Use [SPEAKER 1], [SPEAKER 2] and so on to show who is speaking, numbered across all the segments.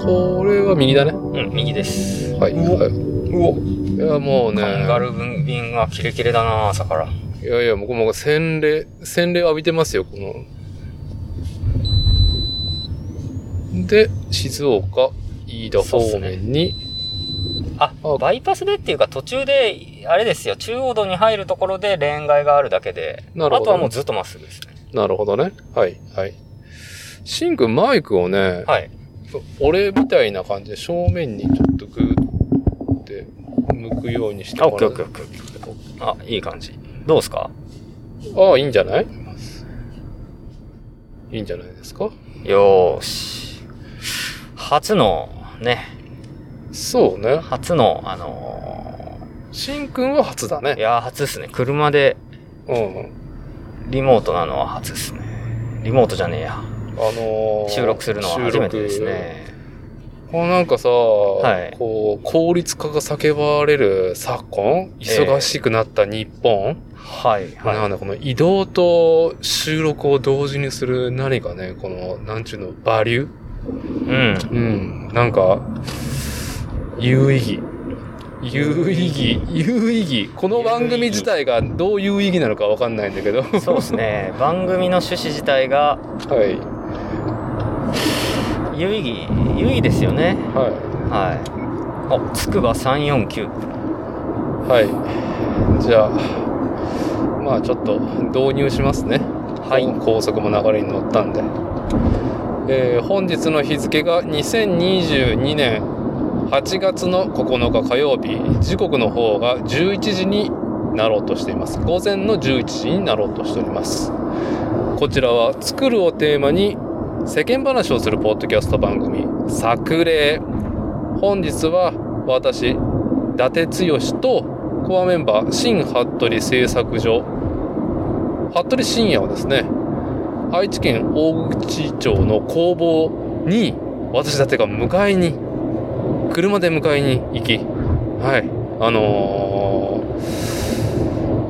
[SPEAKER 1] これは右だね。
[SPEAKER 2] うん、右です。
[SPEAKER 1] はい。
[SPEAKER 2] うお
[SPEAKER 1] はいう
[SPEAKER 2] お、
[SPEAKER 1] いや、もうね。
[SPEAKER 2] カンガルー便がキレキレだな、朝から。
[SPEAKER 1] いやいや、もうこの洗礼、洗礼を浴びてますよ、この。で、静岡、飯田
[SPEAKER 2] そうっ
[SPEAKER 1] 方
[SPEAKER 2] すね
[SPEAKER 1] 面に、
[SPEAKER 2] あ
[SPEAKER 1] あ、
[SPEAKER 2] バイパスでっていうか途中で、あれですよ、中央道に入るところで恋愛があるだけで、
[SPEAKER 1] なるほど
[SPEAKER 2] あとはもうずっとまっすぐですね。
[SPEAKER 1] なるほどね。はい、はい。シンくんマイクをね、
[SPEAKER 2] はい。
[SPEAKER 1] 俺みたいな感じで正面にちょっとグーって向くようにして
[SPEAKER 2] あ、
[SPEAKER 1] も
[SPEAKER 2] オッケ
[SPEAKER 1] ら
[SPEAKER 2] ーオッケーオッケー。あ、いい感じ。どうですか
[SPEAKER 1] うああ、いいんじゃないいいんじゃないですか
[SPEAKER 2] よーし。初の、ね、
[SPEAKER 1] そうね。
[SPEAKER 2] 初の、あの
[SPEAKER 1] シンくんは初だ
[SPEAKER 2] ーい
[SPEAKER 1] ね。
[SPEAKER 2] やー、初ですね。車で
[SPEAKER 1] うん。
[SPEAKER 2] リモートなのは初ですね。リモートじゃねえや。
[SPEAKER 1] あのー
[SPEAKER 2] 収録するのは初めてです
[SPEAKER 1] 収録
[SPEAKER 2] ね。
[SPEAKER 1] こうなんかさ、
[SPEAKER 2] い
[SPEAKER 1] こう効率化が叫ばれる昨今
[SPEAKER 2] ええ
[SPEAKER 1] 忙しくなった日本、
[SPEAKER 2] はい、はい。
[SPEAKER 1] なんだこの移動と収録を同時にする何かねこのなんちゅうのバリュー、
[SPEAKER 2] うん。
[SPEAKER 1] うん、なんか有意義有意義有意義この番組自体がどう有意義なのかわかんないんだけど は
[SPEAKER 2] そうですね。番組の趣旨自体が
[SPEAKER 1] い
[SPEAKER 2] 有意義、有意義ですよね。
[SPEAKER 1] は
[SPEAKER 2] はい。あ、つくば349。
[SPEAKER 1] いはいじゃあまあちょっと導入しますね
[SPEAKER 2] はい。
[SPEAKER 1] 高速も流れに乗ったんで、えー本日の日付が2022年8月の9日火曜日時刻の方が11時になろうとしています午前の11時になろうとしておりますこちらは「作る」をテーマに世間話をするポッドキャスト番組「作例」本日は私伊達剛とコアメンバー新服部製作所服部深也はですね愛知県大口町の工房に私たちが迎えに車で迎えに行きはいあのー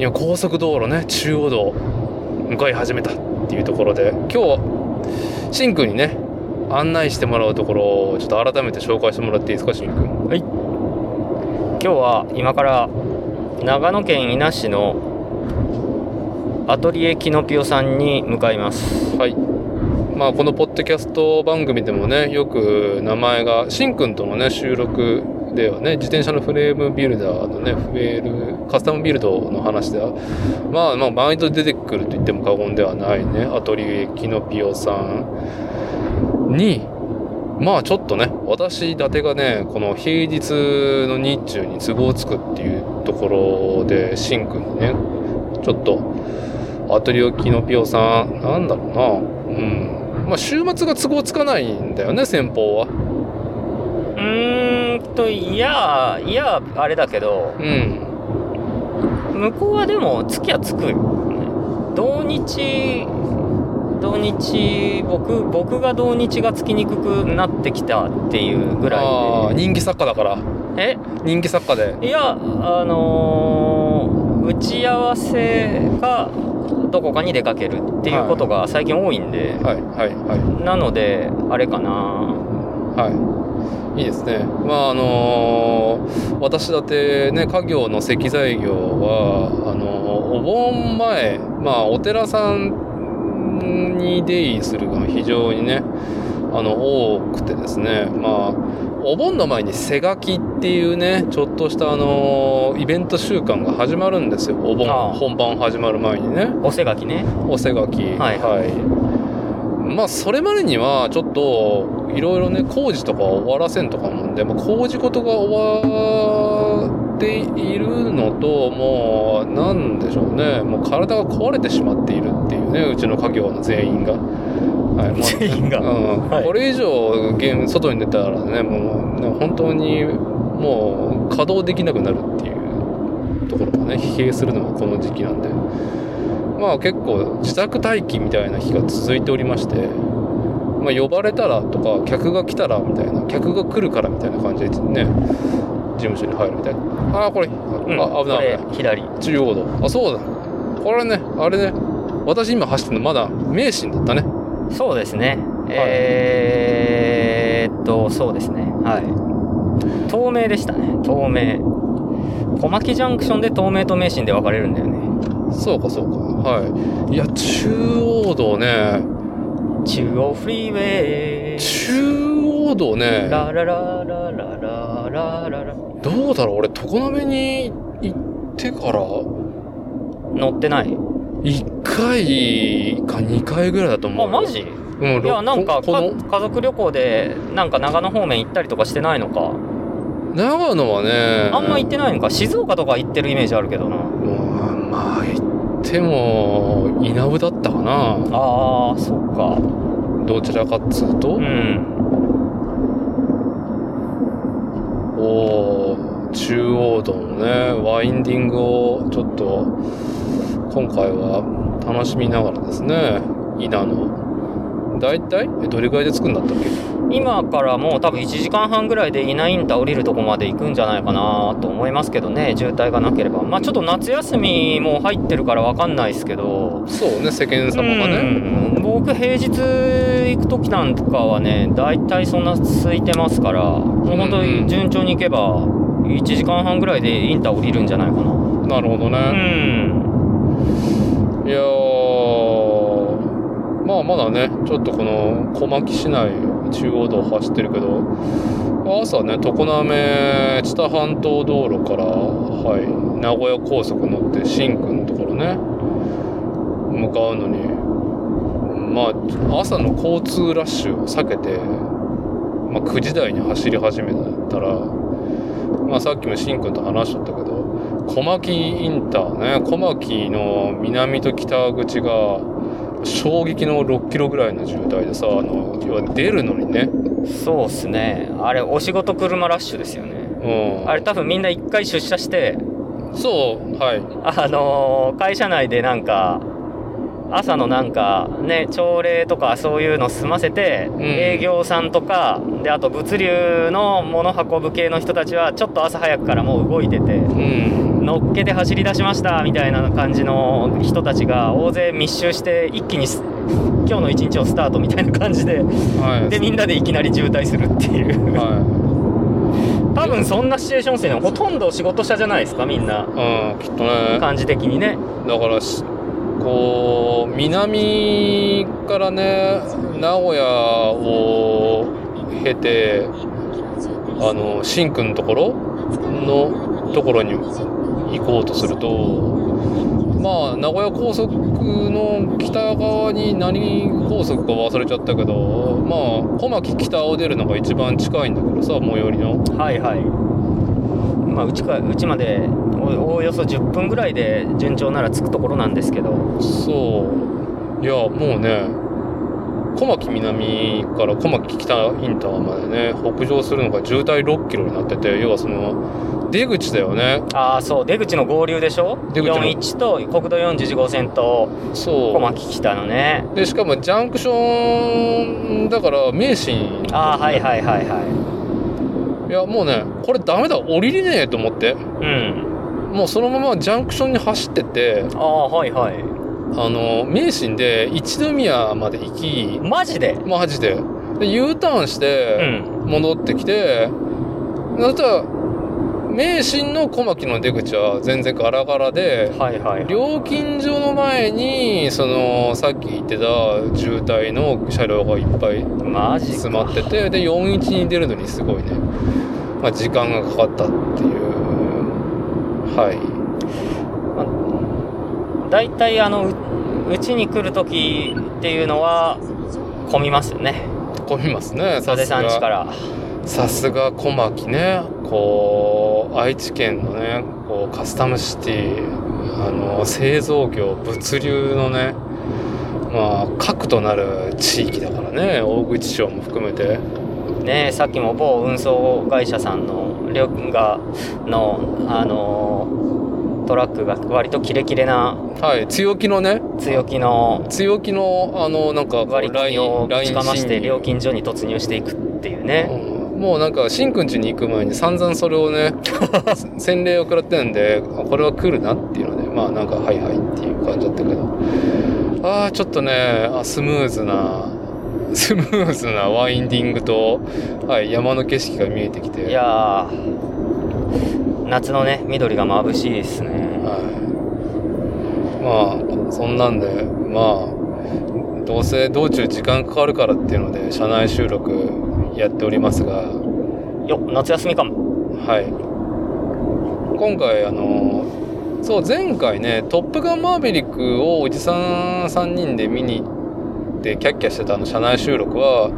[SPEAKER 1] 今高速道路ね中央道向かい始めたっていうところで今日はしんくんにね案内してもらうところをちょっと改めて紹介してもらっていいですかしんくん
[SPEAKER 2] 今日は今から長野県伊那市のアトリエキノピオさんに向かいます。
[SPEAKER 1] はいまあこのポッドキャスト番組でもねよく名前がしんくんとのね収録ではね自転車のフレームビルダーのねフレールカスタムビルドの話ではまあまあ毎度出てくると言っても過言ではないねアトリエキノピオさんにまあちょっとね私伊達がねこの平日の日中に都合つくっていうところでしんくんにねちょっとアトリオキノピオさん、なんだろうな。うん。まあ、週末が都合つかないんだよね、先方は。
[SPEAKER 2] うーんと、いや、いや、あれだけど
[SPEAKER 1] う、ん。
[SPEAKER 2] 向こうはでも月はつくよね同日同日僕僕が同日がつきにくくなってきたっていうぐ
[SPEAKER 1] あ
[SPEAKER 2] ら
[SPEAKER 1] あ、人気作家だから。
[SPEAKER 2] いで
[SPEAKER 1] 人気作家で。
[SPEAKER 2] えいやあのー打ち合わせがどこかに出かけるっていうことが最近多いんで、
[SPEAKER 1] はい、はい、はい。
[SPEAKER 2] なのであれかな
[SPEAKER 1] はい。いいですね。まあ、あのー私だってね、家業の石材業は、あのーお盆前、まあ、お寺さんに出入りするのが非常にね、あの、多くてですね、まあ、お盆の前に背書きっていうね、ちょっとしたあのーイベント週間が始まるんですよ。お盆
[SPEAKER 2] ああ、
[SPEAKER 1] 本番始まる前にね。
[SPEAKER 2] おせ書きね
[SPEAKER 1] おせ書き、
[SPEAKER 2] はい
[SPEAKER 1] はいまあそれまでにはちょっといろいろね工事とか終わらせんとかもんで、まあ、工事事が終わっているのともうなんでしょうねもう体が壊れてしまっているっていうねうちの家業の全員が、はい、もう
[SPEAKER 2] 全員が
[SPEAKER 1] うん
[SPEAKER 2] はい
[SPEAKER 1] これ以上ゲーム外に出たらねもうね本当にもう稼働できなくなるっていうところがね疲弊するのがこの時期なんでまあ結構自宅待機みたいな日が続いておりまして、まあ、呼ばれたらとか客が来たらみたいな客が来るからみたいな感じでね事務所に入るみたいなああこれ、
[SPEAKER 2] うん
[SPEAKER 1] あ危ない危ない
[SPEAKER 2] これ左
[SPEAKER 1] 中央道あそうだこれねあれね私今走ってるのまだ名神だったね
[SPEAKER 2] そうですね、えーーっとそうですねはい透明でしたね透明小牧ジャンクションで透明と名神で分かれるんだよね
[SPEAKER 1] そうかそうかはいいや中央道ね
[SPEAKER 2] 中央フリーウェイ
[SPEAKER 1] 中央道ね
[SPEAKER 2] ラララララララララ
[SPEAKER 1] どうだろう俺常滑に行ってから
[SPEAKER 2] 乗ってない
[SPEAKER 1] 1回か2回ぐらいだと思
[SPEAKER 2] あ
[SPEAKER 1] う
[SPEAKER 2] マジ
[SPEAKER 1] うん
[SPEAKER 2] いやなんか
[SPEAKER 1] ここの
[SPEAKER 2] か家族旅行でなんか長野方面行ったりとかしてないのか
[SPEAKER 1] 長野はね
[SPEAKER 2] あんま行ってないのか静岡とか行ってるイメージあるけどな
[SPEAKER 1] うんまあ行っても稲生だったかな
[SPEAKER 2] あーそっか
[SPEAKER 1] どちらかっつうと、
[SPEAKER 2] うん
[SPEAKER 1] おー中央道のねワインディングをちょっと今回は楽しみながらですね稲の大体えどれぐらいで着くんだったっけ
[SPEAKER 2] 今からもう多分1時間半ぐらいでいないんだ降りるとこまで行くんじゃないかなと思いますけどね渋滞がなければまあちょっと夏休みも入ってるから分かんないですけど
[SPEAKER 1] そうね世間様がね
[SPEAKER 2] うん僕平日行く時なんかはね大体そんな空いてますからもう本当に順調に行けば1時間半ぐらいでインター降りるんじゃないかな
[SPEAKER 1] なるほど
[SPEAKER 2] う
[SPEAKER 1] ね、
[SPEAKER 2] ん
[SPEAKER 1] いやーまあまだねちょっとこの小牧市内中央道走ってるけど朝ね常滑知多半島道路から、はい、名古屋高速乗って新区のところね向かうのにまあ朝の交通ラッシュを避けて、まあ、9時台に走り始めたら、まあ、さっきも新君と話しとったけど小牧インターね小牧の南と北口が衝撃の6キロぐらいの渋滞でさあの要は出るのにね、
[SPEAKER 2] そうっすねあれお仕事車ラッシュですよね
[SPEAKER 1] うん、
[SPEAKER 2] あれ多分みんな一回出社して
[SPEAKER 1] そうはい
[SPEAKER 2] あのー会社内でなんか朝のなんかね朝礼とかそういうの済ませて、
[SPEAKER 1] ん
[SPEAKER 2] 営業さんとかであと物流の物運ぶ系の人たちはちょっと朝早くからもう動いてて
[SPEAKER 1] うん
[SPEAKER 2] 乗っけて走り出しましたみたいな感じの人たちが大勢密集して一気にす今日の一日をスタートみたいな感じで
[SPEAKER 1] はい
[SPEAKER 2] でみんなでいきなり渋滞するっていう
[SPEAKER 1] は、
[SPEAKER 2] 多分そんなシチュエーションですよねほとんど仕事者じゃないですかみんない
[SPEAKER 1] うん、きっとね
[SPEAKER 2] 感じ的にね
[SPEAKER 1] だからしこう南からね名古屋を経てあの新区のところのところに行こうとするとまあ名古屋高速の北側に何高速か忘れちゃったけどまあ小牧北を出るのが一番近いんだけどさ最寄りの
[SPEAKER 2] はいはいまあうちかうちまでおおおよそ10分ぐらいで順調なら着くところなんですけど
[SPEAKER 1] そういやもうね小牧南から小牧北インターまでね北上するのが渋滞6キロになってて要はその出口だよね
[SPEAKER 2] ああそう出口の合流でしょ
[SPEAKER 1] 出口の
[SPEAKER 2] 41と国道41号線と小
[SPEAKER 1] そ
[SPEAKER 2] 牧北のね
[SPEAKER 1] うでしかもジャンクションだから名神
[SPEAKER 2] ああはいはいはいはい
[SPEAKER 1] やもうねこれダメだ降りれねえと思って
[SPEAKER 2] いうん
[SPEAKER 1] もうそのままジャンクションに走ってって
[SPEAKER 2] ああはいはい
[SPEAKER 1] あの名神で一宮まで行き
[SPEAKER 2] マジで
[SPEAKER 1] マジでで U ターンし
[SPEAKER 2] う
[SPEAKER 1] て、
[SPEAKER 2] ん
[SPEAKER 1] 戻ってきてそしたら名神の小牧の出口は全然ガラガラで
[SPEAKER 2] はいはいはい
[SPEAKER 1] 料金所の前にそのさっき言ってた渋滞の車両がいっぱい
[SPEAKER 2] マジ
[SPEAKER 1] 詰
[SPEAKER 2] か
[SPEAKER 1] まっててで41に出るのにすごいね、まあ、時間がかかったっていうはい
[SPEAKER 2] 大体あのううちに来る時っていうのは混みますよね
[SPEAKER 1] 混みますね
[SPEAKER 2] 佐
[SPEAKER 1] さ
[SPEAKER 2] 出
[SPEAKER 1] す
[SPEAKER 2] さん家か
[SPEAKER 1] が
[SPEAKER 2] ら
[SPEAKER 1] さすが小牧ねこう愛知県のねこうカスタムシティあの製造業物流のねまあ核となる地域だからね大口町も含めて
[SPEAKER 2] ねえさっきも某運送会社さんの料金がのあのートラックが割とキレキレな
[SPEAKER 1] はい強気のね
[SPEAKER 2] 強気の
[SPEAKER 1] 強気のあのなんかこう
[SPEAKER 2] 割り込みを
[SPEAKER 1] ライン
[SPEAKER 2] つかまして
[SPEAKER 1] 侵入
[SPEAKER 2] 料金所に突入していくっていうね
[SPEAKER 1] うんもうなんか新君家に行く前に散々それを ね洗礼を食らってるんであこれは来るなっていうのでまあなんかはいはいっていう感じだったけどああちょっとねあスムーズなスムーズなワインディングと、はい、山の景色が見えてきて
[SPEAKER 2] いやー夏のね緑が眩しいですね
[SPEAKER 1] はい、まあそんなんでまあどうせ道中時間かかるからっていうので車内収録やっておりますが
[SPEAKER 2] よっ夏休みかも
[SPEAKER 1] はい今回あのそう前回ね「トップガンマーヴェリック」をおじさん3人で見に行ってキャッキャしてたあの車内収録は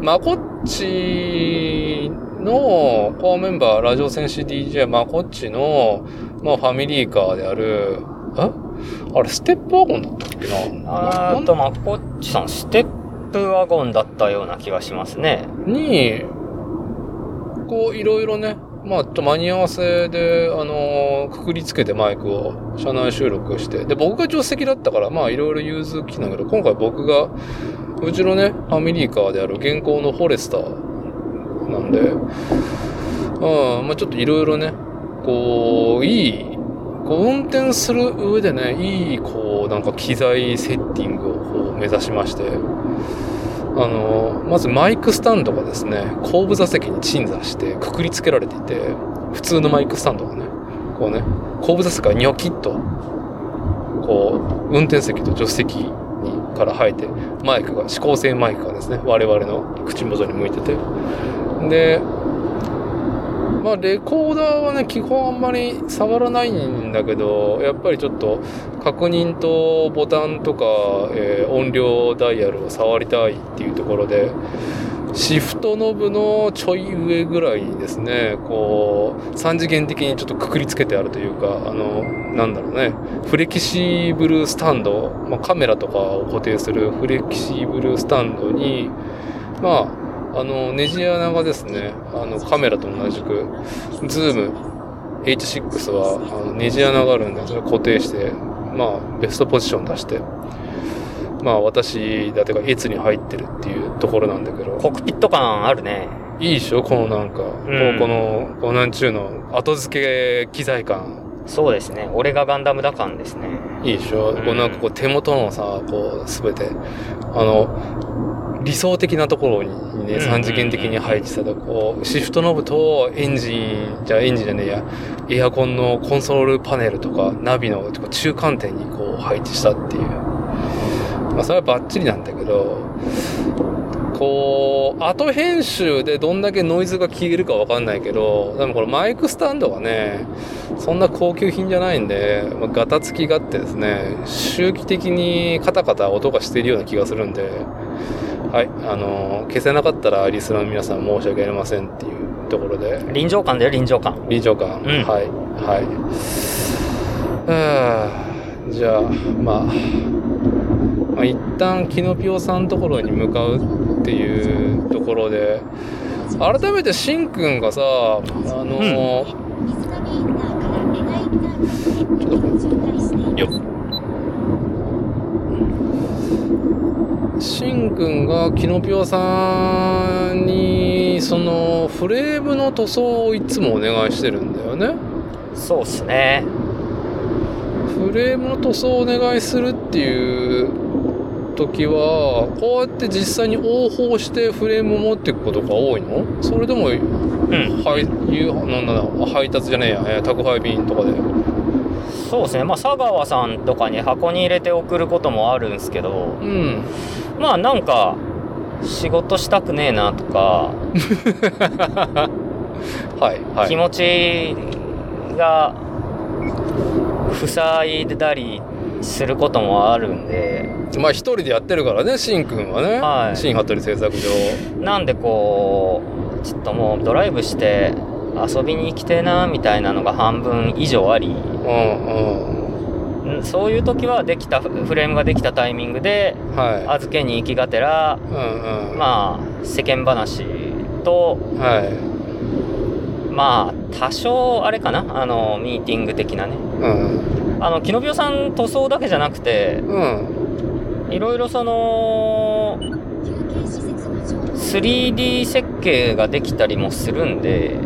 [SPEAKER 1] まこっちのコアメンバーラジオ戦士 DJ まこっちの、まあ、ファミリーカーであるえあれステップワゴンだったっけな
[SPEAKER 2] あーとまこっちさんステップワゴンだったような気がしますね
[SPEAKER 1] にこういろいろねまあ、ちょっと間に合わせで、あのーくくりつけてマイクを車内収録してで僕が助手席だったからまあいろいろ融通きなんだけど今回僕がうちのねファミリーカーである現行のフォレスターなんで、うんまあ、ちょっといろいろねこういいこう運転する上でねいいこうなんか機材セッティングをこう目指しまして。あのまずマイクスタンドがですね後部座席に鎮座してくくりつけられていて普通のマイクスタンドがねこうね後部座席がニョキッとこう運転席と助手席にから生えてマイクが指向性マイクがですね我々の口元に向いててでまあレコーダーはね基本あんまり触らないんだけどやっぱりちょっと確認とボタンとか、えー音量ダイヤルを触りたいっていうところでシフトノブのちょい上ぐらいにですねこう3次元的にちょっとくくりつけてあるというかあのなんだろうねフレキシブルスタンド、まあ、カメラとかを固定するフレキシブルスタンドにまああのネジ穴がですねあのカメラと同じくズーム H6 はあのネジ穴があるんでそれを固定してまあベストポジション出してまあ私だてがエツに入ってるっていうところなんだけど
[SPEAKER 2] コックピット感あるね
[SPEAKER 1] いいでしょこのなんか、こ
[SPEAKER 2] ん
[SPEAKER 1] うこのこうなんちゅうの後付け機材感
[SPEAKER 2] そうですね俺がガンダムだ感ですね
[SPEAKER 1] いいでしょ、こ
[SPEAKER 2] う
[SPEAKER 1] うんなんかこう手元のさこう全てあの理想的なところにね
[SPEAKER 2] うん
[SPEAKER 1] 3次元的に配置されたこうシフトノブとエンジンじゃエンジンじゃねえやエアコンのコンソールパネルとかナビの中間点にこう配置したっていう、まあ、それはバッチリなんだけどこう後編集でどんだけノイズが消えるかわかんないけどでもこれマイクスタンドがねそんな高級品じゃないんで、まあ、ガタつきがあってですね周期的にカタカタ音がしているような気がするんではいあの消せなかったらリスナーの皆さん申し訳ありませんっていうところで
[SPEAKER 2] 臨場感だよ臨場感
[SPEAKER 1] 臨場感、
[SPEAKER 2] うん
[SPEAKER 1] はいはいはあじゃあまあ、まあ、一旦キノピオさんのところに向かうっていうところで改めてしんくんがさあの、
[SPEAKER 3] よっ
[SPEAKER 1] しんくんがキノピオさんにそのフレームの塗装をいつもお願いしてるんだよね
[SPEAKER 2] そうっすね
[SPEAKER 1] フレームの塗装をお願いするっていう時はこうやって実際に応報してフレームを持っていくことが多いのそれでも
[SPEAKER 2] うん
[SPEAKER 1] 配ゆなんだな配達じゃねえやえー宅配便とかでう
[SPEAKER 2] そうですねまあ佐川さんとかに箱に入れて送ることもあるんですけど
[SPEAKER 1] ん
[SPEAKER 2] まあなんか仕事したくねえなとか、
[SPEAKER 1] はいは
[SPEAKER 2] 気
[SPEAKER 1] い
[SPEAKER 2] 持ちが塞いだりすることもあるんで
[SPEAKER 1] まあ一人でやってるからねしんくんはね、
[SPEAKER 2] はい
[SPEAKER 1] しんはとり製作所
[SPEAKER 2] なんでこうちょっともうドライブして遊びに来てえなみたいなのが半分以上あり
[SPEAKER 1] うん
[SPEAKER 2] んそういう時はできたフレームができたタイミングで
[SPEAKER 1] うんは
[SPEAKER 2] 預けに行きがてら
[SPEAKER 1] いうんうん
[SPEAKER 2] まあ世間話と
[SPEAKER 1] はい
[SPEAKER 2] まあ多少あれかなあのミーティング的なね
[SPEAKER 1] うん
[SPEAKER 2] あの木の病さん塗装だけじゃなくて
[SPEAKER 1] うん
[SPEAKER 2] いろいろその 3D 設計ができたりもするんで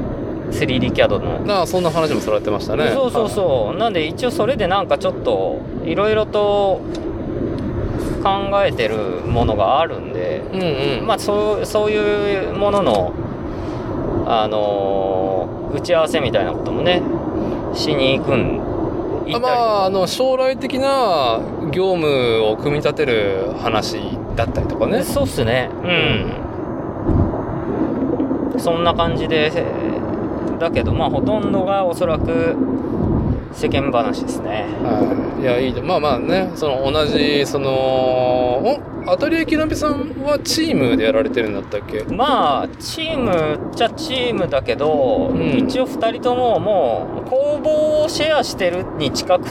[SPEAKER 2] 3DCAD の。
[SPEAKER 1] なあそんな話もされてましたね
[SPEAKER 2] そうそうそうなんで一応それでなんかちょっといろいろと考えてるものがあるんで、
[SPEAKER 1] うんうん
[SPEAKER 2] まあ、そうそういうものの、あのー打ち合わせみたいなこともねしに行くん行ったりと
[SPEAKER 1] あ
[SPEAKER 2] か
[SPEAKER 1] まああの将来的な業務を組み立てる話だったりとかね
[SPEAKER 2] そうっすねうんそんな感じでだけどまあほとんどがおそらく世間話ですね
[SPEAKER 1] はいいやいいとまあまあねその同じそのおアトリエキナビさんはチームでやられてるんだったっけ
[SPEAKER 2] まあチームっちゃチームだけど、
[SPEAKER 1] うん
[SPEAKER 2] 一応2人とももう工房をシェアしてるに近く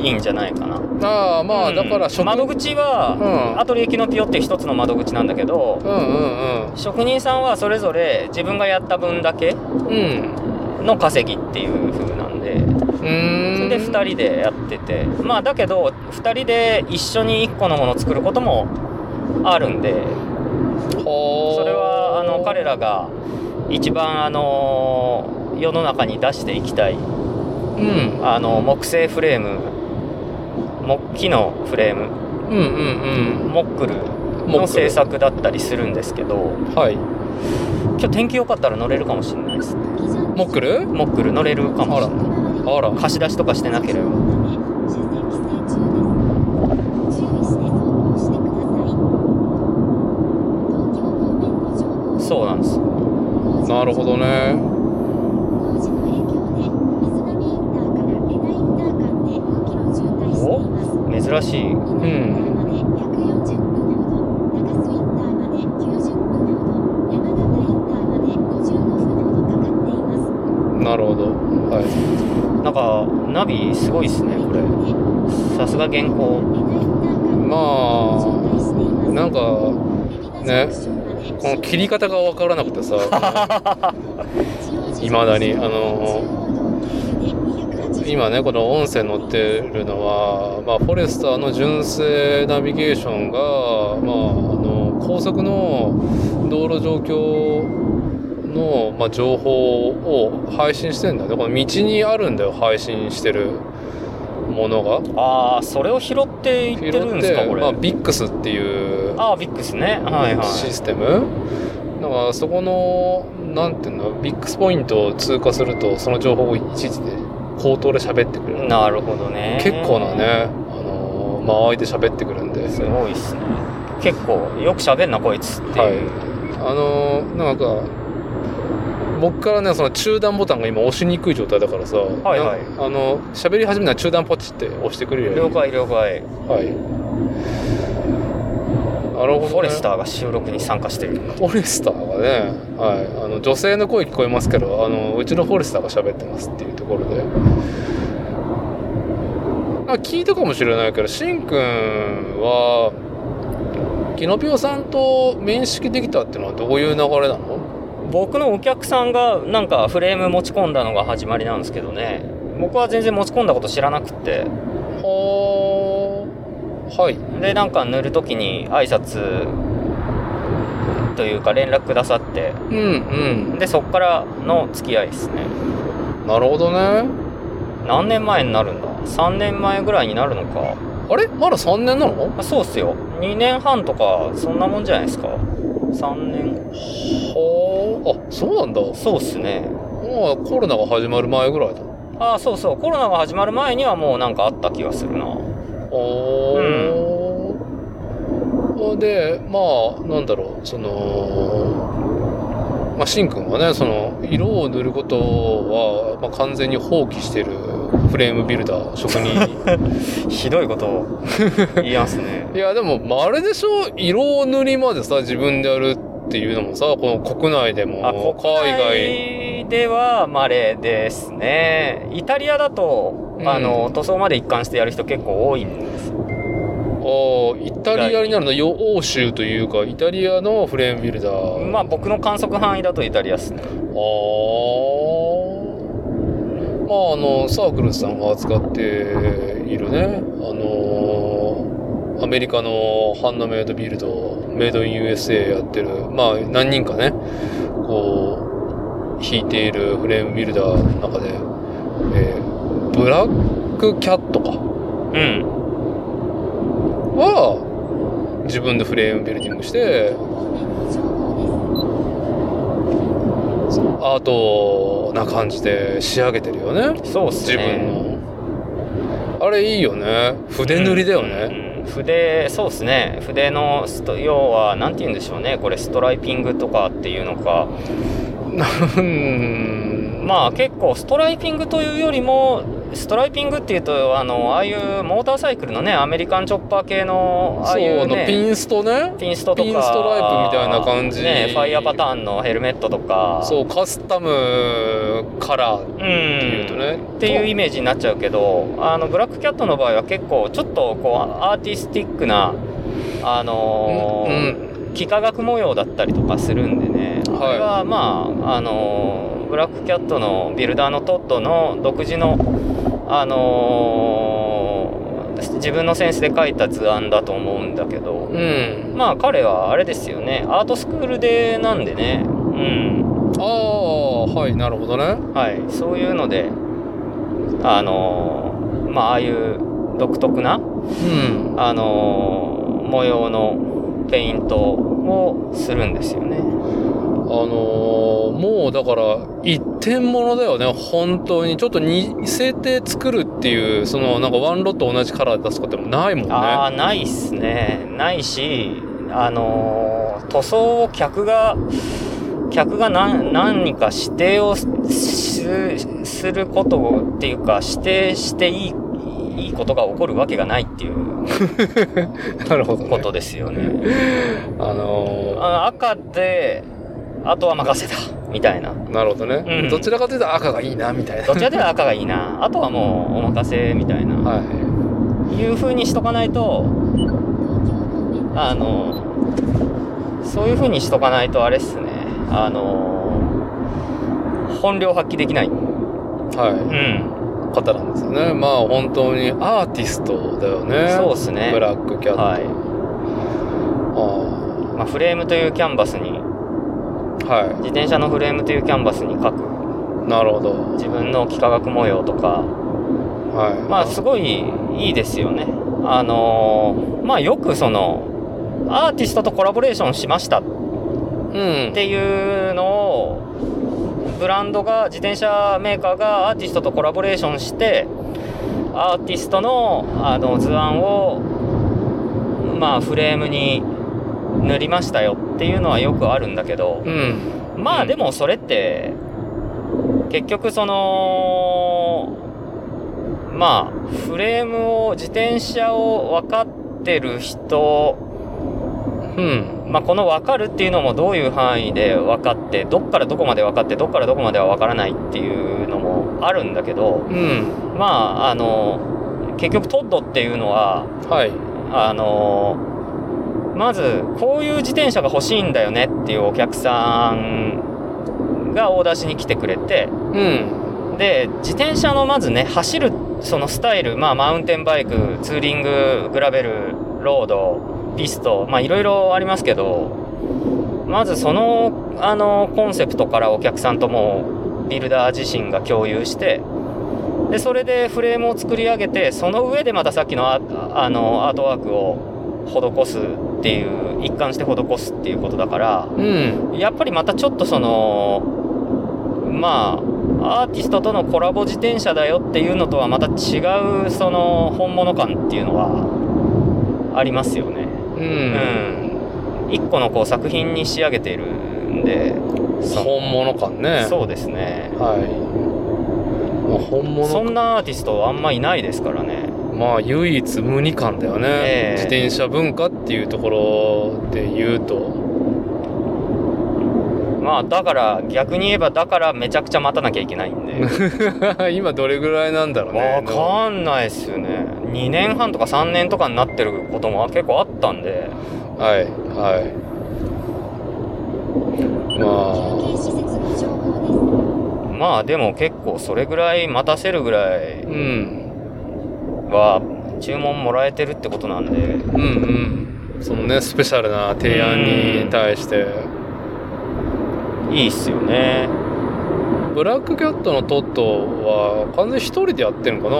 [SPEAKER 2] いいんじゃないかな
[SPEAKER 1] ああまあ、
[SPEAKER 2] うん
[SPEAKER 1] だから職
[SPEAKER 2] 窓口は、
[SPEAKER 1] うん
[SPEAKER 2] アトリエキノピオって一つの窓口なんだけど、
[SPEAKER 1] うんうん
[SPEAKER 2] 職人さんはそれぞれ自分がやった分だけ
[SPEAKER 1] うんうん
[SPEAKER 2] の稼ぎっていう風なんで
[SPEAKER 1] うーん
[SPEAKER 2] それで2人でやっててまあだけど2人で一緒に1個のものを作ることもあるんで
[SPEAKER 1] そ
[SPEAKER 2] それはあの彼らが一番あの世の中に出していきたい
[SPEAKER 1] うん
[SPEAKER 2] あの木製フレーム木木のフレーム
[SPEAKER 1] うんうん
[SPEAKER 2] モックル
[SPEAKER 1] うん
[SPEAKER 2] の制作だったりするんですけど
[SPEAKER 1] はい
[SPEAKER 2] 今日天気良かったら乗れるかもしれないですね
[SPEAKER 1] モックル
[SPEAKER 2] モックル乗れるかもしれない
[SPEAKER 1] あら
[SPEAKER 2] 貸し出しとかしてなければそうなんです
[SPEAKER 1] なるほどね
[SPEAKER 2] 珍しい
[SPEAKER 1] なるほどはい
[SPEAKER 2] なんかナビすごいっすねこれさすが現行
[SPEAKER 1] まあなんか
[SPEAKER 3] あね
[SPEAKER 1] こ
[SPEAKER 3] こ
[SPEAKER 1] の
[SPEAKER 3] の
[SPEAKER 1] 切
[SPEAKER 3] 切
[SPEAKER 1] り
[SPEAKER 3] り
[SPEAKER 1] 方
[SPEAKER 3] 方
[SPEAKER 1] が
[SPEAKER 3] が
[SPEAKER 1] 分からなく てさ
[SPEAKER 3] いまだにあの今
[SPEAKER 1] 今ねこの音声乗ってるのは、まあ、フォレスターの純正ナビゲーションが、まあ、あの高速の道路状況の、まあ、情報を配信してんだよねこの道にあるんだよ配信してるものが
[SPEAKER 2] ああそれを拾っていってるんですかこれ、
[SPEAKER 1] まあ、ビックスっていう
[SPEAKER 2] ああビッグスねはいは
[SPEAKER 1] シ
[SPEAKER 2] い
[SPEAKER 1] ステム、だからそこのなんていうのビックスポイントを通過するとその情報をいちいちで口頭で喋ってくれる
[SPEAKER 2] なるほどね
[SPEAKER 1] 結構なね、あのー間合いで喋ってくるんで、
[SPEAKER 2] す
[SPEAKER 1] は
[SPEAKER 2] ごいっすね結構よく喋んなこいつっていう、
[SPEAKER 1] い、あのーなんか僕からねその中断ボタンが今押しにくい状態だからさ、
[SPEAKER 2] いはい
[SPEAKER 1] なあの喋り始めたら中断ポチって押してくれるよ
[SPEAKER 2] 了解了解
[SPEAKER 1] はいなるほど、
[SPEAKER 2] フ
[SPEAKER 1] ね、
[SPEAKER 2] ォレスターが収録に参加してる
[SPEAKER 1] フォレスターがね、はい、あの女性の声聞こえますけどあのうちのフォレスターが喋ってますっていうところであ聞いたかもしれないけどしんくんはキノピオさんと面識できたっていうのはどういう流れなの
[SPEAKER 2] 僕のお客さんがなんかフレーム持ち込んだのが始まりなんですけどね僕は全然持ち込んだこと知らなくって
[SPEAKER 1] はーはい
[SPEAKER 2] でなんか塗る時に挨拶というか連絡くださって
[SPEAKER 1] うん
[SPEAKER 2] でそっからの付き合いですね
[SPEAKER 1] うんなるほどね
[SPEAKER 2] 何年前になるんだ3年前ぐらいになるのか
[SPEAKER 1] あれまだ3年なの
[SPEAKER 2] あそうっすよ2年半とかそんなもんじゃないですか3年
[SPEAKER 1] はああそうなんだま
[SPEAKER 2] そうっすね
[SPEAKER 1] あコロナが始まる前ぐらいだ
[SPEAKER 2] ああそうそうコロナが始まる前にはもうなんかあった気がするな
[SPEAKER 1] おーでまあなんだろうそのまあしんくんはねその色を塗ることは、まあ、完全に放棄してるフレームビルダー職人
[SPEAKER 2] ひどいことを 言いますね
[SPEAKER 1] いやでも、まあ、あれでしょ色を塗りまでさ自分でやるっていうのもさこの国内で
[SPEAKER 2] あ
[SPEAKER 1] も
[SPEAKER 2] 国
[SPEAKER 1] 海外
[SPEAKER 2] 内では稀ですねイタリアだと、
[SPEAKER 1] うん
[SPEAKER 2] あの塗装まで一貫してやる人結構多いんですよ
[SPEAKER 1] ああイタリアになるのよ欧州というかイタリアのフレームビルダー
[SPEAKER 2] まあ僕の観測範囲だとイタリアっすね
[SPEAKER 1] ああまああのサークルズさんが扱っているねあのアメリカのハンドメイドビルドメイドイン USA やってるまあ何人かねこう弾いているフレームビルダーの中で、えーブラックキャットか
[SPEAKER 2] うん
[SPEAKER 1] は自分でフレームビルディングしてアートな感じで仕上げてるよね
[SPEAKER 2] そうっす
[SPEAKER 1] 自
[SPEAKER 2] ね
[SPEAKER 1] 分の、あれいいよね筆塗りだよね、
[SPEAKER 2] うん筆そうですね筆のスト要は何て言うんでしょうねこれストライピングとかっていうのか
[SPEAKER 1] うん、
[SPEAKER 2] まあ結構ストライピングというよりもストライピングっていうとあのああいうモーターサイクルのねアメリカンチョッパー系のあ
[SPEAKER 1] そ
[SPEAKER 2] あ
[SPEAKER 1] う
[SPEAKER 2] いう、
[SPEAKER 1] あの
[SPEAKER 2] ね、
[SPEAKER 1] ピンストね
[SPEAKER 2] ピンストと
[SPEAKER 1] ピ
[SPEAKER 2] か
[SPEAKER 1] ンストライプみたいな感じ
[SPEAKER 2] ねファイヤーパターンのヘルメットとか
[SPEAKER 1] そうカスタムカラーっ
[SPEAKER 2] う
[SPEAKER 1] てい
[SPEAKER 2] ん
[SPEAKER 1] うとね、
[SPEAKER 2] っていうイメージになっちゃうけどあのブラックキャットの場合は結構ちょっとこうアーティスティックなあの
[SPEAKER 1] う
[SPEAKER 2] ー
[SPEAKER 1] ん
[SPEAKER 2] 幾何学模様だったりとかするんでね、
[SPEAKER 1] はい
[SPEAKER 2] あれはまああのブラックキャットのビルダーのトッドの独自のあのー自分のセンスで書いた図案だと思うんだけど、
[SPEAKER 1] うん
[SPEAKER 2] まあ彼はあれですよねアートスクールでなんでねうん
[SPEAKER 1] ああはいなるほどね
[SPEAKER 2] はいそういうのであのーまあああいう独特な
[SPEAKER 1] うん
[SPEAKER 2] あのー模様のペイントをするんですよ
[SPEAKER 1] あ
[SPEAKER 2] ね。
[SPEAKER 1] のーもうだから一点物だよね本当にちょっと似せて作るっていうそのなんかワンロット同じカラーで出すこともないもんね
[SPEAKER 2] ああないっすねないしあのー塗装を客が客が何何か指定をすすすることっていうか指定していいいいことが起こるわけがないっていう
[SPEAKER 1] なるほど、ね、
[SPEAKER 2] ことですよね。
[SPEAKER 1] あの
[SPEAKER 2] あ赤であとは任せたみたいな。
[SPEAKER 1] ーなるほどね、
[SPEAKER 2] うん
[SPEAKER 1] どちらかというと赤がいいなみたいな
[SPEAKER 2] どちらでは赤がいいなあとはもうお任せみたいな、、
[SPEAKER 1] はい
[SPEAKER 2] う風にしとかないとあのそういう風にしとかないとあれっすねあの本領発揮できない、う
[SPEAKER 1] いは
[SPEAKER 2] ん、
[SPEAKER 1] い方なんですよねまあ本当にアーティストだよね
[SPEAKER 2] そうっすね
[SPEAKER 1] ブラックキャット、
[SPEAKER 2] は
[SPEAKER 1] あ
[SPEAKER 2] いまあ、フレームというキャンバスに
[SPEAKER 1] ーは
[SPEAKER 2] 自転車のフレームというキャンバスに描く
[SPEAKER 1] いなるほど
[SPEAKER 2] 自分の幾何学模様とか
[SPEAKER 1] はい
[SPEAKER 2] まあすごいいいですよねあのまあよくそのアーティストとコラボレーションしました
[SPEAKER 1] うん
[SPEAKER 2] っていうのをブランドが自転車メーカーがアーティストとコラボレーションしてアーティストのあの図案をまあフレームに塗りましたよっていうのはよくあるんだけど
[SPEAKER 1] うん
[SPEAKER 2] ま
[SPEAKER 1] う
[SPEAKER 2] あ
[SPEAKER 1] ん
[SPEAKER 2] でもそれって結局そのまあフレームを自転車を分かってる人
[SPEAKER 1] うん
[SPEAKER 2] まあ、この分かるっていうのもどういう範囲で分かってどっからどこまで分かってどっからどこまでは分からないっていうのもあるんだけど
[SPEAKER 1] うん
[SPEAKER 2] まああの結局トッドっていうのは
[SPEAKER 1] はい
[SPEAKER 2] あのまずこういう自転車が欲しいんだよねっていうお客さんがオーダーしに来てくれて
[SPEAKER 1] うん
[SPEAKER 2] で自転車のまずね走るそのスタイル、まあ、マウンテンバイクツーリンググラベルロードピストまあいろいろありますけどまずそのあのコンセプトからお客さんともうビルダー自身が共有してでそれでフレームを作り上げてその上でまたさっきのアあのアートワークを施すっていう一貫して施すっていうことだから。
[SPEAKER 1] うん
[SPEAKER 2] やっぱりまたちょっとそのまあアーティストとのコラボ自転車だよっていうのとはまた違うその本物感っていうのはありますよね。
[SPEAKER 1] う
[SPEAKER 2] うんん、一個のこう作品に仕上げているんでそ
[SPEAKER 1] 本物感ね
[SPEAKER 2] そうですね。
[SPEAKER 1] はいまあ本物
[SPEAKER 2] そんなアーティストあんまいないですからね。
[SPEAKER 1] まあ唯一無二感だよね、
[SPEAKER 2] ええ
[SPEAKER 1] 自転車文化っていうところで言うと
[SPEAKER 2] まあだから逆に言えばだからめちゃくちゃ待たなきゃいけないん で。
[SPEAKER 1] 今どれぐらいなんだろうね
[SPEAKER 2] わかんないっすよね。2年半とか3年とかになってることも結構あったんで。
[SPEAKER 1] はいはいま
[SPEAKER 2] まあでも結構それぐらい待たせるぐらい
[SPEAKER 1] あうん
[SPEAKER 2] は注文もらえてるってことなんで
[SPEAKER 1] うんうんそのねスペシャルな提案に対して
[SPEAKER 2] いいっすよね
[SPEAKER 1] ブラックキャットのトットは完全に一人でやってるのか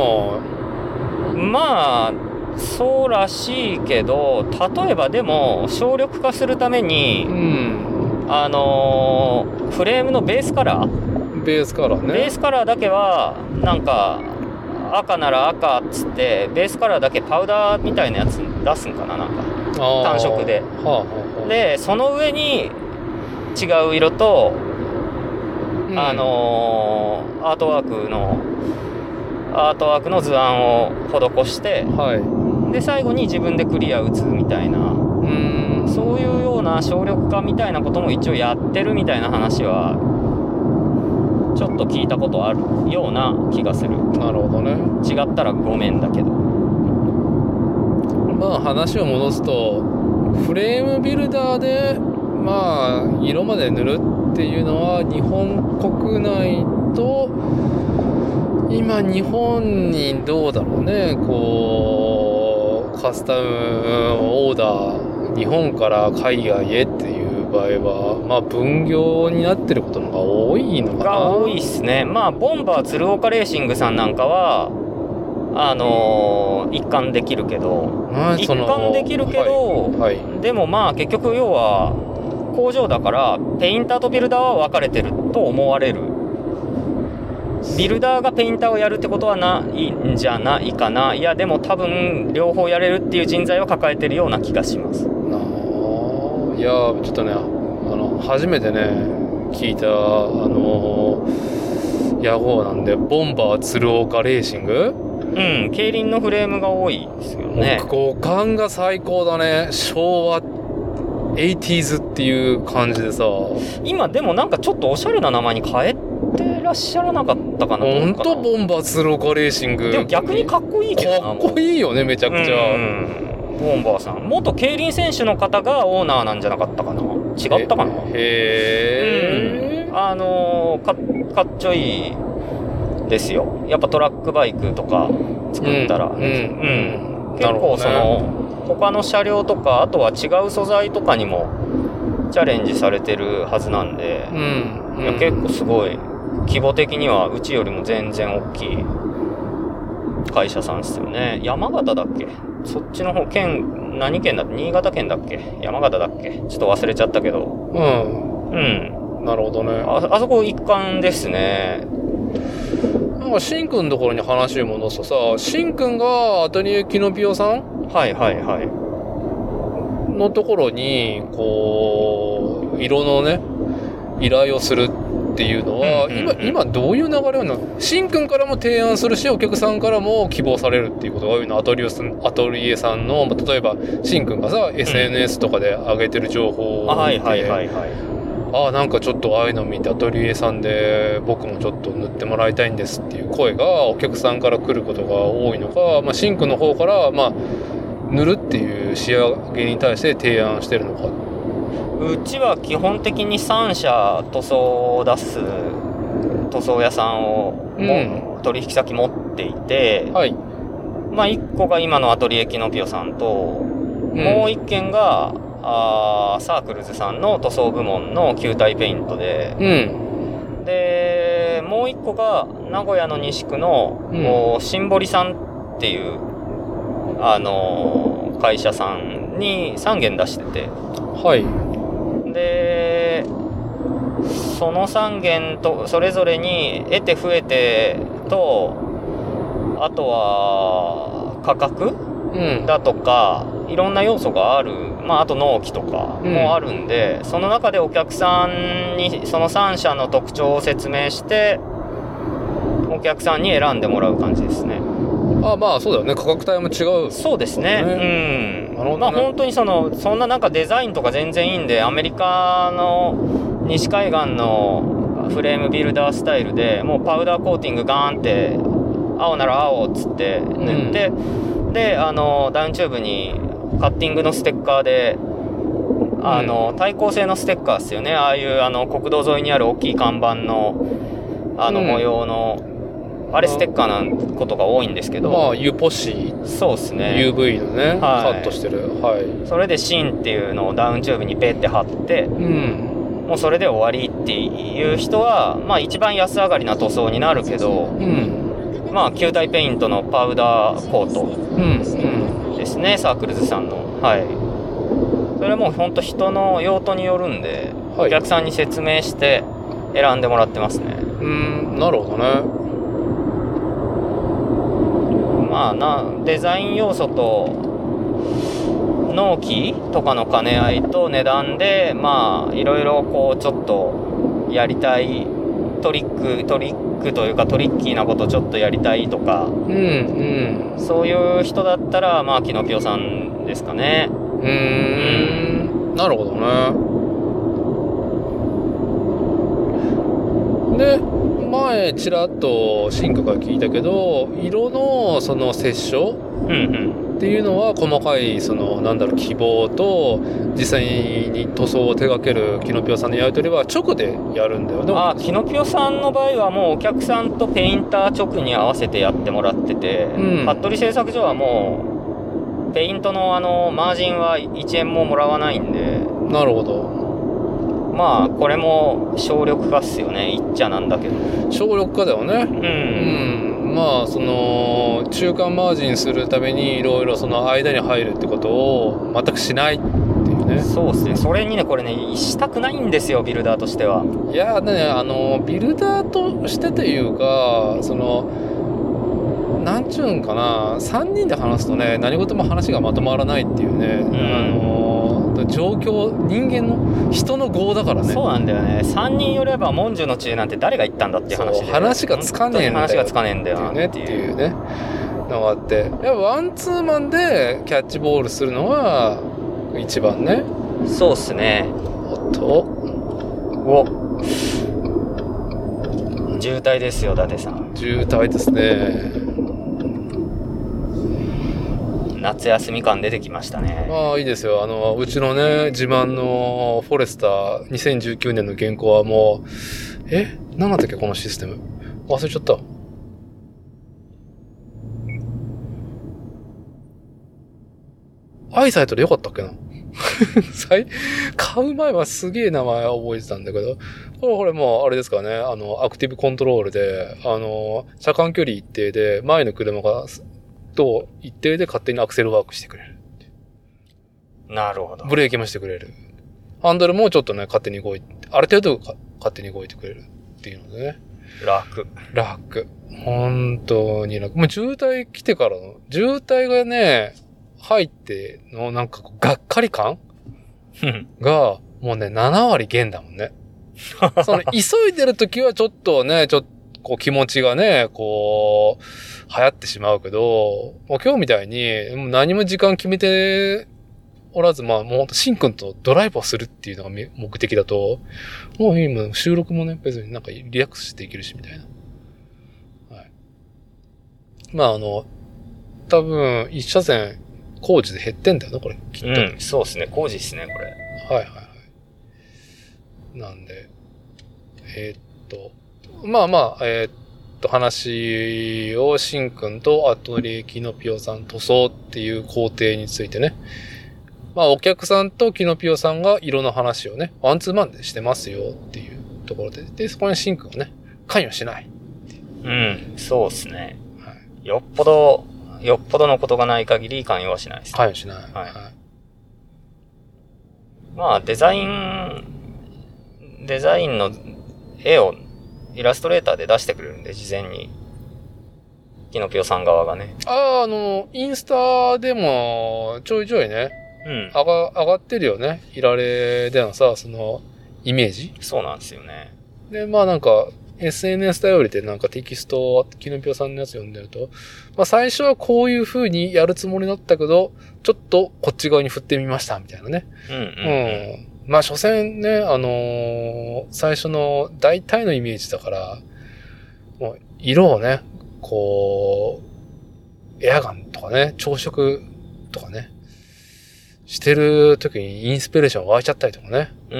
[SPEAKER 1] な
[SPEAKER 2] まあそうらしいけど例えばでも省力化するため
[SPEAKER 1] う
[SPEAKER 2] に
[SPEAKER 1] ん
[SPEAKER 2] あのーフレームのベースカラー、
[SPEAKER 1] ベースカラーね
[SPEAKER 2] ベースカラーだけはなんか赤なら赤っつってベースカラーだけパウダーみたいなやつ出すんかななんか
[SPEAKER 1] あー
[SPEAKER 2] 単色で
[SPEAKER 1] はあはあ、
[SPEAKER 2] でその上に違う色と、
[SPEAKER 1] うん
[SPEAKER 2] あのーアートワークのアートワークの図案を施して
[SPEAKER 1] はいうん
[SPEAKER 2] で最後に自分でクリア打つみたいなそういうような省力化みたいなことも一応やってるみたいな話はちょっと聞いたことあるような気がする
[SPEAKER 1] なるほどね
[SPEAKER 2] 違ったらごめんだけど
[SPEAKER 1] まあ話を戻すとフレームビルダーでまあ色まで塗るっていうのは日本国内と今日本にどうだろうねこうカスタムオーダー日本から海外へっていう場合はまあ分業になってることのが多いのかな
[SPEAKER 2] が多いっすねまあボンバー鶴岡レーシングさんなんかはあのー一貫できるけど
[SPEAKER 1] ね
[SPEAKER 2] 一
[SPEAKER 1] その
[SPEAKER 2] 貫できるけど、
[SPEAKER 1] はい、はい
[SPEAKER 2] でもまあ結局要は工場だからペインターとビルダーは分かれてると思われるビルダーがペインターをやるってことはないんじゃないかないやでも多分両方やれるっていう人材は抱えてるような気がします
[SPEAKER 1] なあいやーちょっとねあの初めてね聞いたあのー野号なんでボンバー鶴岡レーシング、
[SPEAKER 2] うん競輪のフレームが多いですよね
[SPEAKER 1] もう五感が最高だね昭和 80s っていう感じでさ
[SPEAKER 2] 今でもなんかちょっとおしゃれな名前に変えてらっしゃらなかったかな
[SPEAKER 1] ほん
[SPEAKER 2] どう
[SPEAKER 1] と
[SPEAKER 2] かな
[SPEAKER 1] ボンバー鶴岡レーシング
[SPEAKER 2] でも逆にかっこいいけどな
[SPEAKER 1] かっこいいよねめちゃくちゃ、
[SPEAKER 2] うんボンバーさん元競輪選手の方がオーナーなんじゃなかったかな違ったかな
[SPEAKER 1] へえ、
[SPEAKER 2] あのーかかっちょいいですよやっぱトラックバイクとか作ったら、
[SPEAKER 1] うんうん
[SPEAKER 2] うん
[SPEAKER 1] な
[SPEAKER 2] 結
[SPEAKER 1] るほどね
[SPEAKER 2] 構その、他の車両とかあとは違う素材とかにもチャレンジされてるはずなんで、
[SPEAKER 1] うん
[SPEAKER 2] いや結構すごい規模的にはうちよりも全然大きい会社さんですよね山形だっけそっちの方県何県だっけ新潟県だっけ山形だっけちょっと忘れちゃったけど
[SPEAKER 1] 構
[SPEAKER 2] うん
[SPEAKER 1] うんなるほどね
[SPEAKER 2] ああそこ一貫ですね
[SPEAKER 1] なんかしんくんのところに話を戻すとさしんくんがアトリエキノピオさん
[SPEAKER 2] はいはいはい
[SPEAKER 1] のところにこう色のね依頼をするっていうのは、
[SPEAKER 2] うんうんうん
[SPEAKER 1] 今今どういう流れなのしんくんからも提案するしお客さんからも希望されるっていうことが多いのアトリエさんアトリエさんのまあ例えばしんくんがさ SNS とかで上げてる情報を
[SPEAKER 2] あは
[SPEAKER 1] 見
[SPEAKER 2] い
[SPEAKER 1] て
[SPEAKER 2] はいはいはい
[SPEAKER 1] ああなんかちょっとああいうの見てアトリエさんで僕もちょっと塗ってもらいたいんですっていう声がお客さんから来ることが多いのか、まあ、シンクの方から、まあ、塗るっていう仕上げに対して提案してるのか
[SPEAKER 2] うちは基本的に3社塗装を出す塗装屋さんをも、取引先持っていて、
[SPEAKER 1] はい、
[SPEAKER 2] まあ1個が今のアトリエキノピオさんと
[SPEAKER 1] うん
[SPEAKER 2] もう一件が、あーサークルズさんの塗装部門の球体ペイントで、
[SPEAKER 1] うん
[SPEAKER 2] で、もう一個が名古屋の西区の、
[SPEAKER 1] うん
[SPEAKER 2] こうシンボリさんっていう、あのー会社さんに3件出してて、
[SPEAKER 1] はい
[SPEAKER 2] で、その3件と、それぞれに得て増えてと、あとは価格
[SPEAKER 1] うん
[SPEAKER 2] だとかいろんな要素がある、まあ、あと納期とかもあるんで、その中でお客さんにその3社の特徴を説明してお客さんに選んでもらう感じですね。
[SPEAKER 1] あまあそうだよね価格帯も違う
[SPEAKER 2] そうですね。うん。
[SPEAKER 1] なるほどね
[SPEAKER 2] まあ本当にそのそんななんかデザインとか全然いいんでアメリカの西海岸のフレームビルダースタイルでもうパウダーコーティングガーンって青なら青っつって塗って、であのダウンチューブにカッティングのステッカーで。あの対抗性のステッカーですよねああいうあの国道沿いにある大きい看板のあの
[SPEAKER 1] うん
[SPEAKER 2] 模様の、あれステッカーなことが多いんですけど、
[SPEAKER 1] まあ U ポシ
[SPEAKER 2] そうですね
[SPEAKER 1] UV のね、
[SPEAKER 2] はい
[SPEAKER 1] カットしてるはい
[SPEAKER 2] それで芯っていうのをダウンチューブにペって貼って
[SPEAKER 1] うん
[SPEAKER 2] もうそれで終わりっていう人はまあ一番安上がりな塗装になるけど
[SPEAKER 1] うん
[SPEAKER 3] まあ球体ペイントのパウダーコート
[SPEAKER 1] うん
[SPEAKER 2] ですねサークルズさんのはいそれはもう本当人の用途によるんで、
[SPEAKER 1] はい
[SPEAKER 2] お客さんに説明して選んでもらってますね
[SPEAKER 1] うんなるほどね
[SPEAKER 2] まあなデザイン要素と納期とかの兼ね合いと値段でまあいろいろこうちょっとやりたいトリックトリックというかトリッキーなことちょっとやりたいとか
[SPEAKER 1] うん
[SPEAKER 2] そういう人だったらまあキノピオさんですかね
[SPEAKER 1] うんうーんなるほどねで前ちらっとシンクから聞いたけど色のその折衝
[SPEAKER 2] うんうん
[SPEAKER 1] っていうのは細かいそのなんだろう希望と実際に塗装を手掛けるキノピオさんのやり取りは直でやるんだよね。
[SPEAKER 2] あキノピオさんの場合はもうお客さんとペインター直に合わせてやってもらってて、
[SPEAKER 1] うん
[SPEAKER 2] 服部製作所はもうペイントのあのマージンは1円ももらわないんで
[SPEAKER 1] なるほど
[SPEAKER 2] まあこれも省力化っすよねいっちゃなんだけど
[SPEAKER 1] 省力化だよ
[SPEAKER 2] う、
[SPEAKER 1] ね。うんんまあその中間マージンするためにいろいろその間に入るってことを全くしないっていうね。
[SPEAKER 2] そうっすねそれにねこれねしたくないんですよビルダーとしてはい
[SPEAKER 1] やーねあのビルダーとしてというかそのなんちゅうんかな3人で話すとね何事も話がまとまらないっていうね、
[SPEAKER 2] ん
[SPEAKER 1] あのー状況人間の人の業だからね
[SPEAKER 2] そうなんだよね3人よれば文殊の知恵なんて誰が言ったんだっていう話
[SPEAKER 1] そう
[SPEAKER 2] で
[SPEAKER 1] 話がつかねえんだよ
[SPEAKER 2] 本当に話がつかねえんだよな
[SPEAKER 1] ねっていうねのがあってやっぱワンツーマンでキャッチボールするのは一番ね
[SPEAKER 2] そうっすね
[SPEAKER 1] おっとお
[SPEAKER 2] 渋滞ですよ伊達さん
[SPEAKER 1] 渋滞ですね
[SPEAKER 2] 夏休み感出てきましたね
[SPEAKER 1] まあいいですよ。あの、うちのね、自慢のフォレスター2019年の原稿はもう、え何だったっけこのシステム。忘れちゃった。アイサイトでよかったっけな 最買う前はすげえ名前覚えてたんだけど、これこれもうあれですからね、あの、アクティブコントロールで、あの、車間距離一定で、前の車が、と一定で勝手にアクセルワークしてくれる。
[SPEAKER 2] なるほど
[SPEAKER 1] ブレーキもしてくれる。ハンドルもちょっとね、勝手に動いて、ある程度か勝手に動いてくれるっていうのでね。
[SPEAKER 2] 楽
[SPEAKER 1] 楽。本当に楽。もう渋滞来てからの、渋滞がね、入ってのなんかこう、がっかり感
[SPEAKER 2] うん
[SPEAKER 1] が、もうね、7割減だもんね。その、急いでる時はちょっとね、ちょっと、こう気持ちがね、こう、流行ってしまうけど、もう今日みたいに、もう何も時間決めておらず、まあもうほんとシンくんとドライブをするっていうのが目目的だと、もう今収録もね、別になんかリラックスしていけるし、みたいな。はい。まああの、多分、一車線、工事で減ってんだよな、これ。きっと。
[SPEAKER 2] うんそうっすね工事っすねこれ
[SPEAKER 1] はいはいはい。なんで、えーっと、まあまあ、えーっと、話をしんくんとアトリエキノピオさん塗装っていう工程についてね。まあお客さんとキノピオさんが色の話をね、ワンツーマンでしてますよっていうところで、で、そこにしんくんはね、関与しない。
[SPEAKER 2] うんそうっすね
[SPEAKER 1] はい
[SPEAKER 2] よっぽどよっぽどのことがない限り関与はしないです、
[SPEAKER 1] 関与しない。
[SPEAKER 2] はい
[SPEAKER 1] は
[SPEAKER 2] まあデザインデザインの絵をイラストレーターで出してくれるんで事前にキノピオさん側がね
[SPEAKER 1] ああ、あの、インスタでもちょいちょいね、
[SPEAKER 2] うん
[SPEAKER 1] 上が上がってるよね。いられでのさ、その、イメージ
[SPEAKER 2] そうなんですよね
[SPEAKER 1] で、まあなんか、SNS 頼りでなんかテキストを、キノピオさんのやつ読んでると、まあ最初はこういう風にやるつもりだったけど、ちょっとこっち側に振ってみました、みたいなね。
[SPEAKER 2] うんうん
[SPEAKER 1] う
[SPEAKER 2] うん
[SPEAKER 1] ん。まあ所詮ね、あのー最初の大体のイメージだから、もう色をね、こう、エアガンとかね、朝食とかね、してる時にインスピレーション湧いちゃったりとかね。
[SPEAKER 2] う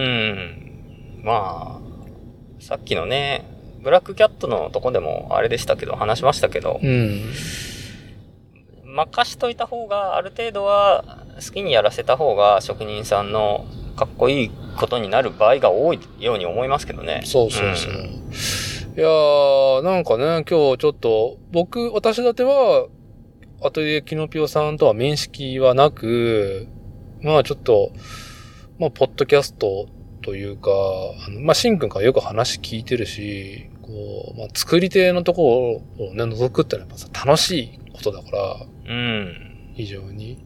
[SPEAKER 2] ん。まあ、さっきのね、ブラックキャットのとこでもあれでしたけど、話しましたけど、
[SPEAKER 1] うん。
[SPEAKER 2] 任しといた方が、ある程度は好きにやらせた方が、職人さんのかっこいいことになる場合が多いように思いますけどね。
[SPEAKER 1] そうそうそう。
[SPEAKER 2] ん
[SPEAKER 1] いやー、なんかね、今日ちょっと、僕、私だては、アトリエキノピオさんとは面識はなく、まあちょっと、まあ、ポッドキャストというか、あのまあ、シンくんからよく話聞いてるし、こう、まあ、作り手のところをね、覗くってのはやっぱさ、楽しいことだから、
[SPEAKER 2] うん。
[SPEAKER 1] 非常に。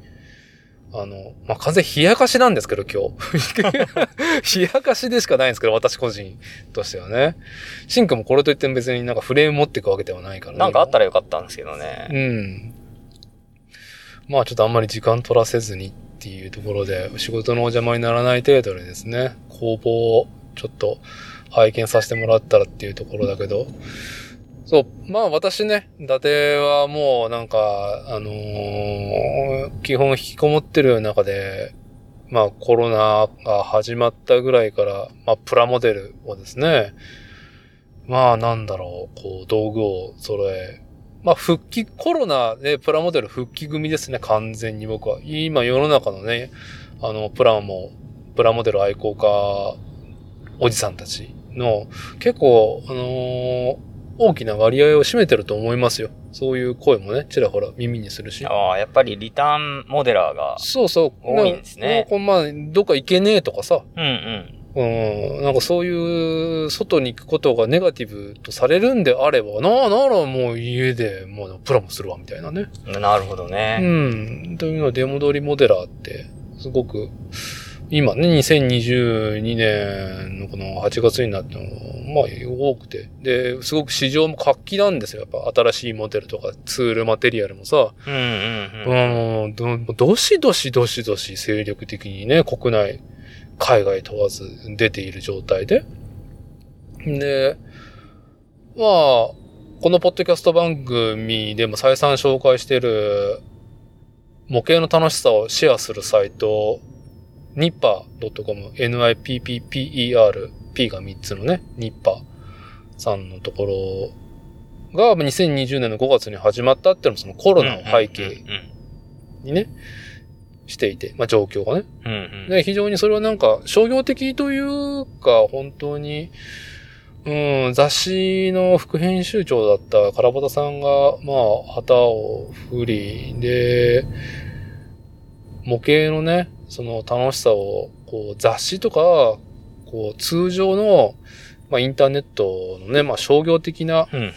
[SPEAKER 1] あの、まあ、完全に冷やかしなんですけど、今日。 冷やかしでしかないんですけど、私個人としてはね。シンくんもこれといって別になんかフレーム持っていくわけではないから、ね、
[SPEAKER 2] なんかあったらよかったんですけどね。
[SPEAKER 1] うん。まあちょっとあんまり時間取らせずにっていうところで、仕事のお邪魔にならない程度でですね、工房をちょっと拝見させてもらったらっていうところだけど、そう、まあ私ね、伊達はもうなんか、あのー基本引きこもってる中で、まあコロナが始まったぐらいから、まあプラモデルをですね、まあなんだろう、こう道具を揃え、まあ、復帰、コロナでプラモデル復帰組ですね、完全に僕は。今、世の中のね、あの、プラモ、プラモデル愛好家、おじさんたちの、結構、あのー大きな割合を占めてると思いますよ。そういう声もね、ちらほら耳にするし。
[SPEAKER 2] ああ、やっぱりリターンモデラーが。
[SPEAKER 1] そうそう。
[SPEAKER 2] 多いんですね
[SPEAKER 1] なこうまあ、どっか行けねえとかさ、
[SPEAKER 2] うんうん。
[SPEAKER 1] うん、なんかそういう、外に行くことがネガティブとされるんであれば、なあならもう家で、もうプラモするわ、みたいなね。
[SPEAKER 2] なるほど
[SPEAKER 1] う
[SPEAKER 2] ね。
[SPEAKER 1] ん。というのは出戻りモデラーって、すごく、今ね、2022年のこの8月になっても、まあ多くて。で、すごく市場も活気なんですよ。やっぱ新しいモデルとかツールマテリアルもさ、
[SPEAKER 2] うんうんうん。
[SPEAKER 1] うん、どどしどしどしどし精力的にね、国内、海外問わず出ている状態で。で、まあ、このポッドキャスト番組でも再三紹介している模型の楽しさをシェアするサイト、ニッパー .com、NIPPPER、P が3つのね、ニッパーさんのところがまあ2020年の5月に始まったっていうのもそのコロナを背景
[SPEAKER 2] う
[SPEAKER 1] にね、していて、まあ状況がね。
[SPEAKER 2] んうんうん。うんうん。
[SPEAKER 1] で、非常にそれはなんか商業的というか、本当に、うん、雑誌の副編集長だった唐畑さんが、まあ、旗を振り、で、模型のね、その楽しさを、こう、雑誌とか、こう、通常の、まあ、インターネットのね、まあ、商業的な
[SPEAKER 2] うんうん。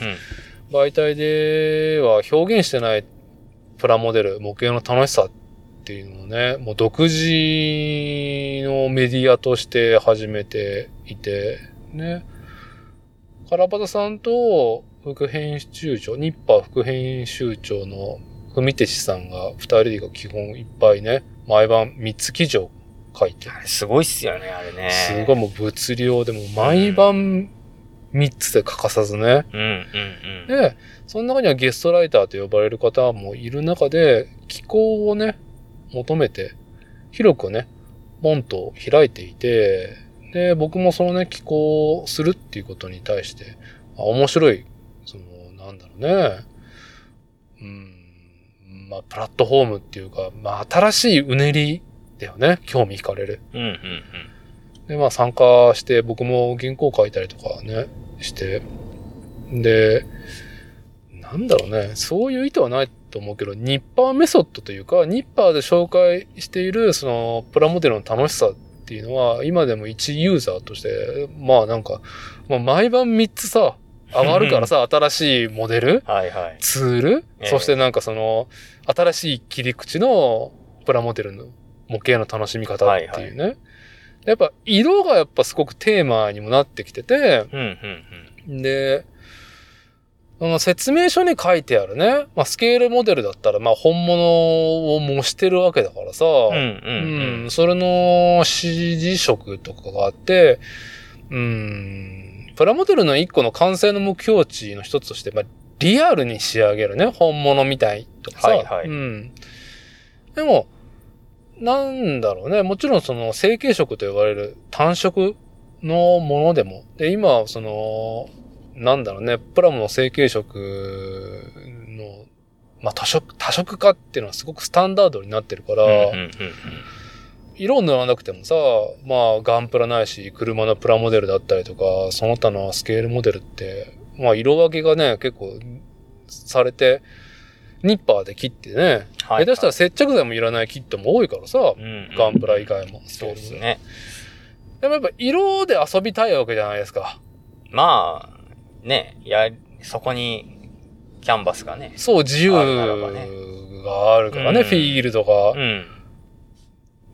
[SPEAKER 1] 媒体では表現してないプラモデル、模型の楽しさっていうのをね、もう独自のメディアとして始めていて、ね。カラパタさんと副編集長、ニッパー副編集長の文哲さんが、二人が基本いっぱいね、毎晩三つ記事を書いて
[SPEAKER 2] あれすごいっすよね、あれね。
[SPEAKER 1] すごいもう物量でもう毎晩三つで欠かさずね、
[SPEAKER 2] うんうんうん。
[SPEAKER 1] で、その中にはゲストライターと呼ばれる方もいる中で、気候をね、求めて、広くね、ポンと開いていて、で、僕もそのね、気候をするっていうことに対して、あ面白い、その、なんだろうね、うん、まあ、プラットフォームっていうか、まあ、新しいうねりだよね、興味惹かれる。
[SPEAKER 2] うんうんうん。
[SPEAKER 1] で、まあ参加して、僕も原稿書いたりとかね、して。で、なんだろうね、そういう意図はないと思うけど、ニッパーメソッドというか、ニッパーで紹介している、その、プラモデルの楽しさっていうのは、今でも一ユーザーとして、まあなんか、まあ毎晩3つさ、上がるからさ、新しいモデル
[SPEAKER 2] はいはい。
[SPEAKER 1] ツール、
[SPEAKER 2] ええ
[SPEAKER 1] そしてなんかその、新しい切り口のプラモデルの模型の楽しみ方っていうね。やっぱ色がやっぱすごくテーマにもなってきてて、
[SPEAKER 2] うんうん
[SPEAKER 1] で、その説明書に書いてあるね、まあ、スケールモデルだったら、まあ、本物を模してるわけだからさ、
[SPEAKER 2] うん。うんう
[SPEAKER 1] う、
[SPEAKER 2] んうんん。
[SPEAKER 1] それの指示色とかがあって、うん、プラモデルの一個の完成の目標値の一つとして、まあ、リアルに仕上げるね、本物みたいとかさ。
[SPEAKER 2] はいはい
[SPEAKER 1] うん。でも、なんだろうね、もちろんその成形色と呼ばれる単色のものでも、で、今、その、なんだろうね、プラモの成形色の、まあ、多色、多色化っていうのはすごくスタンダードになってるから、
[SPEAKER 2] うんうんうん
[SPEAKER 1] 色を塗らなくてもさ、まあ、ガンプラないし、車のプラモデルだったりとか、その他のスケールモデルって、まあ、色分けがね、結構されて、ニッパーで切ってね、
[SPEAKER 2] はい
[SPEAKER 1] 下手したら接着剤もいらないキットも多いからさ、
[SPEAKER 2] うん
[SPEAKER 1] ガンプラ以外も。
[SPEAKER 2] そうです。ね。
[SPEAKER 1] でもやっぱ色で遊びたいわけじゃないですか。
[SPEAKER 2] まあ、ね、や、そこに、キャンバスがね。
[SPEAKER 1] そう、自由
[SPEAKER 2] あるならばね
[SPEAKER 1] があるからね、
[SPEAKER 2] うん
[SPEAKER 1] フィールドが、
[SPEAKER 2] うん。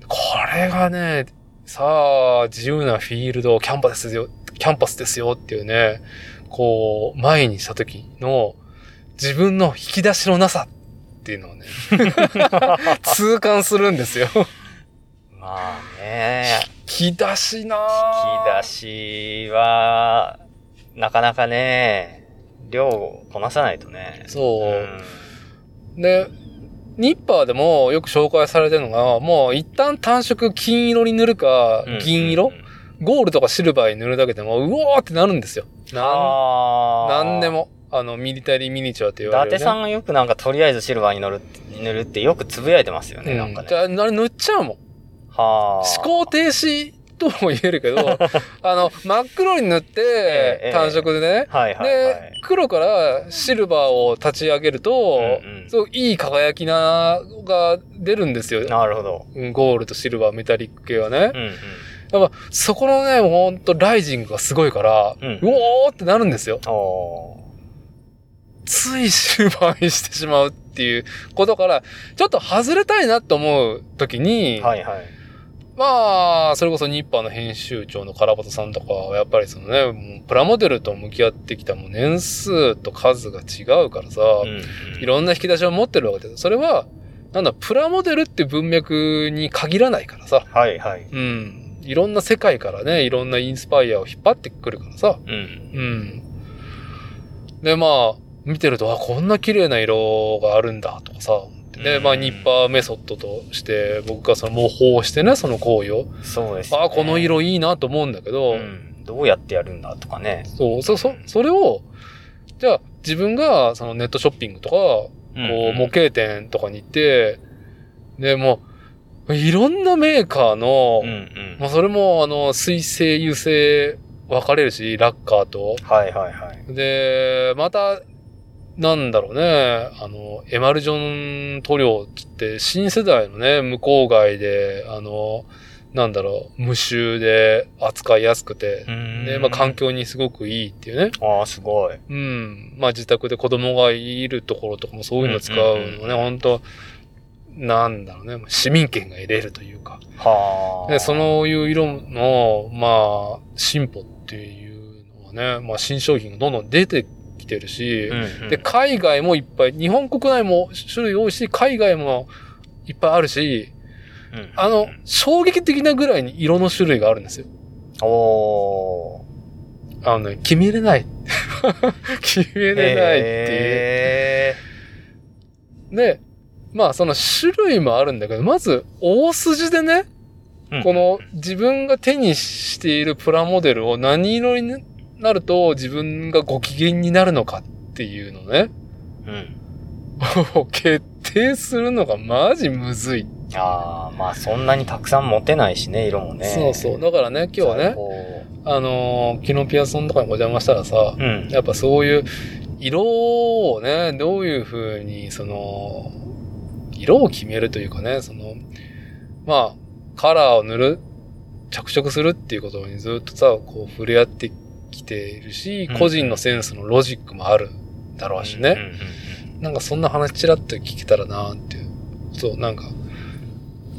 [SPEAKER 1] これがね、さあ、自由なフィールド、キャンパスですよ、キャンパスですよっていうね、こう、前にした時の、自分の引き出しのなさっていうのを ね、痛感するんですよ。
[SPEAKER 2] まあね、
[SPEAKER 1] 引き出しな
[SPEAKER 2] 引
[SPEAKER 1] あ
[SPEAKER 2] き出しは、なかなかね、量をこなさないとね。
[SPEAKER 1] そう。
[SPEAKER 2] ん
[SPEAKER 1] で、ニッパーでもよく紹介されてるのが、もう一旦単色金色に塗るか
[SPEAKER 2] うん、
[SPEAKER 1] 銀色、
[SPEAKER 2] うん
[SPEAKER 1] ゴールとかシルバーに塗るだけでも、うおーってなるんですよ。なん、
[SPEAKER 2] あー
[SPEAKER 1] なんで。も。あの、ミリタリーミニチュアって
[SPEAKER 2] 伊
[SPEAKER 1] 言われる、ね。
[SPEAKER 2] 達さんがよくなんか、とりあえずシルバーに乗るって、塗るってよくつぶやいてますよね、
[SPEAKER 1] うん
[SPEAKER 2] なんかね
[SPEAKER 1] じ。ゃあ、あれ塗っちゃうもん。
[SPEAKER 2] はあ。
[SPEAKER 1] 思考停止とも言えるけ ど、あの、真っ黒に塗っ
[SPEAKER 2] ええ
[SPEAKER 1] て、単色でね。
[SPEAKER 2] はいはいは
[SPEAKER 1] で
[SPEAKER 2] い。、
[SPEAKER 1] 黒からシルバーを立ち上げると、
[SPEAKER 2] うんうん
[SPEAKER 1] そう、いい輝きな、が出るんですよ。
[SPEAKER 2] なるほど。
[SPEAKER 1] うんゴールとシルバー、メタリック系はね
[SPEAKER 2] う。んうん。
[SPEAKER 1] やっぱ、そこのね、もうほんと、ライジングがすごいから、
[SPEAKER 2] うん
[SPEAKER 1] うおーってなるんですよ。
[SPEAKER 2] おー
[SPEAKER 1] ついシルバーにしてしまうっていうことから、ちょっと外れたいなと思う時に、
[SPEAKER 2] はいはい。
[SPEAKER 1] まあ、それこそニッパーの編集長のカラバトさんとかは、やっぱりそのね、もうプラモデルと向き合ってきたもう年数と数が違うからさ、いろんな引き出しを持ってるわけです。それは、なんだ、プラモデルって文脈に限らないからさ、
[SPEAKER 2] はいはい。
[SPEAKER 1] うん。いろんな世界からね、いろんなインスパイアを引っ張ってくるからさ、
[SPEAKER 2] うん。
[SPEAKER 1] うん。で、まあ、見てると、あ、こんな綺麗な色があるんだ、とかさ。で、まあ、ニッパーメソッドとして、僕がその模倣してね、その行為を。
[SPEAKER 2] そうです、ね。
[SPEAKER 1] あ、この色いいなと思うんだけど、
[SPEAKER 2] うん。どうやってやるんだとかね。
[SPEAKER 1] そう、そ、そ、それを、じゃあ、自分が、そのネットショッピングとか、こ
[SPEAKER 2] こ
[SPEAKER 1] う、模型店とかに行って、で、もう、いろんなメーカーの
[SPEAKER 2] うん、うん。
[SPEAKER 1] まあ、それも、あの、水性、油性、分かれるし、ラッカーと。
[SPEAKER 2] はいはいはい。
[SPEAKER 1] で、また、なんだろうね、あの、エマルジョン塗料っつって、新世代のね、向こう外で、あの、なんだろう、無臭で扱いやすくて、で、まあ環境にすごくいいっていうね。
[SPEAKER 2] ああ、すごい。
[SPEAKER 1] うん。まあ自宅で子供がいるところとかもそういうの使う
[SPEAKER 2] うんうん
[SPEAKER 1] の
[SPEAKER 2] うん
[SPEAKER 1] ね、本当なんだろうね、市民権が得れるというか。
[SPEAKER 2] はあ。
[SPEAKER 1] で、そ、のいう色の、まあ、進歩っていうのはね、まあ新商品がどんどん出てきてるし、
[SPEAKER 2] うんうん、
[SPEAKER 1] で、海外もいっぱい、日本国内も種類多いし、海外もいっぱいあるし、
[SPEAKER 2] うん
[SPEAKER 1] あの、衝撃的なぐらいに色の種類があるんですよ。
[SPEAKER 2] おー。
[SPEAKER 1] あのね、決めれない。 決めれないって
[SPEAKER 2] へ
[SPEAKER 1] いう。で、まあその種類もあるんだけど、まず大筋でね、
[SPEAKER 2] ー
[SPEAKER 1] こ、の自分が手にしているプラモデルを何色になると自分がご機嫌になるのかっていうのね、
[SPEAKER 2] うんうん。
[SPEAKER 1] を決定するのがマジむずい。
[SPEAKER 2] ああ、まあそんなにたくさん持てないしね、色もね。
[SPEAKER 1] そうそう。だからね、今日はね、
[SPEAKER 2] ね。
[SPEAKER 1] あのーキノピアソンとかにお邪魔したらさ、
[SPEAKER 2] うん。
[SPEAKER 1] やっぱそういう色をね、どういう風に、その、色を決めるというかね、その、まあ、カラーを塗る、着色するっていうことにずっとさ、こう触れ合ってきているし
[SPEAKER 2] う、ん
[SPEAKER 1] 個人のセンスのロジックもあるだろうし
[SPEAKER 2] うん
[SPEAKER 1] ね。
[SPEAKER 2] うんうん
[SPEAKER 1] なんかそんな話ちらっと聞けたらなーっていう。そう、なんか、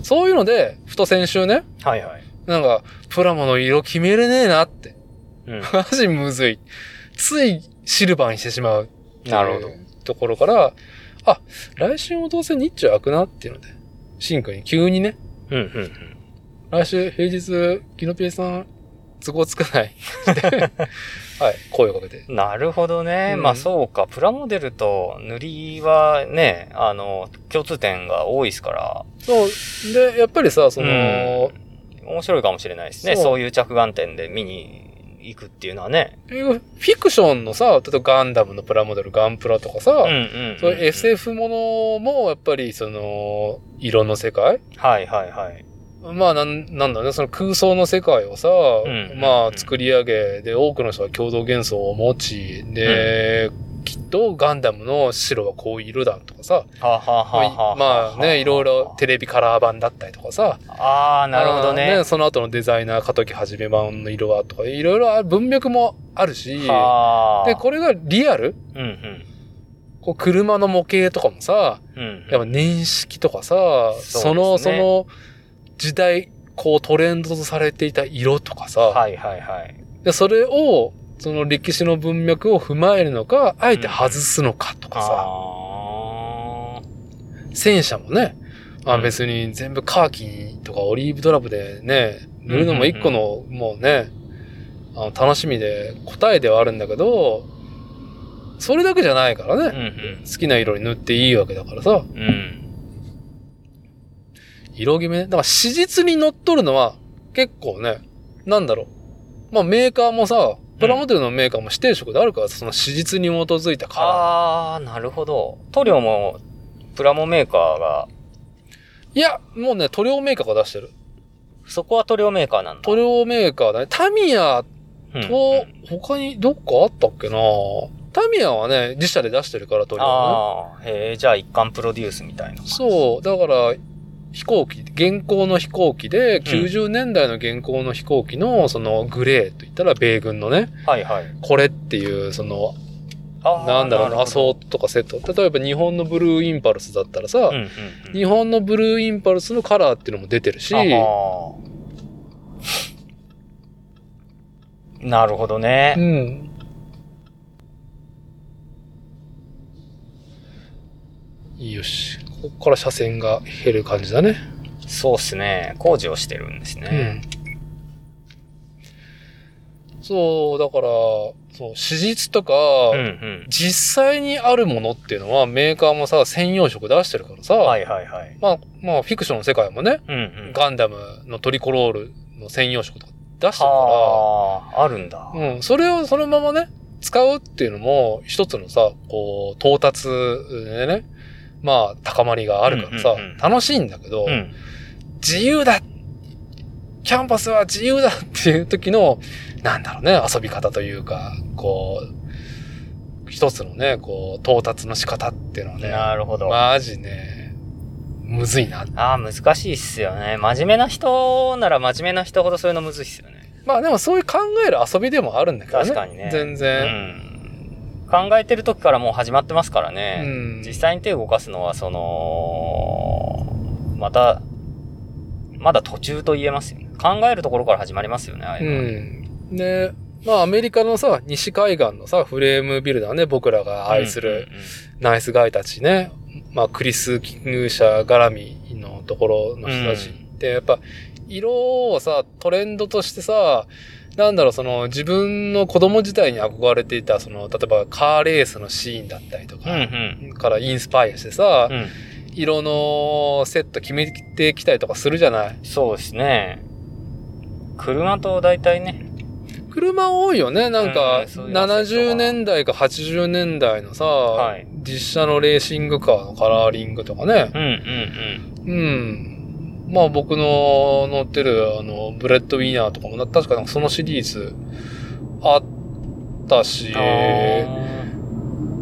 [SPEAKER 1] そういうので、ふと先週ね、
[SPEAKER 2] はいはい。
[SPEAKER 1] なんか、プラモの色決めれねえなって。
[SPEAKER 2] うん。
[SPEAKER 1] マジむずい。ついシルバーにしてしまうっていう
[SPEAKER 2] なるほど
[SPEAKER 1] ところから、あ、来週もどうせ日中開くなっていうので、シンクに急にね、
[SPEAKER 2] うんうんうん。
[SPEAKER 1] 来週平日、キノピエさん、都合つか ない。ってはい、声をかけて。
[SPEAKER 2] なるほどね。
[SPEAKER 1] うん
[SPEAKER 2] まあそうか。プラモデルと塗りはね、あの、共通点が多いですから、
[SPEAKER 1] そう、で、やっぱりさ、その、
[SPEAKER 2] 面白いかもしれないですね。
[SPEAKER 1] そ
[SPEAKER 2] そうういう着眼点で見に行くっていうのはね。
[SPEAKER 1] フィクションのさ、例えばガンダムのプラモデル、ガンプラとかさ、
[SPEAKER 2] うんうんうん。
[SPEAKER 1] そういう SF ものも、やっぱりその、色の世界
[SPEAKER 2] はいはいはい。
[SPEAKER 1] まあなん、なんだろうね、その空想の世界をさ、
[SPEAKER 2] ん
[SPEAKER 1] まあ作り上げ、で、多くの人が共同幻想を持ち、で、きっどガンダムの白はこういう色だとかさ、
[SPEAKER 2] はあはあはあは
[SPEAKER 1] まあね、いろいろテ
[SPEAKER 2] レ
[SPEAKER 1] レビカラー版だったりとかさ、
[SPEAKER 2] ああなるほど
[SPEAKER 1] あー
[SPEAKER 2] ね
[SPEAKER 1] その後のデザイナー、加藤木はじめ版の色はとか、いろいろあ文脈もあるし、
[SPEAKER 2] はあ
[SPEAKER 1] で、これがリアル
[SPEAKER 2] うんうん
[SPEAKER 1] こう車の模型とかもさ、
[SPEAKER 2] うん
[SPEAKER 1] やっぱ年式とかさ、
[SPEAKER 2] すね
[SPEAKER 1] その、その時代、こうトレンドとされていた色とかさ、
[SPEAKER 2] はいはいはい
[SPEAKER 1] でそれを、その歴史の文脈を踏まえるのか、あえて外すのかとかさ、
[SPEAKER 2] あー
[SPEAKER 1] 戦車もね、あ
[SPEAKER 2] うん
[SPEAKER 1] 別に全部カーキとかオリーブドラブでね、塗るのも一個の、もうね、あの楽しみで答えではあるんだけど、それだけじゃないから
[SPEAKER 2] う
[SPEAKER 1] ね、
[SPEAKER 2] ん
[SPEAKER 1] 好きな色に塗っていいわけだからさ、
[SPEAKER 2] うんうん
[SPEAKER 1] 色決めね。だから史実にのっとるのは結構ね、なんだろう。まあメーカーもさ、プラモデルのメーカーも指定色であるから、その史実に基づいたカラー。
[SPEAKER 2] ああなるほど塗料もプラモメーカーが
[SPEAKER 1] いや、もうね、塗料メーカーが出してる。
[SPEAKER 2] そこは塗料メーカーなんだ
[SPEAKER 1] 塗料メーカーだね。タミヤ
[SPEAKER 2] うん
[SPEAKER 1] と、他にどっかあったっけなタミヤはね、自社で出してるから、塗料ね。
[SPEAKER 2] ああへえじゃあ一貫プロデュースみたいな
[SPEAKER 1] そう、だから、飛行機、現行の飛行機で、90年代の現行の飛行機の、そのグレーといったら米軍のね、
[SPEAKER 2] はいはい
[SPEAKER 1] これっていう、その
[SPEAKER 2] あー
[SPEAKER 1] なんだろうな、
[SPEAKER 2] るほど
[SPEAKER 1] アソートとかセット。例えば日本のブルーインパルスだったらさ、
[SPEAKER 2] うんうんうん
[SPEAKER 1] 日本のブルーインパルスのカラーっていうのも出てるし、
[SPEAKER 2] あーなるほど
[SPEAKER 1] う
[SPEAKER 2] ね。
[SPEAKER 1] ん。よし。ここから車線が減る感じだね。
[SPEAKER 2] そうっすね。工事をしてるんですね。
[SPEAKER 1] うん。そう、だから、そう、史実とか、
[SPEAKER 2] うんうん。
[SPEAKER 1] 実際にあるものっていうのはメーカーもさ、専用色出してるからさ、
[SPEAKER 2] はいはいはい。
[SPEAKER 1] まあ、まあ、フィクションの世界もね、
[SPEAKER 2] うんうん。
[SPEAKER 1] ガンダムのトリコロールの専用色とか出してるか
[SPEAKER 2] はあ、あるんだ。
[SPEAKER 1] ら、うん、それをそのままね、使うっていうのも一つのさ、こう、到達でね、まあ、高まりがあるからさ、
[SPEAKER 2] うんうんうん
[SPEAKER 1] 楽しいんだけど、
[SPEAKER 2] うん。
[SPEAKER 1] 自由だキャンパスは自由だっていう時の、なんだろうね、遊び方というか、こう、一つのね、こう、到達の仕方っていうのは
[SPEAKER 2] なるほ
[SPEAKER 1] ね、
[SPEAKER 2] ど。あ
[SPEAKER 1] マジね、むずいな。
[SPEAKER 2] あー、難しいっすよね。真面目な人なら真面目な人ほどそういうのむずいっすよね。
[SPEAKER 1] まあでもそういう考える遊びでもあるんだけどね。
[SPEAKER 2] 確かにね
[SPEAKER 1] 全
[SPEAKER 2] う
[SPEAKER 1] 然。
[SPEAKER 2] ん。考えてる時からもう始まってますから
[SPEAKER 1] う
[SPEAKER 2] ね。
[SPEAKER 1] ん
[SPEAKER 2] 実際に手を動かすのは、その、また、まだ途中と言えますよね。考えるところから始まりますよね、ああい
[SPEAKER 1] う
[SPEAKER 2] うのは
[SPEAKER 1] ん。で、まあアメリカのさ、西海岸のさ、フレームビルダーね、僕らが愛するナイスガイたちね。まあクリス・キング社絡みのところの人たちって、やっぱ色をさ、トレンドとしてさ、なんだろう、その自分の子供時代に憧れていた、その、例えばカーレースのシーンだったりと
[SPEAKER 2] うんう
[SPEAKER 1] か、
[SPEAKER 2] ん
[SPEAKER 1] からインスパイアしてさ、
[SPEAKER 2] うんうん
[SPEAKER 1] 色のセット決めてきたりとかするじゃない
[SPEAKER 2] そうですね車と大体ね
[SPEAKER 1] 車多いよね。なんか、
[SPEAKER 2] うんそういうのはそう
[SPEAKER 1] 70
[SPEAKER 2] かな
[SPEAKER 1] 年代か80年代のさ、
[SPEAKER 2] い
[SPEAKER 1] 実写のレーシングカーのカラーリングとかね
[SPEAKER 2] う。んうん
[SPEAKER 1] うん。まあ僕の乗ってる、あの、ブレッドウィーナーとかもな、確かなんかそのシリーズあったし
[SPEAKER 2] うん、あ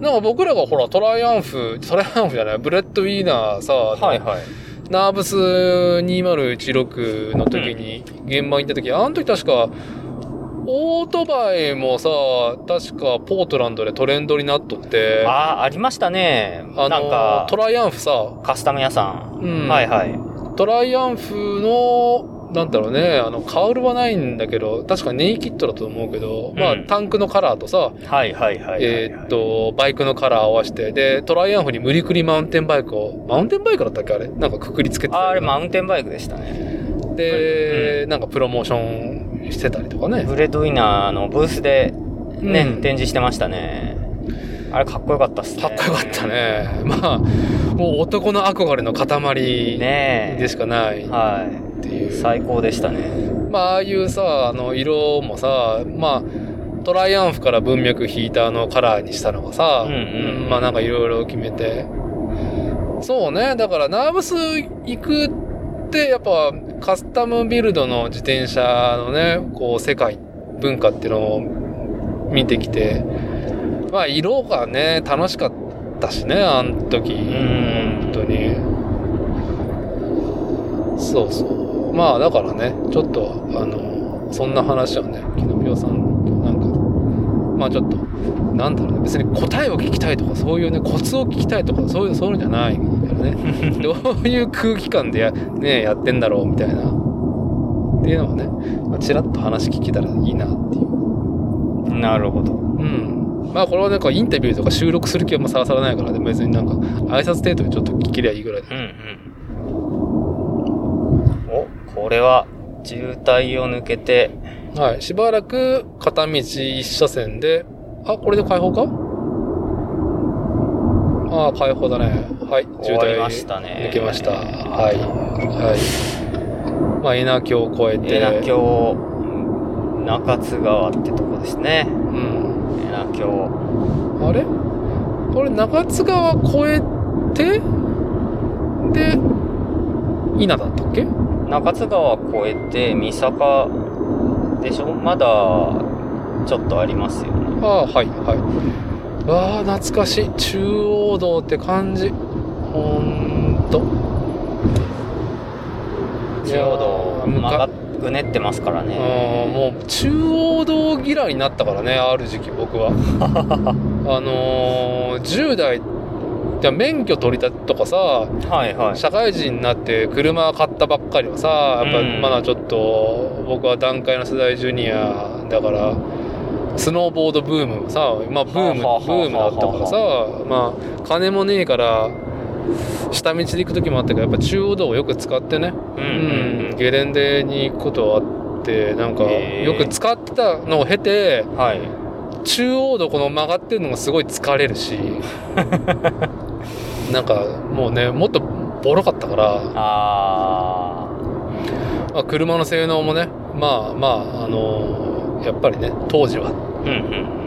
[SPEAKER 1] なんか僕らがほら、トライアンフ、トライアンフじゃない、ブレッドウィーナーさ、
[SPEAKER 2] ーはいはい
[SPEAKER 1] ナーブス2016の時に、現場に行った時、あの時確か、オートバイもさ、確かポートランドでトレンドになっとって、あ
[SPEAKER 2] ああーありましたね
[SPEAKER 1] の、
[SPEAKER 2] なんか
[SPEAKER 1] トライアンフさ、
[SPEAKER 2] カスタム屋さん、
[SPEAKER 1] うん
[SPEAKER 2] はいはい
[SPEAKER 1] トライアンフの、なんだろうね、あの、カウルはないんだけど、確かネイキッドだと思うけど、まあ
[SPEAKER 2] うん
[SPEAKER 1] タンクのカラーとさ、
[SPEAKER 2] はいはいはいはい
[SPEAKER 1] えーっと、バイクのカラー合わせて、で、トライアンフに無理くりマウンテンバイクを、マウンテンバイクだったっけあれなんかくくりつけてたよ
[SPEAKER 2] あ
[SPEAKER 1] な
[SPEAKER 2] あれマウンテンバイクでしたね
[SPEAKER 1] で、なんかプロモーションしてたりとかね。
[SPEAKER 2] ブレッドウィナーのブースでね、
[SPEAKER 1] うん
[SPEAKER 2] 展示してましたねあれかっこよかったっすね
[SPEAKER 1] かっこよかったね。 まあ、もう男の憧れの塊
[SPEAKER 2] ねえ
[SPEAKER 1] でしかないっ
[SPEAKER 2] は
[SPEAKER 1] てい。
[SPEAKER 2] いう最高でしたね
[SPEAKER 1] まあ、ああいうさ、あの、色もさ、まあ、トライアンフから文脈引いたあのカラーにしたのがさ、
[SPEAKER 2] うんうん
[SPEAKER 1] まあなんかいろいろ決めて。そうね、だからナーブス行くって、やっぱカスタムビルドの自転車のね、こう世界、文化っていうのを見てきて、まあ色がね楽しかったしねあの時
[SPEAKER 2] ん
[SPEAKER 1] 本当にそうそうまあだからねちょっとあのそんな話はねキノピオさんとなんかまあちょっとなんだろうね別に答えを聞きたいとかそういうねコツを聞きたいとかそういうそういうのじゃないからねどういう空気感でや,、ね、やってんだろうみたいなっていうのをね、まあ、ちらっと話聞けたらいいなっていう
[SPEAKER 2] なるほど
[SPEAKER 1] うん、まあこれはなんかインタビューとか収録する気はもうさらさらないからね別になんか挨拶程度にちょっと聞けりゃいいぐらい
[SPEAKER 2] うんうんおこれは渋滞を抜けて
[SPEAKER 1] で、はい、しばらく片道一車線であこれで開放かああ開放だねはい
[SPEAKER 2] 終わりましたね
[SPEAKER 1] 抜けましたはいはいまあ稲城を越えて
[SPEAKER 2] 江名橋中津川ってとこですね
[SPEAKER 1] うん
[SPEAKER 2] 江名橋
[SPEAKER 1] あれこれ中津川越えてで稲だったっけ
[SPEAKER 2] 中津川越えて三坂でしょまだちょっとありますよね
[SPEAKER 1] ああーはいはいわあ懐かしい中央道って感じほんとい
[SPEAKER 2] 中央道
[SPEAKER 1] やー
[SPEAKER 2] 曲がうねってますから
[SPEAKER 1] あ
[SPEAKER 2] ね
[SPEAKER 1] ーもう中央道嫌いになったからねある時期 僕はあのー、10代じゃ免許取りたとかさ
[SPEAKER 2] はいはい
[SPEAKER 1] 社会人になって車買ったばっかりはさやっぱ
[SPEAKER 2] うん
[SPEAKER 1] まだちょっと僕は段階の世代ジュニアだからスノーボードブームさまあブームブ
[SPEAKER 2] はあはあはあはあ
[SPEAKER 1] ームだったからさまあ金もねえから下道で行く時もあったけどやっぱ中央道をよく使ってね、
[SPEAKER 2] う
[SPEAKER 1] うん
[SPEAKER 2] うん
[SPEAKER 1] ゲレンデに行くことはあってなんか
[SPEAKER 2] へえ
[SPEAKER 1] よく使ってたのを経て
[SPEAKER 2] うんはい
[SPEAKER 1] 中央道この曲がってるのがすごい疲れる しなんかもうねもっとボロかったから。
[SPEAKER 2] あ
[SPEAKER 1] まあ、車の性能もねまあまああのーやっぱりね当時は
[SPEAKER 2] あうんうん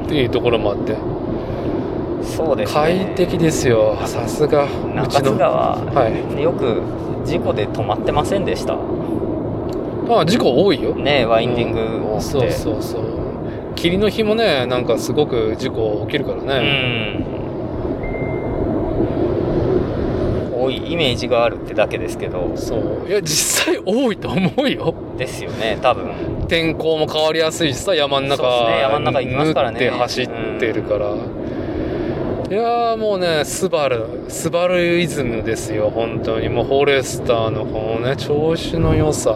[SPEAKER 1] っていうところもあって
[SPEAKER 2] そうですね
[SPEAKER 1] 快適ですよさすがう
[SPEAKER 2] 中
[SPEAKER 1] ち
[SPEAKER 2] 津
[SPEAKER 1] の
[SPEAKER 2] 川、
[SPEAKER 1] はい
[SPEAKER 2] よく事故で止まってませんでした
[SPEAKER 1] まあ事故多いよ
[SPEAKER 2] ねワインディング多くて
[SPEAKER 1] そうそうそう霧の日もねなんかすごく事故起きるから
[SPEAKER 2] う
[SPEAKER 1] ね、
[SPEAKER 2] ん多いイメージがあるってだけですけど
[SPEAKER 1] そういや実際多いと思うよ
[SPEAKER 2] ですよね多分
[SPEAKER 1] 天候も変わりやすいしさ山の中
[SPEAKER 2] そうですね山の中行きますからね
[SPEAKER 1] 縫って走ってるから、いやーもうねスバルスバルイズムですよ本当にもうフォレスターのこのね調子の良さ も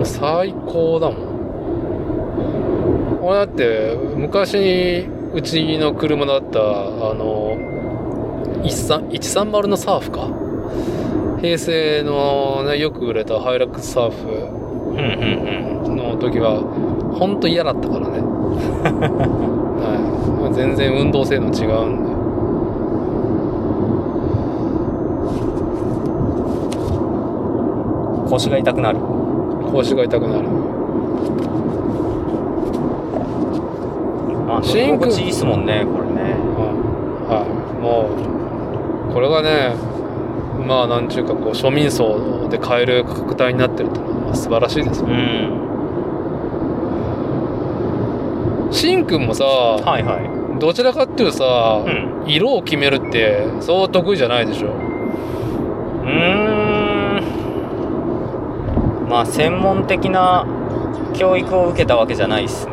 [SPEAKER 1] う最高だもん俺だって昔うちの車だったあの13 130のサーフか平成の、ね、よく売れたハイラックスサーフ
[SPEAKER 2] うんうんうん
[SPEAKER 1] の時は本当嫌だったからね、 はい、全然運動性能違うんで
[SPEAKER 2] 腰が痛くなる
[SPEAKER 1] 腰が痛くなる
[SPEAKER 2] まあ乗
[SPEAKER 1] シ
[SPEAKER 2] り
[SPEAKER 1] ンク
[SPEAKER 2] 心地いいですもんねこれね
[SPEAKER 1] はいもうこれがねまあなんちゅうかこう庶民層で買える価格帯になってるってのは素晴らしいですよ
[SPEAKER 2] うん
[SPEAKER 1] シンくんもさ、
[SPEAKER 2] はいはい
[SPEAKER 1] どちらかっていうとさ、
[SPEAKER 2] うん
[SPEAKER 1] 色を決めるってそう得意じゃないでしょ
[SPEAKER 2] うーんまあ専門的な教育を受けたわけじゃないですね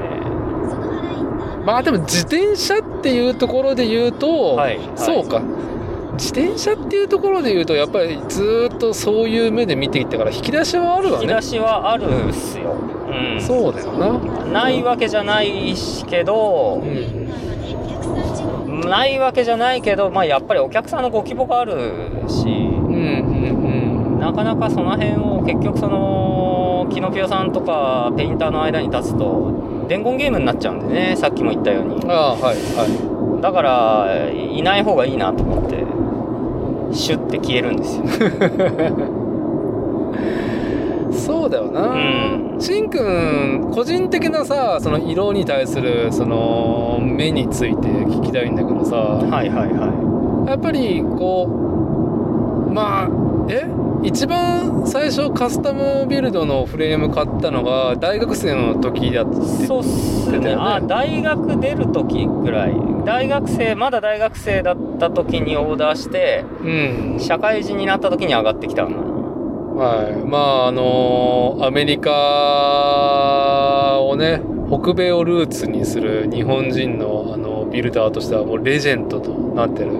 [SPEAKER 1] まあでも自転車っていうところで言うと、
[SPEAKER 2] はい
[SPEAKER 1] そうか自転車っていうところで言うとやっぱりずーっとそういう目で見ていったから引き出しはあるわ
[SPEAKER 2] 引き
[SPEAKER 1] ね
[SPEAKER 2] 出しはあるっすよ、うん、
[SPEAKER 1] そうだよな、
[SPEAKER 2] ないわけじゃないしけど
[SPEAKER 1] う、ん、
[SPEAKER 2] ないわけじゃないけど、まあ、やっぱりお客さんのご希望があるし
[SPEAKER 1] うんうん
[SPEAKER 2] なかなかその辺を結局そのキノピオさんとかペインターの間に立つと伝言ゲームになっちゃうんでねさっきも言ったように
[SPEAKER 1] うんああはいは
[SPEAKER 2] だからいない方がいいなと思ってシュッて消えるんですよ、
[SPEAKER 1] いそうだよな、
[SPEAKER 2] うん
[SPEAKER 1] しんくん個人的なさその色に対するその目について聞きたいんだけどさ
[SPEAKER 2] はいはいはい
[SPEAKER 1] やっぱりこうまあえ一番最初カスタムビルドのフレーム買ったのが大学生の時だって
[SPEAKER 2] そうっす
[SPEAKER 1] 出た
[SPEAKER 2] ね
[SPEAKER 1] よね
[SPEAKER 2] あ大学出る時ぐらい大学生まだ大学生だった時にオーダーして
[SPEAKER 1] うん
[SPEAKER 2] 社会人になった時に上がってきたの
[SPEAKER 1] はいまああのーアメリカをね北米をルーツにする日本人のあのビルダーとしてはもうレジェンドとなってる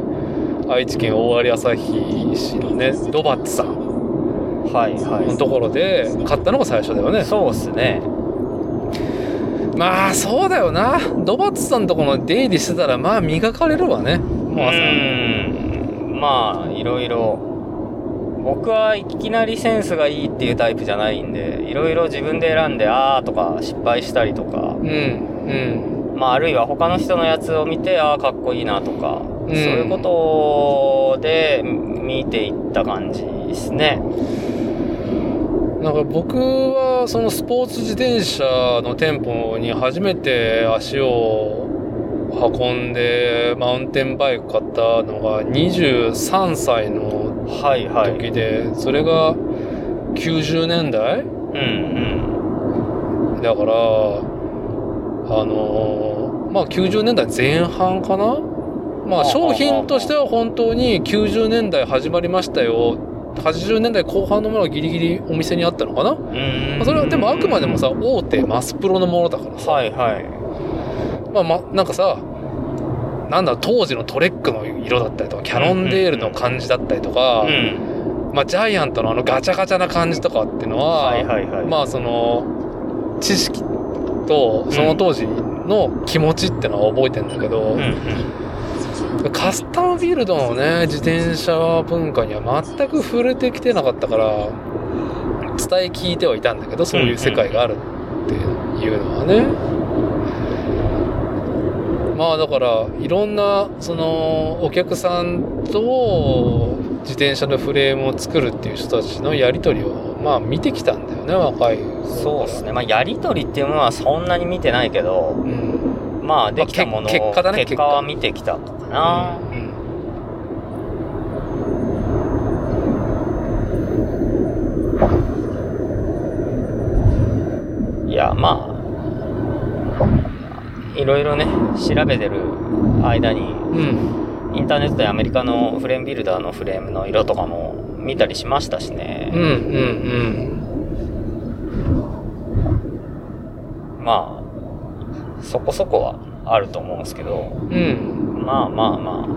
[SPEAKER 1] 愛知県大有朝日市のねロバッツさん
[SPEAKER 2] はいは
[SPEAKER 1] のところで買ったのが最初だよね
[SPEAKER 2] そうっすね
[SPEAKER 1] まあそうだよなロバッツさんとこの出入りしてたらまあ磨かれるわねまあさ
[SPEAKER 2] うんまあいろいろ僕はいきなりセンスがいいっていうタイプじゃないんでいろいろ自分で選んでああとか失敗したりとか、
[SPEAKER 1] うんうん
[SPEAKER 2] まあ、あるいは他の人のやつを見てああかっこいいなとか、
[SPEAKER 1] ん
[SPEAKER 2] そういうことで見ていった感じですね
[SPEAKER 1] なんか僕はそのスポーツ自転車の店舗に初めて足を運んでマウンテンバイク買ったのが23歳の
[SPEAKER 2] はいはい
[SPEAKER 1] 時で、それが90年代
[SPEAKER 2] うん
[SPEAKER 1] だからあのーまあ90年代前半かなまあ商品としては本当に90年代始まりましたよ80年代後半のものがギリギリお店にあったのかな
[SPEAKER 2] うんうん
[SPEAKER 1] まあそれはでもあくまでもさ大手マスプロのものだからさ、
[SPEAKER 2] はいはい
[SPEAKER 1] まあま、なんかさなんだろう当時のトレックの色だったりとかキャノンデールの感じだったりとか、
[SPEAKER 2] うん
[SPEAKER 1] まあ、ジャイアントのあのガチャガチャな感じとかっていうのは、
[SPEAKER 2] はいはいはい
[SPEAKER 1] まあその知識とその当時の気持ちってのは覚えてんだけど、
[SPEAKER 2] うんうん
[SPEAKER 1] カスタムビルドのね自転車文化には全く触れてきてなかったから伝え聞いてはいたんだけどそういう世界があるっていうのはね、まあだからいろんなそのお客さんと自転車のフレームを作るっていう人たちのやり取りをまあ見てきたんだよね若い
[SPEAKER 2] そうですねまあやり取りっていうものはそんなに見てないけど
[SPEAKER 1] うん、
[SPEAKER 2] まあできたものを
[SPEAKER 1] 結結果だね
[SPEAKER 2] 結果は見てきたのかな、
[SPEAKER 1] うん
[SPEAKER 2] いやまあいろいろね調べてる間に
[SPEAKER 1] うん
[SPEAKER 2] インターネットでアメリカのフレームビルダーのフレームの色とかも見たりしましたしね、
[SPEAKER 1] うんうん
[SPEAKER 2] まあそこそこはあると思うんですけど
[SPEAKER 1] うんうん
[SPEAKER 2] まあまあまあ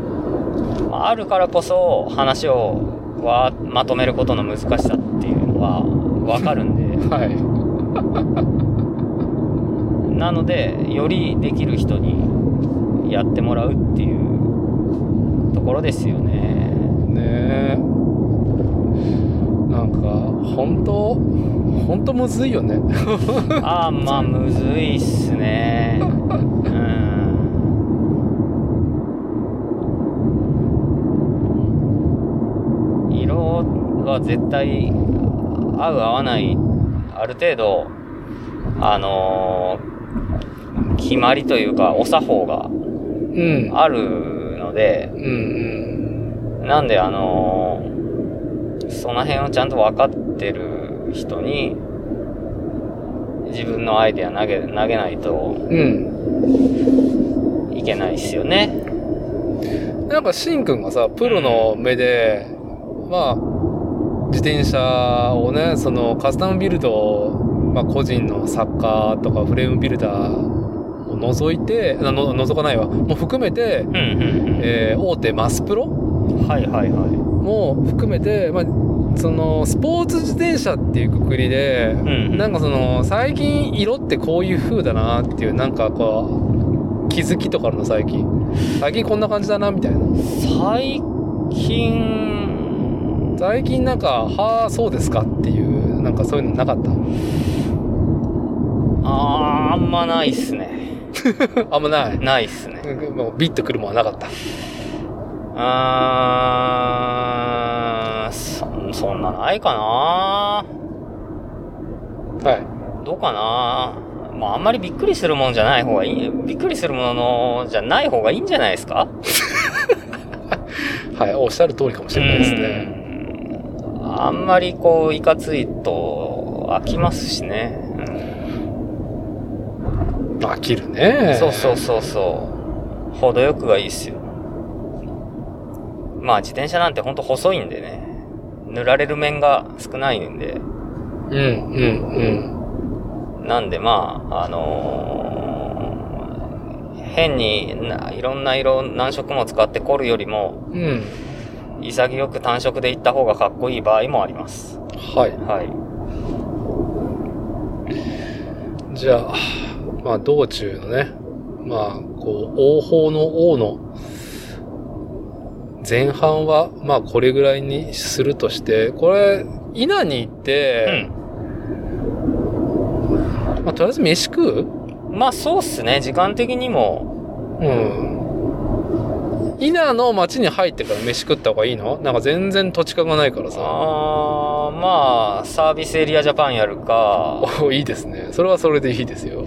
[SPEAKER 2] まああるからこそ話をわーまとめることの難しさっていうのはわかるんで
[SPEAKER 1] はい
[SPEAKER 2] なのでよりできる人にやってもらうっていうところですよね
[SPEAKER 1] ねえなんか本当本当むずいよね
[SPEAKER 2] ああまあむずいっすねうん色は絶対合う合わないある程度あのー決まりというかお作法が
[SPEAKER 1] うん
[SPEAKER 2] あるので
[SPEAKER 1] うんうん
[SPEAKER 2] なんであのーその辺をちゃんと分かってる人に自分のアイデア投げ投げないと
[SPEAKER 1] うん
[SPEAKER 2] いけないですよね。
[SPEAKER 1] なんかしんくんがさプロの目でまあ自転車をねそのカスタムビルドを、まあ、個人の作家とかフレームビルダーを除いてあの除かないわもう含めて
[SPEAKER 2] う、んうん
[SPEAKER 1] えー大手マスプロ
[SPEAKER 2] うん。はいはいは
[SPEAKER 1] も含めて、まあ、そのスポーツ自転車っていうくくりで、
[SPEAKER 2] ん。
[SPEAKER 1] なんかその最近色ってこういう風だなっていうなんかこう気づきとかあるの最近最近こんな感じだなみたいない
[SPEAKER 2] 最近
[SPEAKER 1] 最近なんか「はあそうですか」っていうなんかそういうのなかった
[SPEAKER 2] あーあんまないっすね。
[SPEAKER 1] あんまない
[SPEAKER 2] ないっすね。
[SPEAKER 1] もうビッとくるもんはなかった
[SPEAKER 2] あーそそんなないかな。
[SPEAKER 1] はい
[SPEAKER 2] どうかなまああんまりびっくりするもんじゃない方がいい。びっくりするものじゃない方がいいんじゃないですか
[SPEAKER 1] はいおっしゃる通りかもしれないですね
[SPEAKER 2] うんあんまりこういかついと飽きますしね、
[SPEAKER 1] 飽きる
[SPEAKER 2] うん
[SPEAKER 1] ね
[SPEAKER 2] そうそうそうそう程よくがいいっすよまあ自転車なんてほんと細いんでね塗られる面が少ないんで
[SPEAKER 1] うんうん
[SPEAKER 2] なんでまああのー変にないろんな色何色も使って凝るよりも
[SPEAKER 1] うんうん
[SPEAKER 2] 潔く単色で行った方がかっこいい場合もあります
[SPEAKER 1] はい
[SPEAKER 2] はい
[SPEAKER 1] じゃあ、まあ、道中のね、まあ、こう、王法の王の、前半は、まあ、これぐらいにするとして、これ、稲に行って、まあ、とりあえず飯食う
[SPEAKER 2] うんまあそうっすね時間的にも
[SPEAKER 1] うん。稲の町に入ってから飯食った方がいいのなんか全然土地勘がないからさ。
[SPEAKER 2] あーまあサービスエリアジャパンやるか
[SPEAKER 1] お いいですね。それはそれでいいですよ。は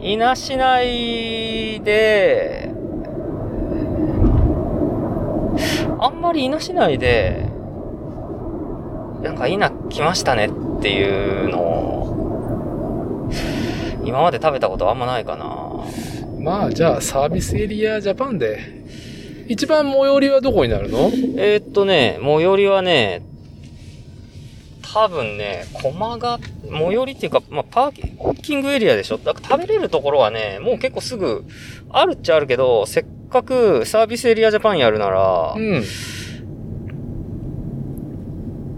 [SPEAKER 1] い。
[SPEAKER 2] 伊那市内であんまり伊那市内でなんか伊那来ましたねっていうのを今まで食べたことあんまないかな
[SPEAKER 1] まあ、じゃあ、サービスエリアジャパンで、一番最寄りはどこになるの
[SPEAKER 2] えーっとね、最寄りはね、多分ね、駒が、最寄りっていうか、まあ、パーキングエリアでしょだから食べれるところはね、もう結構すぐ、あるっちゃあるけど、せっかくサービスエリアジャパンやるなら、
[SPEAKER 1] うん。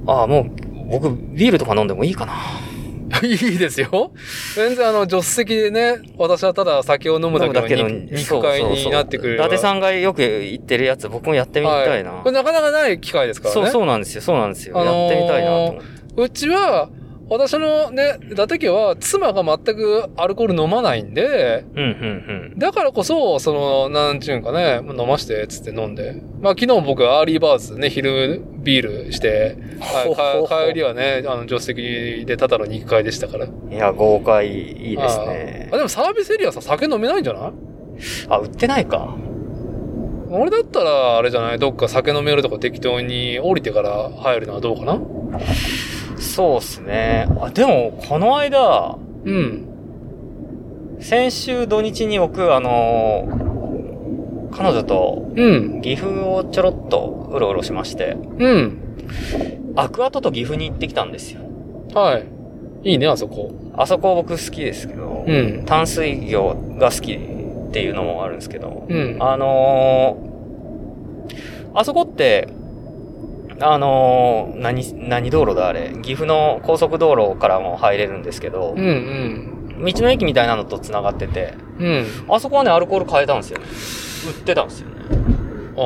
[SPEAKER 2] ああ、もう、僕、ビールとか飲んでもいいかな。
[SPEAKER 1] い いですよ。全然あの、助手席でね、私はただ酒を飲むだけの
[SPEAKER 2] 飲む
[SPEAKER 1] 肉肉会になってくれ
[SPEAKER 2] 伊
[SPEAKER 1] る。
[SPEAKER 2] 達さ
[SPEAKER 1] ん
[SPEAKER 2] んがよく言ってるやつ、僕もやってみたいな。
[SPEAKER 1] これなかなかない機会ですからね。
[SPEAKER 2] そう、そうなんですよ、そうなんですよ。
[SPEAKER 1] あのー
[SPEAKER 2] やってみたいなと思って。
[SPEAKER 1] うちは、私のね、伊達家は妻が全くアルコール飲まないんで、
[SPEAKER 2] うん、うん、
[SPEAKER 1] だからこそ、その、なんちゅうんかね、飲まして、つって飲んで。まあ昨日僕アーリーバーズね、昼ビールして、はい
[SPEAKER 2] ほほほ
[SPEAKER 1] か帰りはね、あの、助手席でただの肉会でしたから。い
[SPEAKER 2] うん。いや、豪快、いいですね
[SPEAKER 1] あ、。でもサービスエリアさ、酒飲めないんじゃない
[SPEAKER 2] あ、売ってないか。
[SPEAKER 1] 俺だったら、あれじゃないどっか酒飲めるとこ適当に降りてから入るのはどうかな
[SPEAKER 2] そうっすね。あ、でも、この間、
[SPEAKER 1] うん。
[SPEAKER 2] 先週土日に僕、あのー彼女と
[SPEAKER 1] うん。
[SPEAKER 2] 岐阜をちょろっとうろうろしまして、
[SPEAKER 1] うん。
[SPEAKER 2] アクアトと岐阜に行ってきたんですよ。
[SPEAKER 1] はい。いいね、あそこ。
[SPEAKER 2] あそこ僕好きですけど、
[SPEAKER 1] うん。
[SPEAKER 2] 淡水魚が好きっていうのもあるんですけど、
[SPEAKER 1] うん。
[SPEAKER 2] あのーあそこって、あのー何、何道路だあれ、岐阜の高速道路からも入れるんですけど、
[SPEAKER 1] うんうん。
[SPEAKER 2] 道の駅みたいなのと繋がってて、
[SPEAKER 1] うん。
[SPEAKER 2] あそこはね、アルコール買えたんですよね。売ってたんですよね。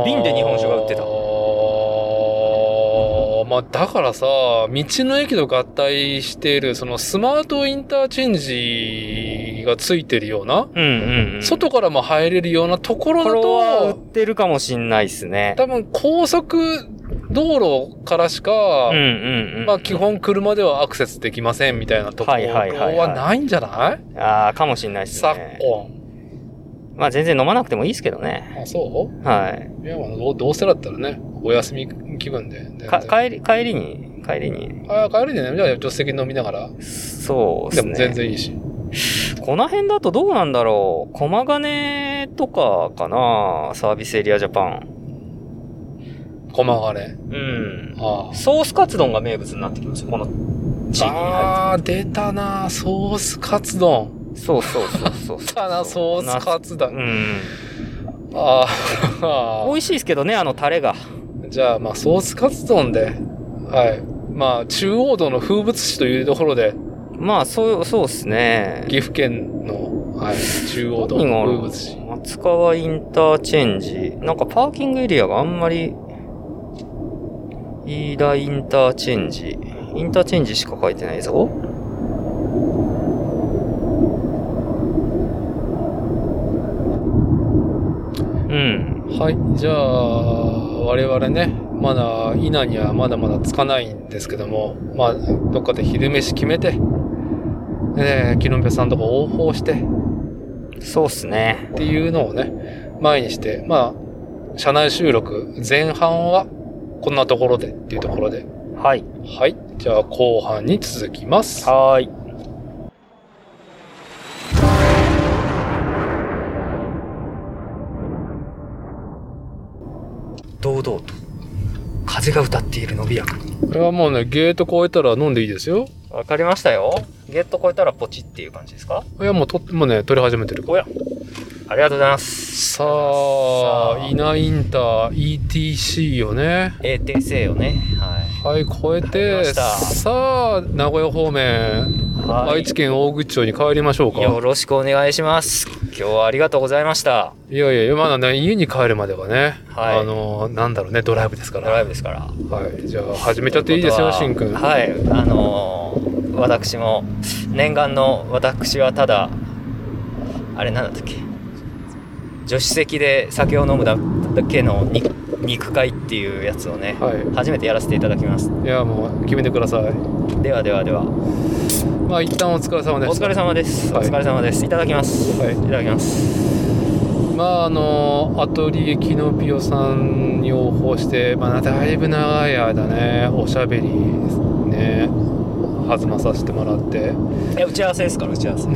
[SPEAKER 2] 瓶で日本酒が売ってた
[SPEAKER 1] あーまあ、だからさ、道の駅と合体している、そのスマートインターチェンジがついてるような、
[SPEAKER 2] うんうん、うん。
[SPEAKER 1] 外からも入れるようなところ
[SPEAKER 2] こ
[SPEAKER 1] だ
[SPEAKER 2] れは売っ
[SPEAKER 1] と、
[SPEAKER 2] てるかもしんないですね。
[SPEAKER 1] 多分高速道路からしか、
[SPEAKER 2] うんうんうん。
[SPEAKER 1] まあ基本車ではアクセスできませんみたいなとこ
[SPEAKER 2] はい
[SPEAKER 1] ろ
[SPEAKER 2] はいはいはい
[SPEAKER 1] はないんじゃない
[SPEAKER 2] ああ、かもしんないです
[SPEAKER 1] 昨
[SPEAKER 2] ね。
[SPEAKER 1] 今。
[SPEAKER 2] まあ全然飲まなくてもいいですけどね。
[SPEAKER 1] あ、そう
[SPEAKER 2] はい。
[SPEAKER 1] いや、まあどうどうせだったらね、お休み気分で。全然
[SPEAKER 2] か、帰り、帰りに、帰りに。
[SPEAKER 1] あ帰るでね、じゃあ助手席飲みながら。
[SPEAKER 2] そうで
[SPEAKER 1] ですも
[SPEAKER 2] ね。
[SPEAKER 1] 全。然いいし。
[SPEAKER 2] この辺だとどうなんだろう。駒金とかかなサービスエリアジャパン。
[SPEAKER 1] 駒がね。
[SPEAKER 2] うん。
[SPEAKER 1] あ
[SPEAKER 2] ソースカツ丼が名物になってきますよ、この地域
[SPEAKER 1] あ。
[SPEAKER 2] に入って
[SPEAKER 1] ああ、出たなソースカツ丼。
[SPEAKER 2] そうそうそうそう
[SPEAKER 1] 出 たなソースカツ丼。
[SPEAKER 2] うん。
[SPEAKER 1] あ
[SPEAKER 2] 美
[SPEAKER 1] あ、
[SPEAKER 2] 味しいですけどね、あのタレが。
[SPEAKER 1] じゃあ、まあ、ソースカツ丼で。はい。まあ、中央道の風物詩というところで、
[SPEAKER 2] まあ、そう、そうですね。
[SPEAKER 1] 岐阜県の、はい、中央道の風物詩。
[SPEAKER 2] 松川インターチェンジ。なんかパーキングエリアがあんまり、飯田インターチェンジ。インターチェンジしか書いてないぞ。うん。
[SPEAKER 1] はい。じゃあ、我々ね、まだ、稲にはまだまだつかないんですけども、まあ、どっかで昼飯決めて、ねえ、キノンペさんとか応報して、っ
[SPEAKER 2] そうっすね。
[SPEAKER 1] ていうのをね、前にして、まあ、車内収録前半は、こんなところでっていうところで、
[SPEAKER 2] はい。
[SPEAKER 1] はい。じゃあ後半に続きます。
[SPEAKER 2] はーい。堂々と風が歌っている伸びやかに。
[SPEAKER 1] これはもうね、ゲート越えたら飲んでいいですよ。
[SPEAKER 2] わかりましたよ。ゲット越えたらポチっていう感じですか
[SPEAKER 1] いや、もうと、もうね、取り始めてる。
[SPEAKER 2] おや。ありがとうございます。
[SPEAKER 1] さ
[SPEAKER 2] さ
[SPEAKER 1] あ
[SPEAKER 2] あ、
[SPEAKER 1] イナインター ETC をね、
[SPEAKER 2] えー、訂正よね。はい。
[SPEAKER 1] はい、越え
[SPEAKER 2] 入りま
[SPEAKER 1] て、
[SPEAKER 2] した
[SPEAKER 1] さあ、名古屋方面、
[SPEAKER 2] はい
[SPEAKER 1] 愛知県大口町に帰りましょうか。
[SPEAKER 2] よろしくお願いします。今日はありがとうございました。
[SPEAKER 1] いやいや、まだね、家に帰るまではね、
[SPEAKER 2] はい
[SPEAKER 1] あの、なんだろうね、ドライブですか
[SPEAKER 2] ドライ
[SPEAKER 1] ら。
[SPEAKER 2] ブですから。
[SPEAKER 1] はい、じゃあ、始めちゃっていいですよ、しんくん。
[SPEAKER 2] はい、あのー私も念願の私はただあれなんだったっけ助手席で酒を飲むだけのに肉会っていうやつをね、
[SPEAKER 1] はい。
[SPEAKER 2] 初めてやらせていただきます
[SPEAKER 1] いや、もう、決めてください。
[SPEAKER 2] ではではではお
[SPEAKER 1] まあ、一旦お疲れ様です。
[SPEAKER 2] 疲れ様です、
[SPEAKER 1] はい
[SPEAKER 2] お疲れ様ですいただきます、
[SPEAKER 1] はい
[SPEAKER 2] い、ただきます
[SPEAKER 1] まああのアトリエキノピオさんに応報して、まあ、だいぶ長い間ねおしゃべりね弾まさせてもら って
[SPEAKER 2] え打ち合わせですから打ち合わせ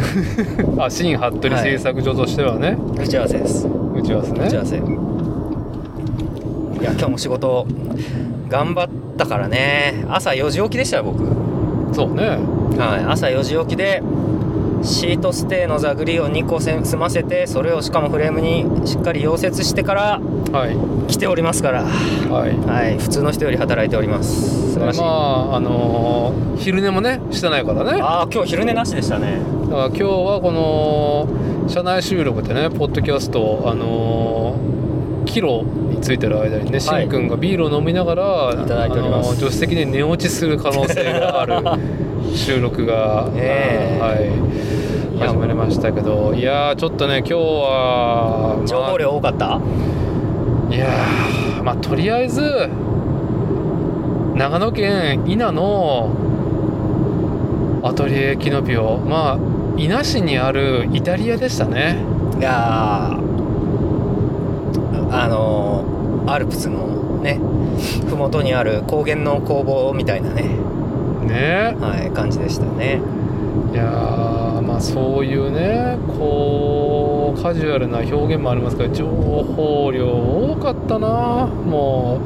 [SPEAKER 1] あ新服部製作所としてはね、
[SPEAKER 2] 打ち合わせです
[SPEAKER 1] 打ち合わせ
[SPEAKER 2] 打ち合
[SPEAKER 1] ね
[SPEAKER 2] わせいや今日も仕事頑張ったからね朝4時起きでしたよ僕
[SPEAKER 1] そうね
[SPEAKER 2] はい、朝4時起きでシートステーのザグリーを2個せ済ませてそれをしかもフレームにしっかり溶接してから
[SPEAKER 1] はい
[SPEAKER 2] 来ておりますから
[SPEAKER 1] はい
[SPEAKER 2] はい普通の人より働いております素晴らしい、
[SPEAKER 1] まああの昼寝もねしてないからねだか
[SPEAKER 2] ああー今日昼寝なしでしたね
[SPEAKER 1] ら今日はこの社内収録でねポッドキャストをあのキロについてる間にね、し
[SPEAKER 2] はい
[SPEAKER 1] んくんがビールを飲みながら
[SPEAKER 2] いただいております
[SPEAKER 1] あの助手席で寝落ちする可能性があ る収録が、
[SPEAKER 2] ねえ
[SPEAKER 1] はい、始まりましたけどいやーちょっとね今日は、まあ
[SPEAKER 2] 情報量多かった
[SPEAKER 1] いやーまあとりあえず長野県伊那のアトリエキノピオまあ伊那市にあるイタリアでしたね
[SPEAKER 2] いやーあのーアルプスのね麓にある高原の工房みたいなね、
[SPEAKER 1] ね
[SPEAKER 2] はい、感じでしたね
[SPEAKER 1] いやーまあそういうねこうカジュアルな表現もありますから情報量多かったなも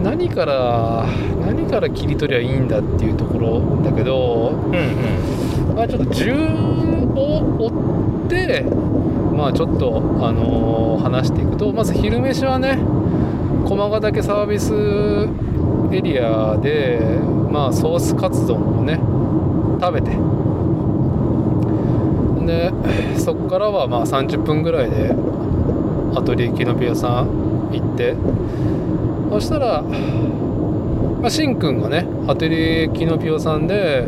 [SPEAKER 1] う何から何から切り取りゃいいんだっていうところだけど
[SPEAKER 2] うんうん
[SPEAKER 1] まあちょっと順を追ってまあちょっとあのー話していくとまず昼飯はね駒ヶ岳サービスエリアでまあソースカツ丼をね食べてでそこからはまあ30分ぐらいでアトリエキノピアさん行ってそしたら、まあ、しんくんがねアトリエキノピオさんで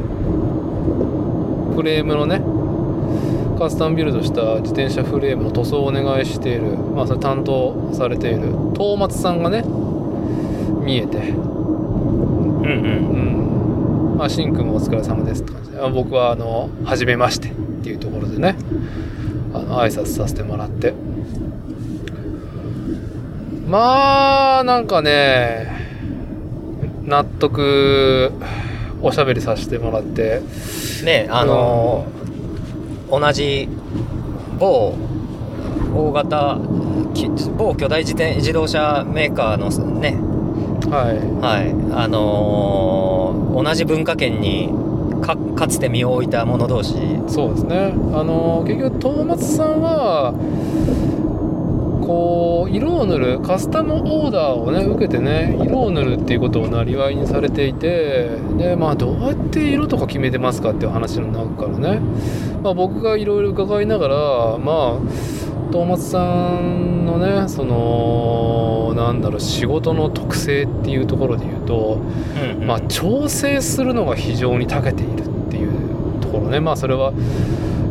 [SPEAKER 1] フレームのねカスタムビルドした自転車フレームの塗装をお願いしている、まあ、それ担当されている東松さんがね見えて
[SPEAKER 2] うんうん
[SPEAKER 1] うんまあ、しんくんもお疲れ様ですって感じであ僕はあの初めましてっていうところでねあの挨拶させてもらってまあなんかね納得おしゃべりさせてもらって
[SPEAKER 2] ねあのー同じ某大型き某巨大自転自動車メーカーのね
[SPEAKER 1] は
[SPEAKER 2] はいあのー同じ文化圏にかかつて身を置いた者同士
[SPEAKER 1] いそうですねあの結局東松さんはこう色を塗るカスタムオーダーをね受けてね色を塗るっていうことをなりわいにされていてでまあどうやって色とか決めてますかっていう話の中からね、まあ、僕がいろいろ伺いながらまあ東松さんのねそのなんだろう仕事の特性っていうところで言うと
[SPEAKER 2] うんうん
[SPEAKER 1] まあ、調整するのが非常に長けているっていうところねまあそれは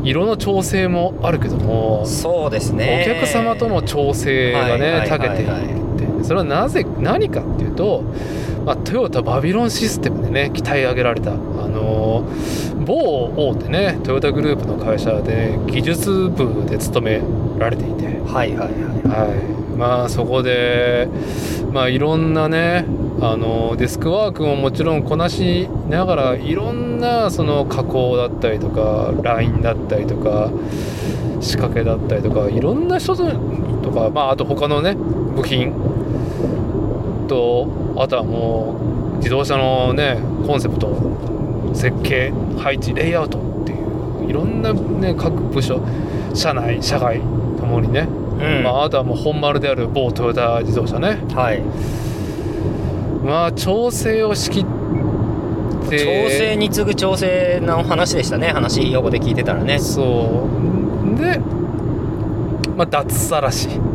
[SPEAKER 1] 色の調整もあるけども、
[SPEAKER 2] そうですね
[SPEAKER 1] お客様との調整が
[SPEAKER 2] はいは
[SPEAKER 1] ね
[SPEAKER 2] い
[SPEAKER 1] 長けているってそれはなぜ何かっていうと、まあ、トヨタバビロンシステムでね鍛え上げられたああの某大手ねトヨタグループの会社で技術部で勤められていて、
[SPEAKER 2] はいはいはい
[SPEAKER 1] はい、まあそこでまあいろんなねあのデスクワークももちろんこなしながらいろんなその加工だったりとかラインだったりとか仕掛けだったりとかいろんな人ととか、まあ、あと他のね部品とあとはもう自動車のねコンセプト設計配置レイアウトっていういろんな、ね、各部署社内社外ともにね、
[SPEAKER 2] うん
[SPEAKER 1] まあ、あとはもう本丸である某トヨタ自動車ね
[SPEAKER 2] はい
[SPEAKER 1] まあ調整を仕切って
[SPEAKER 2] 調整に次ぐ調整の話でしたね話横で聞いてたらね
[SPEAKER 1] そうで、まあ、脱サラし、まあ
[SPEAKER 2] はい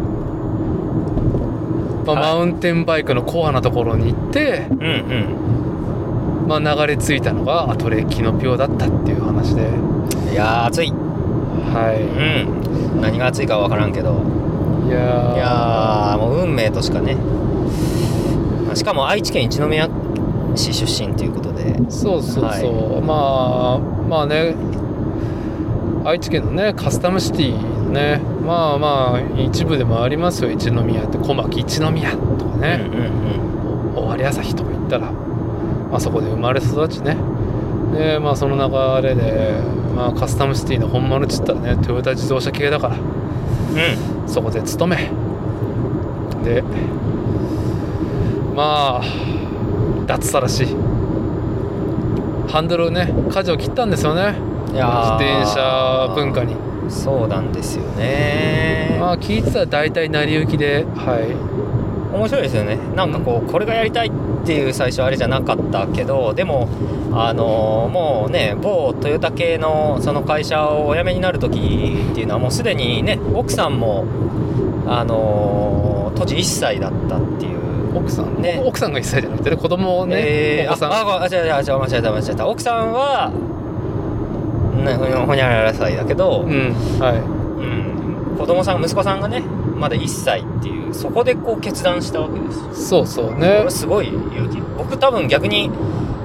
[SPEAKER 1] マウンテンバイクのコアなところに行って、
[SPEAKER 2] うんう
[SPEAKER 1] まあ、流れ着いたのがアトレキノピオだったっていう話で
[SPEAKER 2] んいやー暑い
[SPEAKER 1] は
[SPEAKER 2] うん何が暑いかは分からんけど
[SPEAKER 1] いいやー
[SPEAKER 2] いやーもう運命としかねまあしかも愛知県一宮市出身ということで
[SPEAKER 1] そうそうそう、まあまあね愛知県のねカスタムシティのねまあまあ一部でもありますよ一宮って小牧一宮とかね、
[SPEAKER 2] うんうん
[SPEAKER 1] 尾張朝日とか行ったら、まあ、そこで生まれ育ちねでまあその流れで、まあ、カスタムシティの本丸っつったらねトヨタ自動車系だから
[SPEAKER 2] うんうん
[SPEAKER 1] そこで勤めでまあ脱サラしハンドルをね舵を切ったんですよね
[SPEAKER 2] い
[SPEAKER 1] 自
[SPEAKER 2] やー
[SPEAKER 1] 転車文化に
[SPEAKER 2] そうなんですよね
[SPEAKER 1] まあ聞いてたら大体成り行きではい
[SPEAKER 2] 面白いですよねなんかこうこれがやりたいっていう最初あれじゃなかったけどでもあのーもうね某トヨタ系のその会社をお辞めになる時っていうのはもうすでにね奥さんもあのー当時1歳だったっていう
[SPEAKER 1] 奥さん
[SPEAKER 2] ね
[SPEAKER 1] ね奥さんが一切じゃなくてね子供をね、
[SPEAKER 2] えー
[SPEAKER 1] お子さん
[SPEAKER 2] ああごあ違う違う違う間違えた間違えた奥さんはねほにゃほにゃらら歳だけど、
[SPEAKER 1] うんは
[SPEAKER 2] うん子供さん息子さんがねまだ1歳っていうそこでこう決断したわけですよ
[SPEAKER 1] いそうそう
[SPEAKER 2] こ
[SPEAKER 1] ね
[SPEAKER 2] れすごい勇気僕多分逆に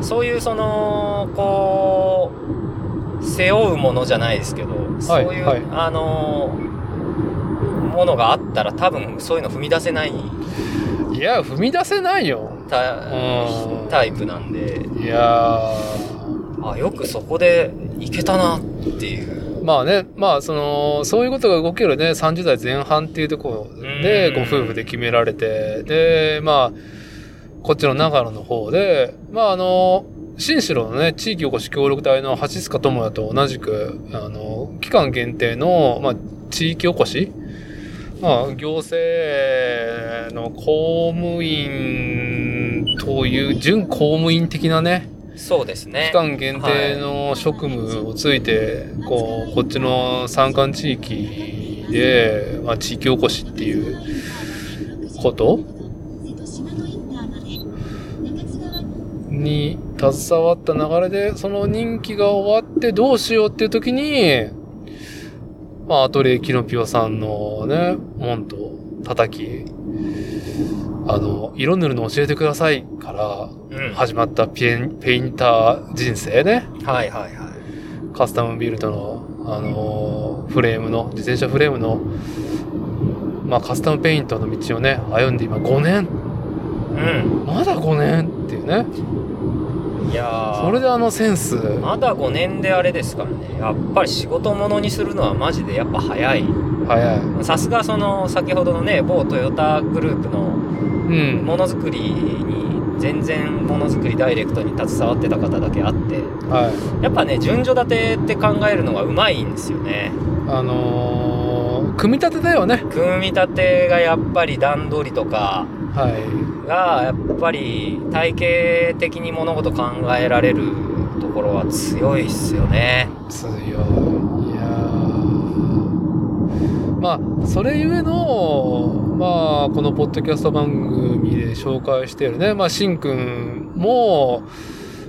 [SPEAKER 2] そういうそのこう背負うものじゃないですけど、そういう、
[SPEAKER 1] はい
[SPEAKER 2] あのものがあったら多分そういうの踏み出せない
[SPEAKER 1] いや踏み出せないよ
[SPEAKER 2] タ
[SPEAKER 1] うん
[SPEAKER 2] タイプなんで
[SPEAKER 1] いや
[SPEAKER 2] あよくそこでいけたなっていう
[SPEAKER 1] ーまあねまあそのそういうことが動けるね30代前半っていうところで
[SPEAKER 2] うん
[SPEAKER 1] ご夫婦で決められてでまあこっちの長野の方でまああの新城のね地域おこし協力隊の橋塚智也と同じくあの期間限定の、まあ、地域おこしまあ、行政の公務員という準公務員的なね、
[SPEAKER 2] そうですね
[SPEAKER 1] 期間限定の職務をついて、こうこっちの山間地域で、まあ、地域おこしっていうことに携わった流れでその任期が終わってどうしようっていう時に、まあ、アトレイキノピオさんのね門と叩きあの色塗るの教えてくださいから
[SPEAKER 2] うんは
[SPEAKER 1] 始まったペインペインター人生ね。
[SPEAKER 2] いはいはい
[SPEAKER 1] カスタムビルドの、あのーフレームの自転車フレームの、まあ、カスタムペイントの道をね歩んで今5年
[SPEAKER 2] う
[SPEAKER 1] まだ5年っていうね
[SPEAKER 2] んいやー
[SPEAKER 1] それであのセンス
[SPEAKER 2] まだ5年であれですからねやっぱり仕事ものにするのはマジでやっぱ早い
[SPEAKER 1] 早い
[SPEAKER 2] さすがその先ほどのね某トヨタグループの
[SPEAKER 1] うん
[SPEAKER 2] ものづくりに全然ものづくりダイレクトに携わってた方だけあって
[SPEAKER 1] はい
[SPEAKER 2] やっぱね順序立てって考えるのがうまいんですよね
[SPEAKER 1] あのー組み立てだよね
[SPEAKER 2] 組み立てがやっぱり段取りとか
[SPEAKER 1] はい
[SPEAKER 2] がやっぱり体系的に物事考えられるところは強いっすよね
[SPEAKER 1] 強いいやーまあそれゆえのまあこのポッドキャスト番組で紹介しているねまあしんくんも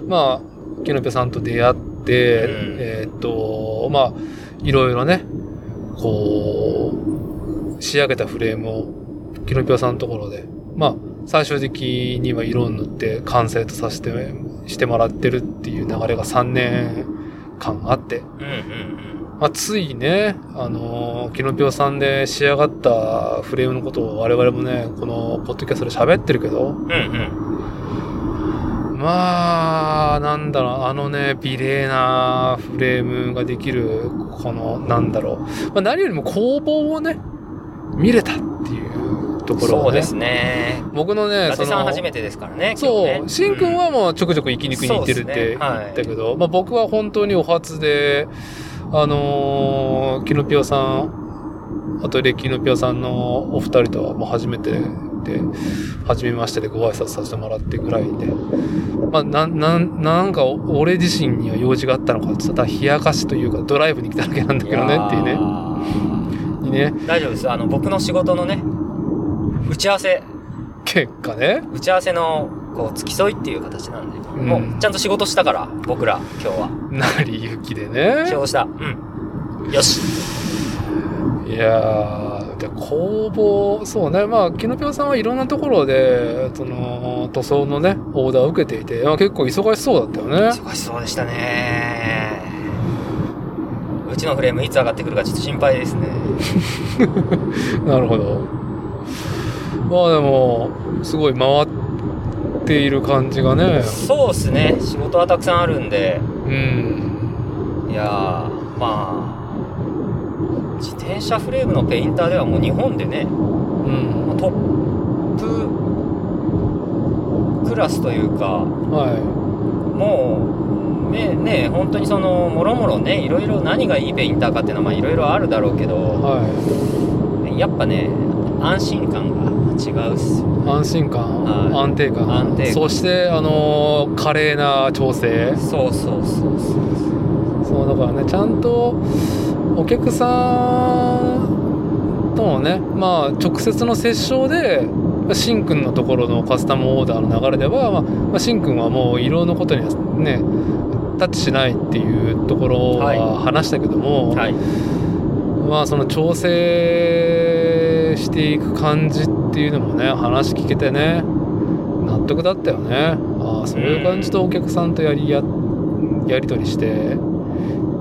[SPEAKER 1] まあきのぺさんと出会って、えーっとまあいろいろねこう仕上げたフレームをきのぺさんのところでまあ最終的には色を塗って完成とさせてしてもらってるっていう流れが3年間あって、
[SPEAKER 2] うんうん
[SPEAKER 1] まあ、ついねあのキノピオさんで仕上がったフレームのことを我々もねこのポッドキャストで喋ってるけど
[SPEAKER 2] うんうんうん
[SPEAKER 1] まあなんだろうあのね美麗なフレームができるこのなんだろう、まあ、何よりも工房をね見れたっていうところ
[SPEAKER 2] そ
[SPEAKER 1] を
[SPEAKER 2] う
[SPEAKER 1] ね
[SPEAKER 2] ですね
[SPEAKER 1] 僕のね
[SPEAKER 2] 伊達さん初
[SPEAKER 1] て
[SPEAKER 2] めてですからね今日
[SPEAKER 1] そう、
[SPEAKER 2] ね
[SPEAKER 1] しんくんはもうちょくちょく生き
[SPEAKER 2] うん
[SPEAKER 1] にくいに行ってるっ
[SPEAKER 2] そうで
[SPEAKER 1] て
[SPEAKER 2] すねはい
[SPEAKER 1] だけど、まあ僕は本当にお初で、あのーキノピオさん、あとレキノピオさんのお二人とはもう初めてで、初めましてでご挨拶させてもらってぐらいで、まあなん、なん、なんか俺自身には用事があったのか、ただ冷やかしというかドライブに来ただけなんだけどねっていう
[SPEAKER 2] や
[SPEAKER 1] ね、
[SPEAKER 2] ー
[SPEAKER 1] にね、
[SPEAKER 2] 大丈夫ですあの僕の仕事のね打ち合わせ
[SPEAKER 1] 結果ね、
[SPEAKER 2] 打ち合わせのこう付き添いっていう形なんで、
[SPEAKER 1] ん
[SPEAKER 2] もうちゃんと仕事したから僕ら今日は
[SPEAKER 1] 成り行きでね
[SPEAKER 2] 仕。事したうんよし
[SPEAKER 1] いやーで工房そうねまあキノピオさんはいろんなところでその塗装のねオーダーを受けていて、まあ、結構忙しそうだったよ ね
[SPEAKER 2] 忙しそうでしたねうちのフレームいつ上がってくるかちょっと心配ですね
[SPEAKER 1] なるほどまあでもすごい回っている感じがね
[SPEAKER 2] そうっすね仕事はたくさんあるんで
[SPEAKER 1] うん
[SPEAKER 2] いやーまあ自転車フレームのペインターではもう日本でね
[SPEAKER 1] うん
[SPEAKER 2] トップクラスというか
[SPEAKER 1] は
[SPEAKER 2] もうねね本当にそのもろもろねいろいろ何がいいペインターかっていうのはまあいろいろあるだろうけ
[SPEAKER 1] い
[SPEAKER 2] ど
[SPEAKER 1] は
[SPEAKER 2] やっぱね安心感が違うっすよ
[SPEAKER 1] い安心感、
[SPEAKER 2] はい
[SPEAKER 1] 安定感
[SPEAKER 2] 安定感
[SPEAKER 1] そしてあのー華麗な調整
[SPEAKER 2] そうそうそうそうそう
[SPEAKER 1] そうだからねちゃんとお客さんとのねまあ直接の接触でまあしんくんのところのカスタムオーダーの流れでは、まあまあ、しんくんはもういろんなことにはねタッチしないっていうところ
[SPEAKER 2] はい
[SPEAKER 1] は話したけども、
[SPEAKER 2] はい
[SPEAKER 1] まあその調整していく感じっていうのもね話聞けてね納得だったよねああそういう感じとお客さんとやりややり取りして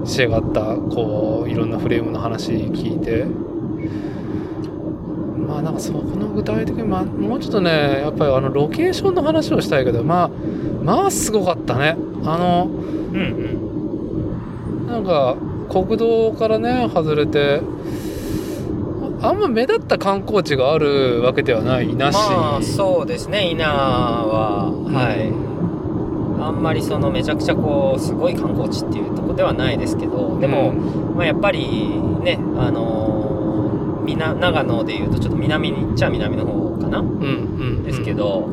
[SPEAKER 1] 仕上がったこういろんなフレームの話聞いてまあなんかそこの具体的に、まあ、もうちょっとねやっぱりあのロケーションの話をしたいけどまあまあすごかったねあの
[SPEAKER 2] うんうん
[SPEAKER 1] なんか国道からね外れてああんま目立った観光地があるわけではないなし、
[SPEAKER 2] まあそうですね稲ははいあんまりそのめちゃくちゃこうすごい観光地っていうとこではないですけどでも、まあ、やっぱりねあのーみな長野でいうとちょっと南に行っちゃ南の方かな
[SPEAKER 1] うん、うんうんうん
[SPEAKER 2] ですけど、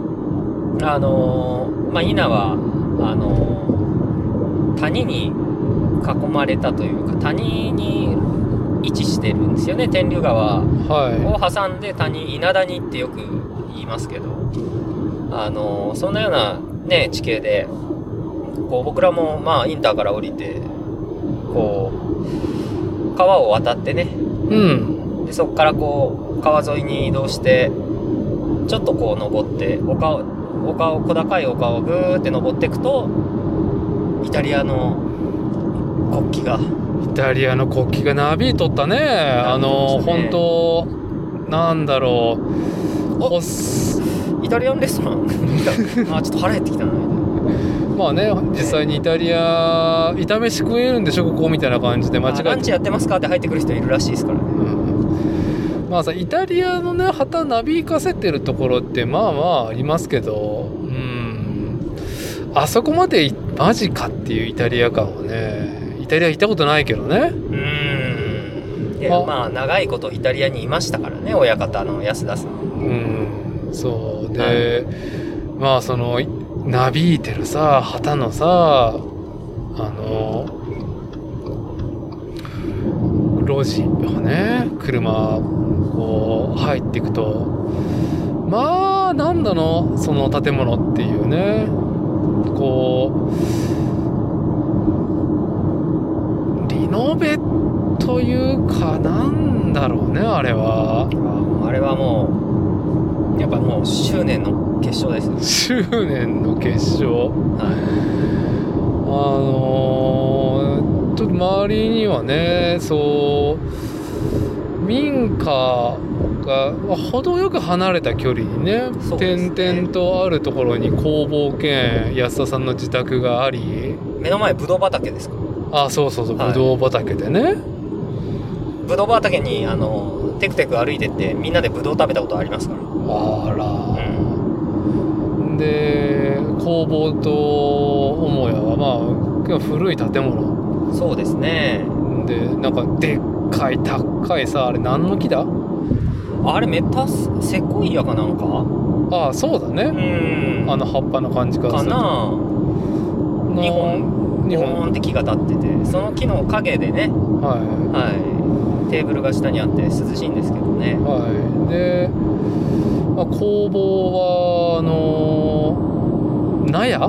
[SPEAKER 2] あのーまあ稲はあのー谷に囲まれたというか谷に位置してるんですよね天竜川
[SPEAKER 1] は
[SPEAKER 2] を挟んで谷稲谷ってよく言いますけどあのそんなような、ね、地形でこう僕らもまあインターから降りてこう川を渡ってね
[SPEAKER 1] いうん
[SPEAKER 2] でそこからこう川沿いに移動してちょっとこう登って丘を丘を小高い丘をぐーって登っていくとイタリアの国旗が
[SPEAKER 1] イタリアの国旗がなびいとったねあの
[SPEAKER 2] なびいてましたね
[SPEAKER 1] 本当なんだろうほっす
[SPEAKER 2] イタリアンレストラン あーちょっと腹減ってきたなみたいな。
[SPEAKER 1] まあね実際にイタリア炒めし食えるんでしょここみたいな感じで間違
[SPEAKER 2] あ
[SPEAKER 1] え
[SPEAKER 2] ラン
[SPEAKER 1] て
[SPEAKER 2] チやってますかって入ってくる人いるらしいですからね
[SPEAKER 1] うんまあさイタリアのね旗なびかせてるところってまあまあありますけどうんあそこまでいマジかっていうイタリア感はねイタリア行ったことないけどね
[SPEAKER 2] うーんで
[SPEAKER 1] あ
[SPEAKER 2] まあ長いことイタリアにいましたからね親方の安田さん
[SPEAKER 1] うんそうで、まあそのいなびいてるさ旗のさあの路地をね車こう入っていくとまあなんだのその建物っていうねこうリノベというかなんだろうねあれは。
[SPEAKER 2] あれはもうやっぱもう執念の結晶ですね
[SPEAKER 1] 執念の結晶
[SPEAKER 2] は
[SPEAKER 1] あのーちょっと周りにはねそう民家がまあ程よく離れた距離にね
[SPEAKER 2] そうですね
[SPEAKER 1] 点々とあるところに工房兼安田さんの自宅があり
[SPEAKER 2] い目の前ブドウ畑ですか
[SPEAKER 1] あそうそうそう
[SPEAKER 2] はい
[SPEAKER 1] ぶどう畑でね、
[SPEAKER 2] ブドウ畑にあのテクテク歩いてってみんなでブドウ食べたことありますから
[SPEAKER 1] あら
[SPEAKER 2] う
[SPEAKER 1] で工房と母屋はまあ古い建物
[SPEAKER 2] んそうですね
[SPEAKER 1] でなんかでっかい高いさあれ何の木だ
[SPEAKER 2] あれメタスセコイアかなのか
[SPEAKER 1] ああそうだ
[SPEAKER 2] う
[SPEAKER 1] ね、
[SPEAKER 2] ん
[SPEAKER 1] あの葉っぱの感じから
[SPEAKER 2] か
[SPEAKER 1] すると
[SPEAKER 2] な
[SPEAKER 1] の
[SPEAKER 2] 日本
[SPEAKER 1] 日
[SPEAKER 2] 日
[SPEAKER 1] 本
[SPEAKER 2] 本って木が立っててその木の陰でね、
[SPEAKER 1] は
[SPEAKER 2] はい、テーブルが下にあって涼しいんですけどね
[SPEAKER 1] いはいで、まあ、工房はあのー納屋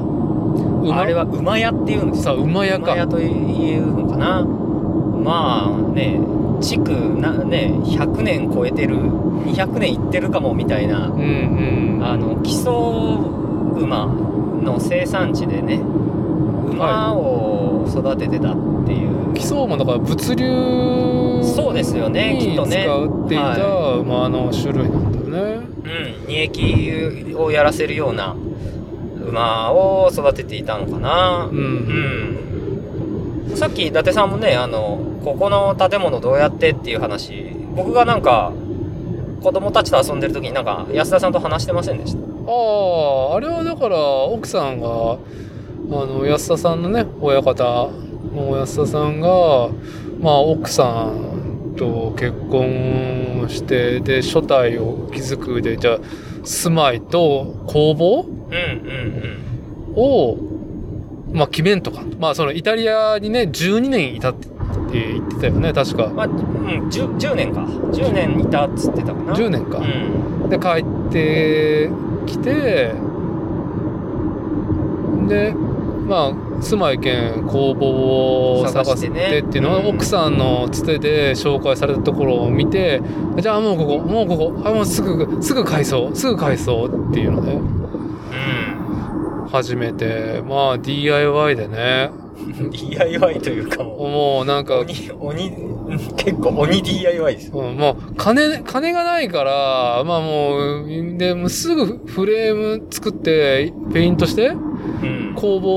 [SPEAKER 1] 馬
[SPEAKER 2] あれは馬屋っていうんです
[SPEAKER 1] さあ馬屋
[SPEAKER 2] 馬
[SPEAKER 1] か
[SPEAKER 2] 屋というのかなまあね築なね100年超えてる200年いってるかもみたいな
[SPEAKER 1] うんうん
[SPEAKER 2] あの基礎馬の生産地でね馬を育ててたっていう、
[SPEAKER 1] 基礎もだから物流
[SPEAKER 2] そうですよねきっ
[SPEAKER 1] に使
[SPEAKER 2] と
[SPEAKER 1] っ
[SPEAKER 2] ね
[SPEAKER 1] ていた、
[SPEAKER 2] は
[SPEAKER 1] まあ、あの種類なんだよね
[SPEAKER 2] うん、二液をやらせるような馬を育てていたのかな
[SPEAKER 1] う、ん
[SPEAKER 2] うん、さっき伊達さんもねあのここの建物どうやってっていう話僕がなんか子供たちと遊んでる時になんか安田さんと話してませんでした
[SPEAKER 1] あああれはだから奥さんがあの安田さんのね親方の安田さんがまあ奥さんと結婚してで初代を築くでじゃあ住まいと工房
[SPEAKER 2] うんうん
[SPEAKER 1] をまあ決めんとかまあそのイタリアにね12年いたって言ってたよね確
[SPEAKER 2] うん
[SPEAKER 1] か
[SPEAKER 2] まあ、うん、10, 10年か10年いたっつってたかな
[SPEAKER 1] 10年か。
[SPEAKER 2] うん
[SPEAKER 1] で帰ってきてでまあ住まい兼工房を探
[SPEAKER 2] 探
[SPEAKER 1] し
[SPEAKER 2] してて
[SPEAKER 1] っ
[SPEAKER 2] ね
[SPEAKER 1] ていうのは
[SPEAKER 2] うん
[SPEAKER 1] 奥さんのつてで紹介されたところを見てじゃあもうここもうここあもうすぐすぐ改装すぐ改装っていうので始めてまあ DIY でね
[SPEAKER 2] うん DIY というかも
[SPEAKER 1] もうなん
[SPEAKER 2] う
[SPEAKER 1] か
[SPEAKER 2] 鬼鬼うん結構鬼 DIY です
[SPEAKER 1] うん、もう、金、金がないから、まあもう、で、もうすぐフレーム作って、ペイントして、
[SPEAKER 2] うん
[SPEAKER 1] 工房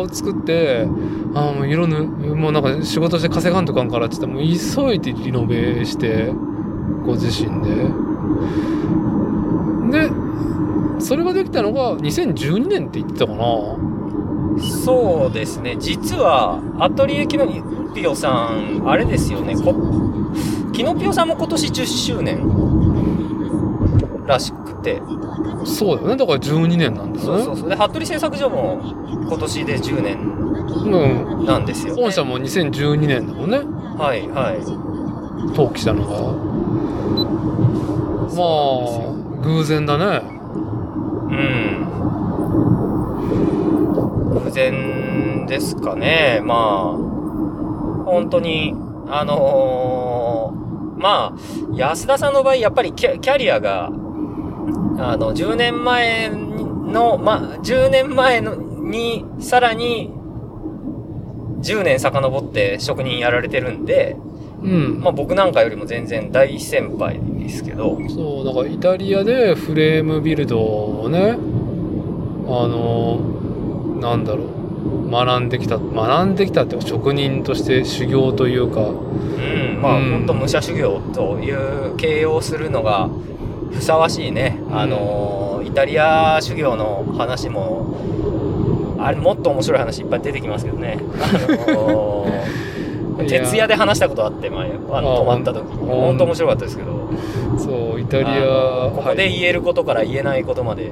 [SPEAKER 1] を作って、あもう色ぬ、もうなんか仕事して稼がんとかんからって言って、もう急いでリノベして、ご自身で。で、それができたのが2012年って言ってたかな。
[SPEAKER 2] そうですね実はアトリエキノピオさんあれですよねこキノピオさんも今年10周年らしくて
[SPEAKER 1] そうだよね。だから12年なんだよ
[SPEAKER 2] そ
[SPEAKER 1] ね。
[SPEAKER 2] うそうそうで服部製作所も今年で10年
[SPEAKER 1] うん。
[SPEAKER 2] なんですよ、ね、
[SPEAKER 1] 本社も2012年だもんね。
[SPEAKER 2] はいはい
[SPEAKER 1] 登記したのが。まあ、偶然だね。
[SPEAKER 2] うん偶然ですかねまあ本当にあのーまあ安田さんの場合やっぱりキャキャリアがあの10年前のまあ10年前のにさらに10年遡って職人やられてるんで、
[SPEAKER 1] うん。
[SPEAKER 2] まあ、僕なんかよりも全然大先輩ですけど、
[SPEAKER 1] そうだからイタリアでフレームビルドをねあのなんだろう学んできた学んできたっていうか職人として修行というか
[SPEAKER 2] うん、まあ、
[SPEAKER 1] うん
[SPEAKER 2] 本当武者修行という形容をするのがふさわしいね、
[SPEAKER 1] うん
[SPEAKER 2] あのーイタリア修行の話もあれもっと面白い話いっぱい出てきますけどね、あの ー
[SPEAKER 1] いや
[SPEAKER 2] 徹夜で話したことあって前あの
[SPEAKER 1] あ
[SPEAKER 2] 泊まった時
[SPEAKER 1] うん
[SPEAKER 2] に本当面白かったですけど
[SPEAKER 1] そうイタリア
[SPEAKER 2] あのーここで
[SPEAKER 1] はい
[SPEAKER 2] 言えることから言えないことまで、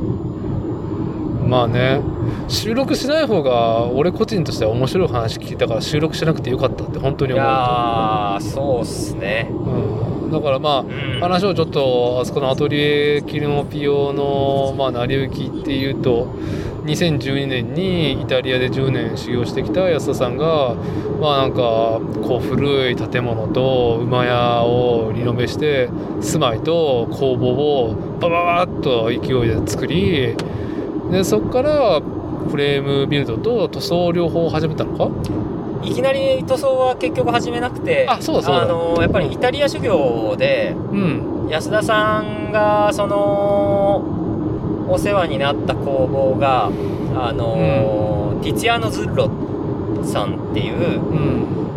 [SPEAKER 1] はいまあね収録しない方が俺個人としては面白い話聞いたから収録しなくてよかったって本当
[SPEAKER 2] い、
[SPEAKER 1] に思う、
[SPEAKER 2] やーそうっすね、
[SPEAKER 1] うん、だからまあ
[SPEAKER 2] うん、
[SPEAKER 1] 話をちょっとあそこのアトリエキルモピオのまあ成り行きっていうと2012年にイタリアで10年修行してきた安田さんがまあなんかこう古い建物と馬屋をリノベして住まいと工房をバババッと勢いで作りでそこからフレームビルドと塗装両方を始めたのか
[SPEAKER 2] いきなり塗装は結局始めなくて
[SPEAKER 1] あそうだそうだ
[SPEAKER 2] あのやっぱりイタリア修行で
[SPEAKER 1] うん
[SPEAKER 2] 安田さんがそのお世話になった工房があの、ティツィアーノ・ズッロさんっていう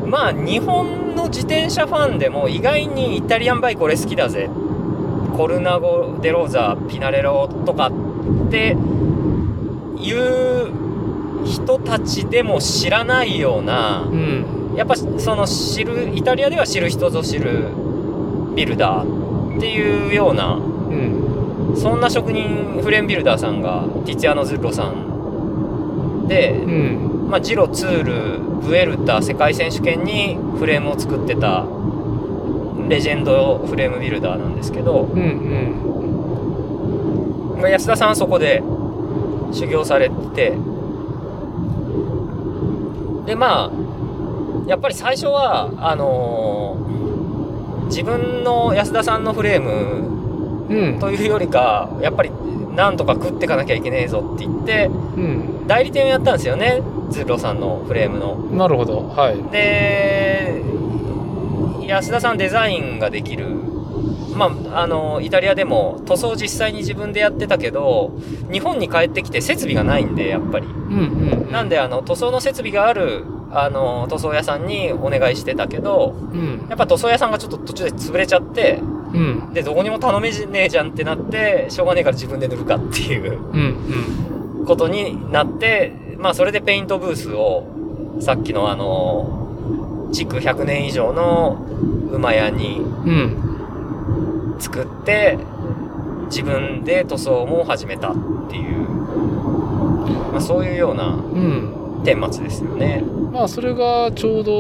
[SPEAKER 1] うん
[SPEAKER 2] まあ日本の自転車ファンでも意外にイタリアンバイク俺好きだぜコルナゴ・デローザピナレロとかっていう人たちでも知らないような
[SPEAKER 1] うん
[SPEAKER 2] やっぱその知るイタリアでは知る人ぞ知るビルダーっていうような
[SPEAKER 1] うん
[SPEAKER 2] そんな職人フレームビルダーさんがティツィアノ・ズッロさんで、
[SPEAKER 1] うん
[SPEAKER 2] まあ、ジロツールブエルタ世界選手権にフレームを作ってたレジェンドフレームビルダーなんですけど
[SPEAKER 1] うんうん
[SPEAKER 2] まあ安田さんはそこで修行されてでまあやっぱり最初はあのー自分の安田さんのフレーム
[SPEAKER 1] うん
[SPEAKER 2] というよりかやっぱりなんとか食ってかなきゃいけねえぞって言って
[SPEAKER 1] うん
[SPEAKER 2] 代理店をやったんですよねズッロさんのフレームの。
[SPEAKER 1] なるほどはい
[SPEAKER 2] で安田さんデザインができるまああのイタリアでも塗装実際に自分でやってたけど日本に帰ってきて設備がないんでやっぱり
[SPEAKER 1] うんうん
[SPEAKER 2] なんであの塗装の設備があるあの塗装屋さんにお願いしてたけど
[SPEAKER 1] うん
[SPEAKER 2] やっぱ塗装屋さんがちょっと途中で潰れちゃって
[SPEAKER 1] うん
[SPEAKER 2] でどこにも頼めねえじゃんってなってしょうがねえから自分で塗るかっていう
[SPEAKER 1] うんうん
[SPEAKER 2] ことになって、まあそれでペイントブースを、さっきのあの、築100年以上の馬屋に
[SPEAKER 1] うん
[SPEAKER 2] 作って、自分で塗装も始めたっていう、まあそういうような
[SPEAKER 1] うん
[SPEAKER 2] 顛末ですよね。
[SPEAKER 1] まあそれがちょうど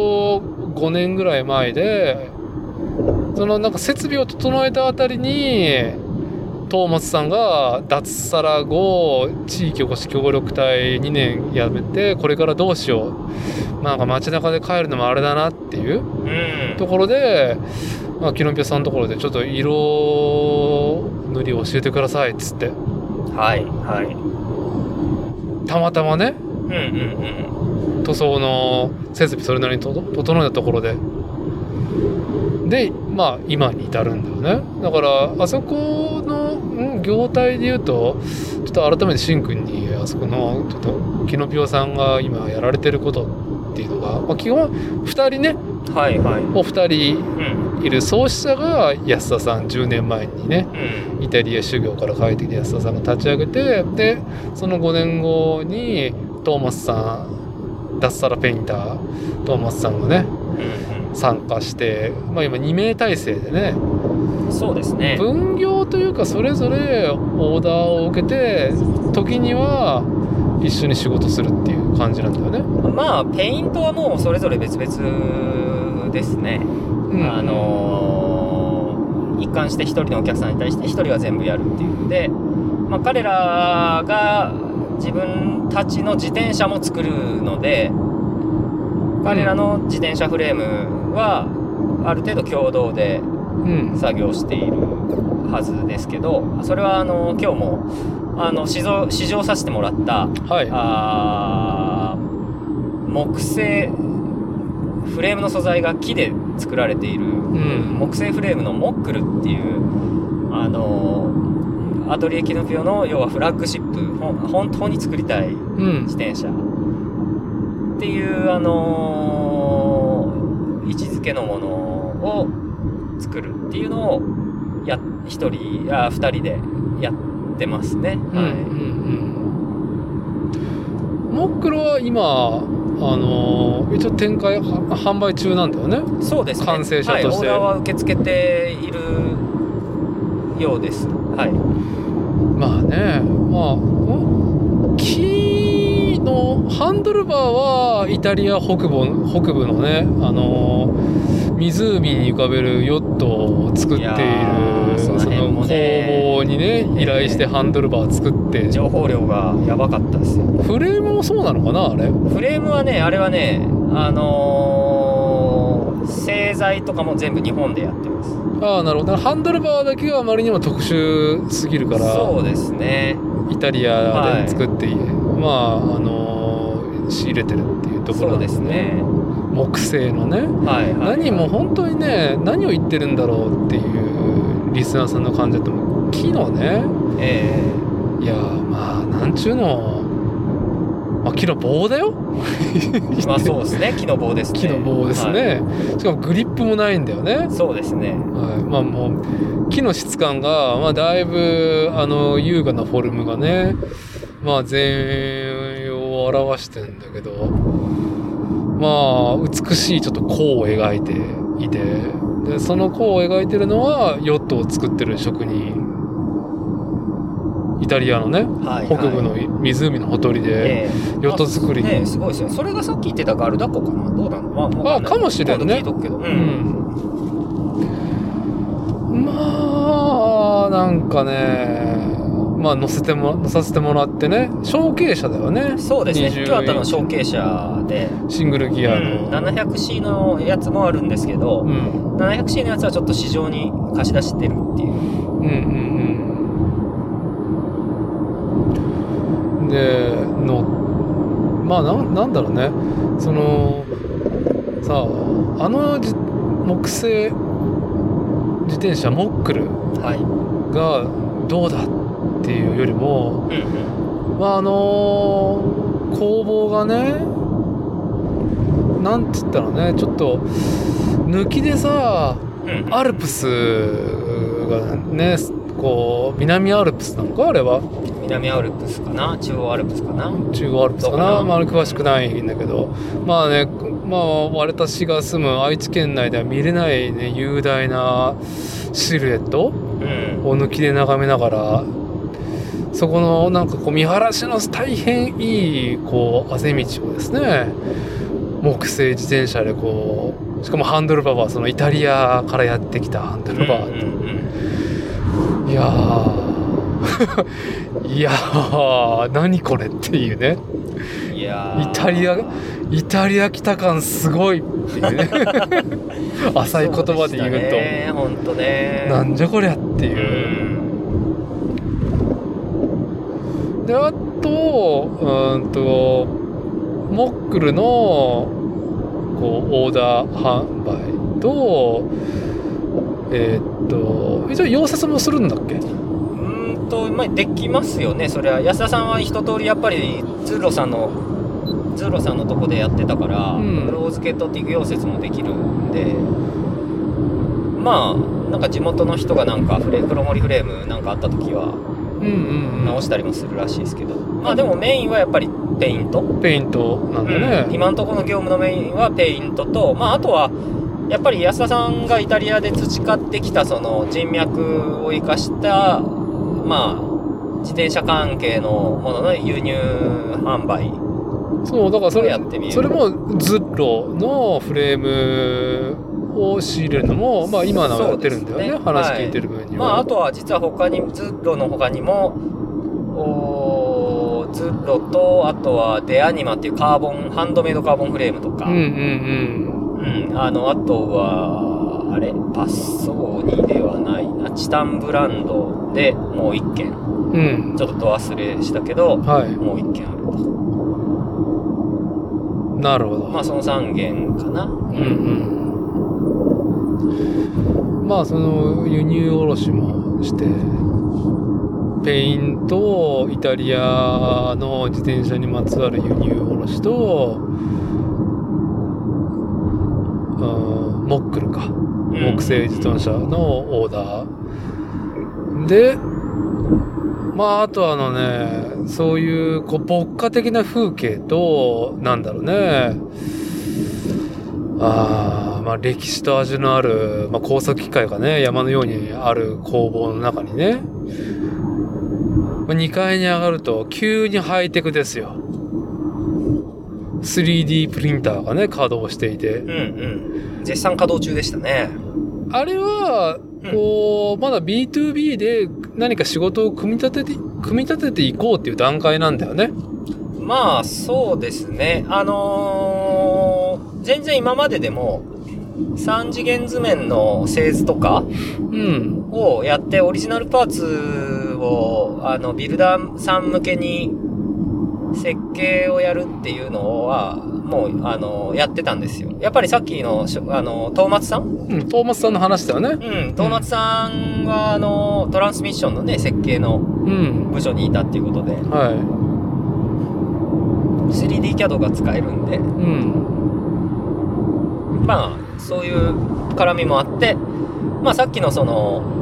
[SPEAKER 1] 5年ぐらい前でそのなんか設備を整えたあたりにトーマスさんが脱サラ後地域おこし協力隊2年やめてこれからどうしようまあなんか街中で帰るのもあれだなっていう
[SPEAKER 2] うん。
[SPEAKER 1] ところで、まあ、キノピオさんのところでちょっと色塗りを教えてくださいっつって
[SPEAKER 2] はい、はい。
[SPEAKER 1] たまたまね
[SPEAKER 2] うんうん
[SPEAKER 1] 塗装の設備それなりにと整えたところででまあ今に至るんだよねだからあそこのん業態で言うとちょっと改めてしんくんにあそこのちょっとキノピオさんが今やられてることっていうのが、まあ、基本2人ね
[SPEAKER 2] うん。はい、はい。
[SPEAKER 1] お二人
[SPEAKER 2] うん、
[SPEAKER 1] いる創始者が安田さん10年前にね
[SPEAKER 2] うん。
[SPEAKER 1] イタリア修行から帰ってきて安田さんが立ち上げてでその5年後にトーマスさん脱サラペインタートーマスさんがね
[SPEAKER 2] うん
[SPEAKER 1] 参加して、まあ、今2名体制でね
[SPEAKER 2] うん、そうですね。
[SPEAKER 1] 分業というかそれぞれオーダーを受けて時には一緒に仕事するっていう感じなんだよね。
[SPEAKER 2] まあ、ペイントはもうそれぞれ別々ですね。
[SPEAKER 1] うん、
[SPEAKER 2] あのー一貫して一人のお客さんに対して一人は全部やるっていうので、まあ、彼らが自分たちの自転車も作るので彼らの自転車フレームはある程度共同で
[SPEAKER 1] うん
[SPEAKER 2] 作業しているはずですけどそれはあの今日もあの試乗試乗させてもらった
[SPEAKER 1] はい
[SPEAKER 2] あー木製フレームの素材が木で作られている、
[SPEAKER 1] ん
[SPEAKER 2] 木製フレームのモックルっていうあのーアトリエキノピオの要はフラッグシップほん本当に作りたい
[SPEAKER 1] うん
[SPEAKER 2] 自転車っていうあのー位置づけのものを作るっていうのをや1人あ2人でやってますね。はい
[SPEAKER 1] モックロは今あのー一応展開は販売中なんだよね
[SPEAKER 2] そうですね。
[SPEAKER 1] 完成車として
[SPEAKER 2] はい、オーダーは受け付けているようです。はい。
[SPEAKER 1] まあねまあん木ののハンドルバーはイタリア北部北部のねあの湖に浮かべるヨットを作っている
[SPEAKER 2] いやー
[SPEAKER 1] そ
[SPEAKER 2] その辺
[SPEAKER 1] の
[SPEAKER 2] も
[SPEAKER 1] 工
[SPEAKER 2] ね
[SPEAKER 1] 房にね依頼してハンドルバー作って
[SPEAKER 2] 情報量がやばかったですよ
[SPEAKER 1] フレームもそうなのかなあれ
[SPEAKER 2] フレームはねあれはねあのー製材とかも全部日本でやってます
[SPEAKER 1] ああなるほどハンドルバーだけがあまりにも特殊すぎるから
[SPEAKER 2] そうですね
[SPEAKER 1] イタリアで作って、まああのー仕入れてるっていうところ
[SPEAKER 2] そ
[SPEAKER 1] な
[SPEAKER 2] うんですね
[SPEAKER 1] 木製のね
[SPEAKER 2] はいはい
[SPEAKER 1] 何も本当にね何を言ってるんだろうっていうリスナーさんの感じだと思う木のね
[SPEAKER 2] ええ
[SPEAKER 1] いやーまあなんちゅうの、まあ、木の棒だよ
[SPEAKER 2] まあそうですね木の棒ですね
[SPEAKER 1] 木の棒ですね、しかもグリップもないんだよね
[SPEAKER 2] はい、そうですね
[SPEAKER 1] はい、まあもう木の質感が、まあ、だいぶあの優雅なフォルムがねまあ全容を表してんだけどまあ美しいちょっと弧を描いていてでその弧を描いてるのはヨットを作ってる職人イタリアのね
[SPEAKER 2] はい
[SPEAKER 1] 北部の
[SPEAKER 2] はい
[SPEAKER 1] 湖のほとりで
[SPEAKER 2] ええ
[SPEAKER 1] ヨット作りに、
[SPEAKER 2] ねえすごいですよそれがさっき言ってたガルダコかなどうなのまあもう
[SPEAKER 1] あかもしれんね
[SPEAKER 2] 今度聞いとくけどう、
[SPEAKER 1] うんん、まあなんかねまあ乗せても乗させてもらってね承継者だよね
[SPEAKER 2] そうですね
[SPEAKER 1] 20
[SPEAKER 2] 京都の承継者で、
[SPEAKER 1] シングルギアの、
[SPEAKER 2] うん 700C のやつもあるんですけ
[SPEAKER 1] う
[SPEAKER 2] ど、
[SPEAKER 1] ん
[SPEAKER 2] 700C のやつはちょっと市場に貸し出してるっていう
[SPEAKER 1] うんうんうんでのまあなんなんだろうねそのさああのじ木製自転車モックル
[SPEAKER 2] はい、
[SPEAKER 1] がどうだっていうよりも
[SPEAKER 2] うん
[SPEAKER 1] まああの工房がねなんつったらねちょっと抜きでさ
[SPEAKER 2] うんうん、
[SPEAKER 1] アルプスがねこう南アルプスなのかあれは
[SPEAKER 2] 南アルプスかな中央アルプスかな
[SPEAKER 1] 中央アルプスか
[SPEAKER 2] そうか
[SPEAKER 1] な
[SPEAKER 2] な
[SPEAKER 1] まあ、詳しくないんだけどまあねまあ私が住む愛知県内では見れないね雄大なシルエット
[SPEAKER 2] うん
[SPEAKER 1] を抜きで眺めながらそこのなんかこう見晴らしの大変いいこうあぜ道をですね木製自転車でこうしかもハンドルバーはそのイタリアからやってきたハンドルバ
[SPEAKER 2] う
[SPEAKER 1] ー、
[SPEAKER 2] んうん
[SPEAKER 1] いやー いやー何これっていうね
[SPEAKER 2] うんいやー
[SPEAKER 1] イタリアイタリア来た感すごいって いうね浅い言葉で言うと
[SPEAKER 2] そしたねほんとね
[SPEAKER 1] なんじゃこりゃっていう。であとうーんとモックルのこうオーダー販売とえーっと一応溶接もするんだっけ
[SPEAKER 2] うんうーんとまあできますよねそりゃ安田さんは一通りやっぱり通路さんの通路さんのとこでやってたから、
[SPEAKER 1] うん
[SPEAKER 2] ローズケットティグ溶接もできるんでまあなんか地元の人がなんかフレ黒森フレームなんかあった時は
[SPEAKER 1] うんうん
[SPEAKER 2] 直したりもするらしいですけど、まあでもメインはやっぱりペイント、
[SPEAKER 1] ペイントなんだね、
[SPEAKER 2] うん今のところの業務のメインはペイントと、まあ、あとはやっぱり安田さんがイタリアで培ってきたその人脈を生かした、まあ、自転車関係のものの輸入販売
[SPEAKER 1] そうだからそ
[SPEAKER 2] を
[SPEAKER 1] れ
[SPEAKER 2] やってみる
[SPEAKER 1] それもズッロのフレームを仕入れるのも、まあ、今ならやってるんだよね
[SPEAKER 2] そうですね
[SPEAKER 1] 話聞いてる分に
[SPEAKER 2] ま
[SPEAKER 1] は、
[SPEAKER 2] あ、あとは実は他にズッロの他にもおーズッロとあとはデアニマっていうカーボンハンドメイドカーボンフレームとか、
[SPEAKER 1] うんうん
[SPEAKER 2] うん、あのあとはあれパッソーニではないなチタンブランドでもう一軒
[SPEAKER 1] うんうん
[SPEAKER 2] ちょっとど忘れしたけど
[SPEAKER 1] は
[SPEAKER 2] もう一軒あると
[SPEAKER 1] いなるほど、
[SPEAKER 2] まあその3軒かなう
[SPEAKER 1] うんまあその輸入卸もしてペインとイタリアの自転車にまつわる輸入卸とうんモックルか
[SPEAKER 2] うん
[SPEAKER 1] 木製自動車のオーダーでまああとはあのねそういうこう牧歌的な風景となんだろうねあーまあ歴史と味のある、まあ、工作機械がね山のようにある工房の中にね2階に上がると急にハイテクですよ 3D プリンターがね、稼働していて
[SPEAKER 2] うん、うん。絶賛稼働中でしたね。
[SPEAKER 1] あれは、こう、まだ B2B で何か仕事を組み立てて、組み立てていこうっていう段階なんだよね。
[SPEAKER 2] まあ、そうですね。あのー全然今まででも、三次元図面の製図とか
[SPEAKER 1] うん。
[SPEAKER 2] をやって、オリジナルパーツを、あの、ビルダーさん向けに設計をやるっていうのは、もう、あの、やってたんですよ。やっぱりさっきの、しょあの、トーマツさん
[SPEAKER 1] うん、トーマスさんの話だよね。
[SPEAKER 2] うん、トーマツさんは、あの、トランスミッションのね、設計の
[SPEAKER 1] うん。
[SPEAKER 2] 部署にいたっていうことで、
[SPEAKER 1] は
[SPEAKER 2] 3D キャドが使えるんで、
[SPEAKER 1] い。うん。
[SPEAKER 2] まあ、そういう絡みもあって、まあ、さっきのその、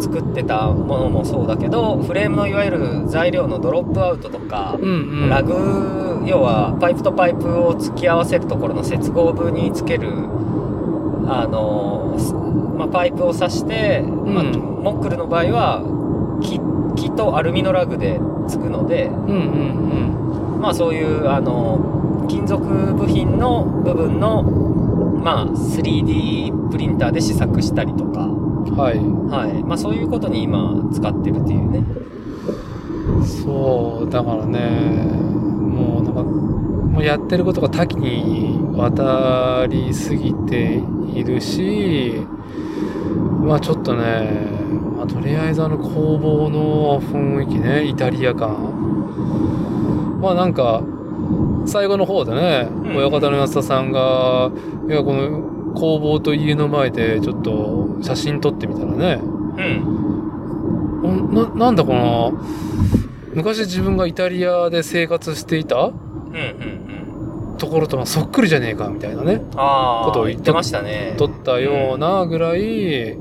[SPEAKER 2] 作ってたものもそうだけど、フレームのいわゆる材料のドロップアウトとか、
[SPEAKER 1] うんうん。
[SPEAKER 2] ラグ、要はパイプとパイプを突き合わせるところの接合部につける、あの、すまあ、パイプを挿して、まあ、
[SPEAKER 1] うん
[SPEAKER 2] モックルの場合は木、木とアルミのラグでつくので、
[SPEAKER 1] うんうん
[SPEAKER 2] まあそういうあの金属部品の部分のまあ 3D プリンターで試作したりとか、
[SPEAKER 1] うん。はい。
[SPEAKER 2] はい、まあそういうことに今使ってるっていうね。
[SPEAKER 1] そう、だからね、もうなんか、もうやってることが多岐に渡りすぎているし、まあちょっとね、まあ、とりあえずあの工房の雰囲気ね、イタリア感。まあなんか、最後の方でね、
[SPEAKER 2] ん
[SPEAKER 1] 親方の安田さんが、いや、この工房と家の前でちょっと写真撮ってみたらね、
[SPEAKER 2] うん。
[SPEAKER 1] おななんだこの昔自分がイタリアで生活していた
[SPEAKER 2] うんうんうん。
[SPEAKER 1] ところとはそっくりじゃねえかみたいなね
[SPEAKER 2] ああ、
[SPEAKER 1] ことを言っ
[SPEAKER 2] 言っててましたね。
[SPEAKER 1] 撮ったようなぐらい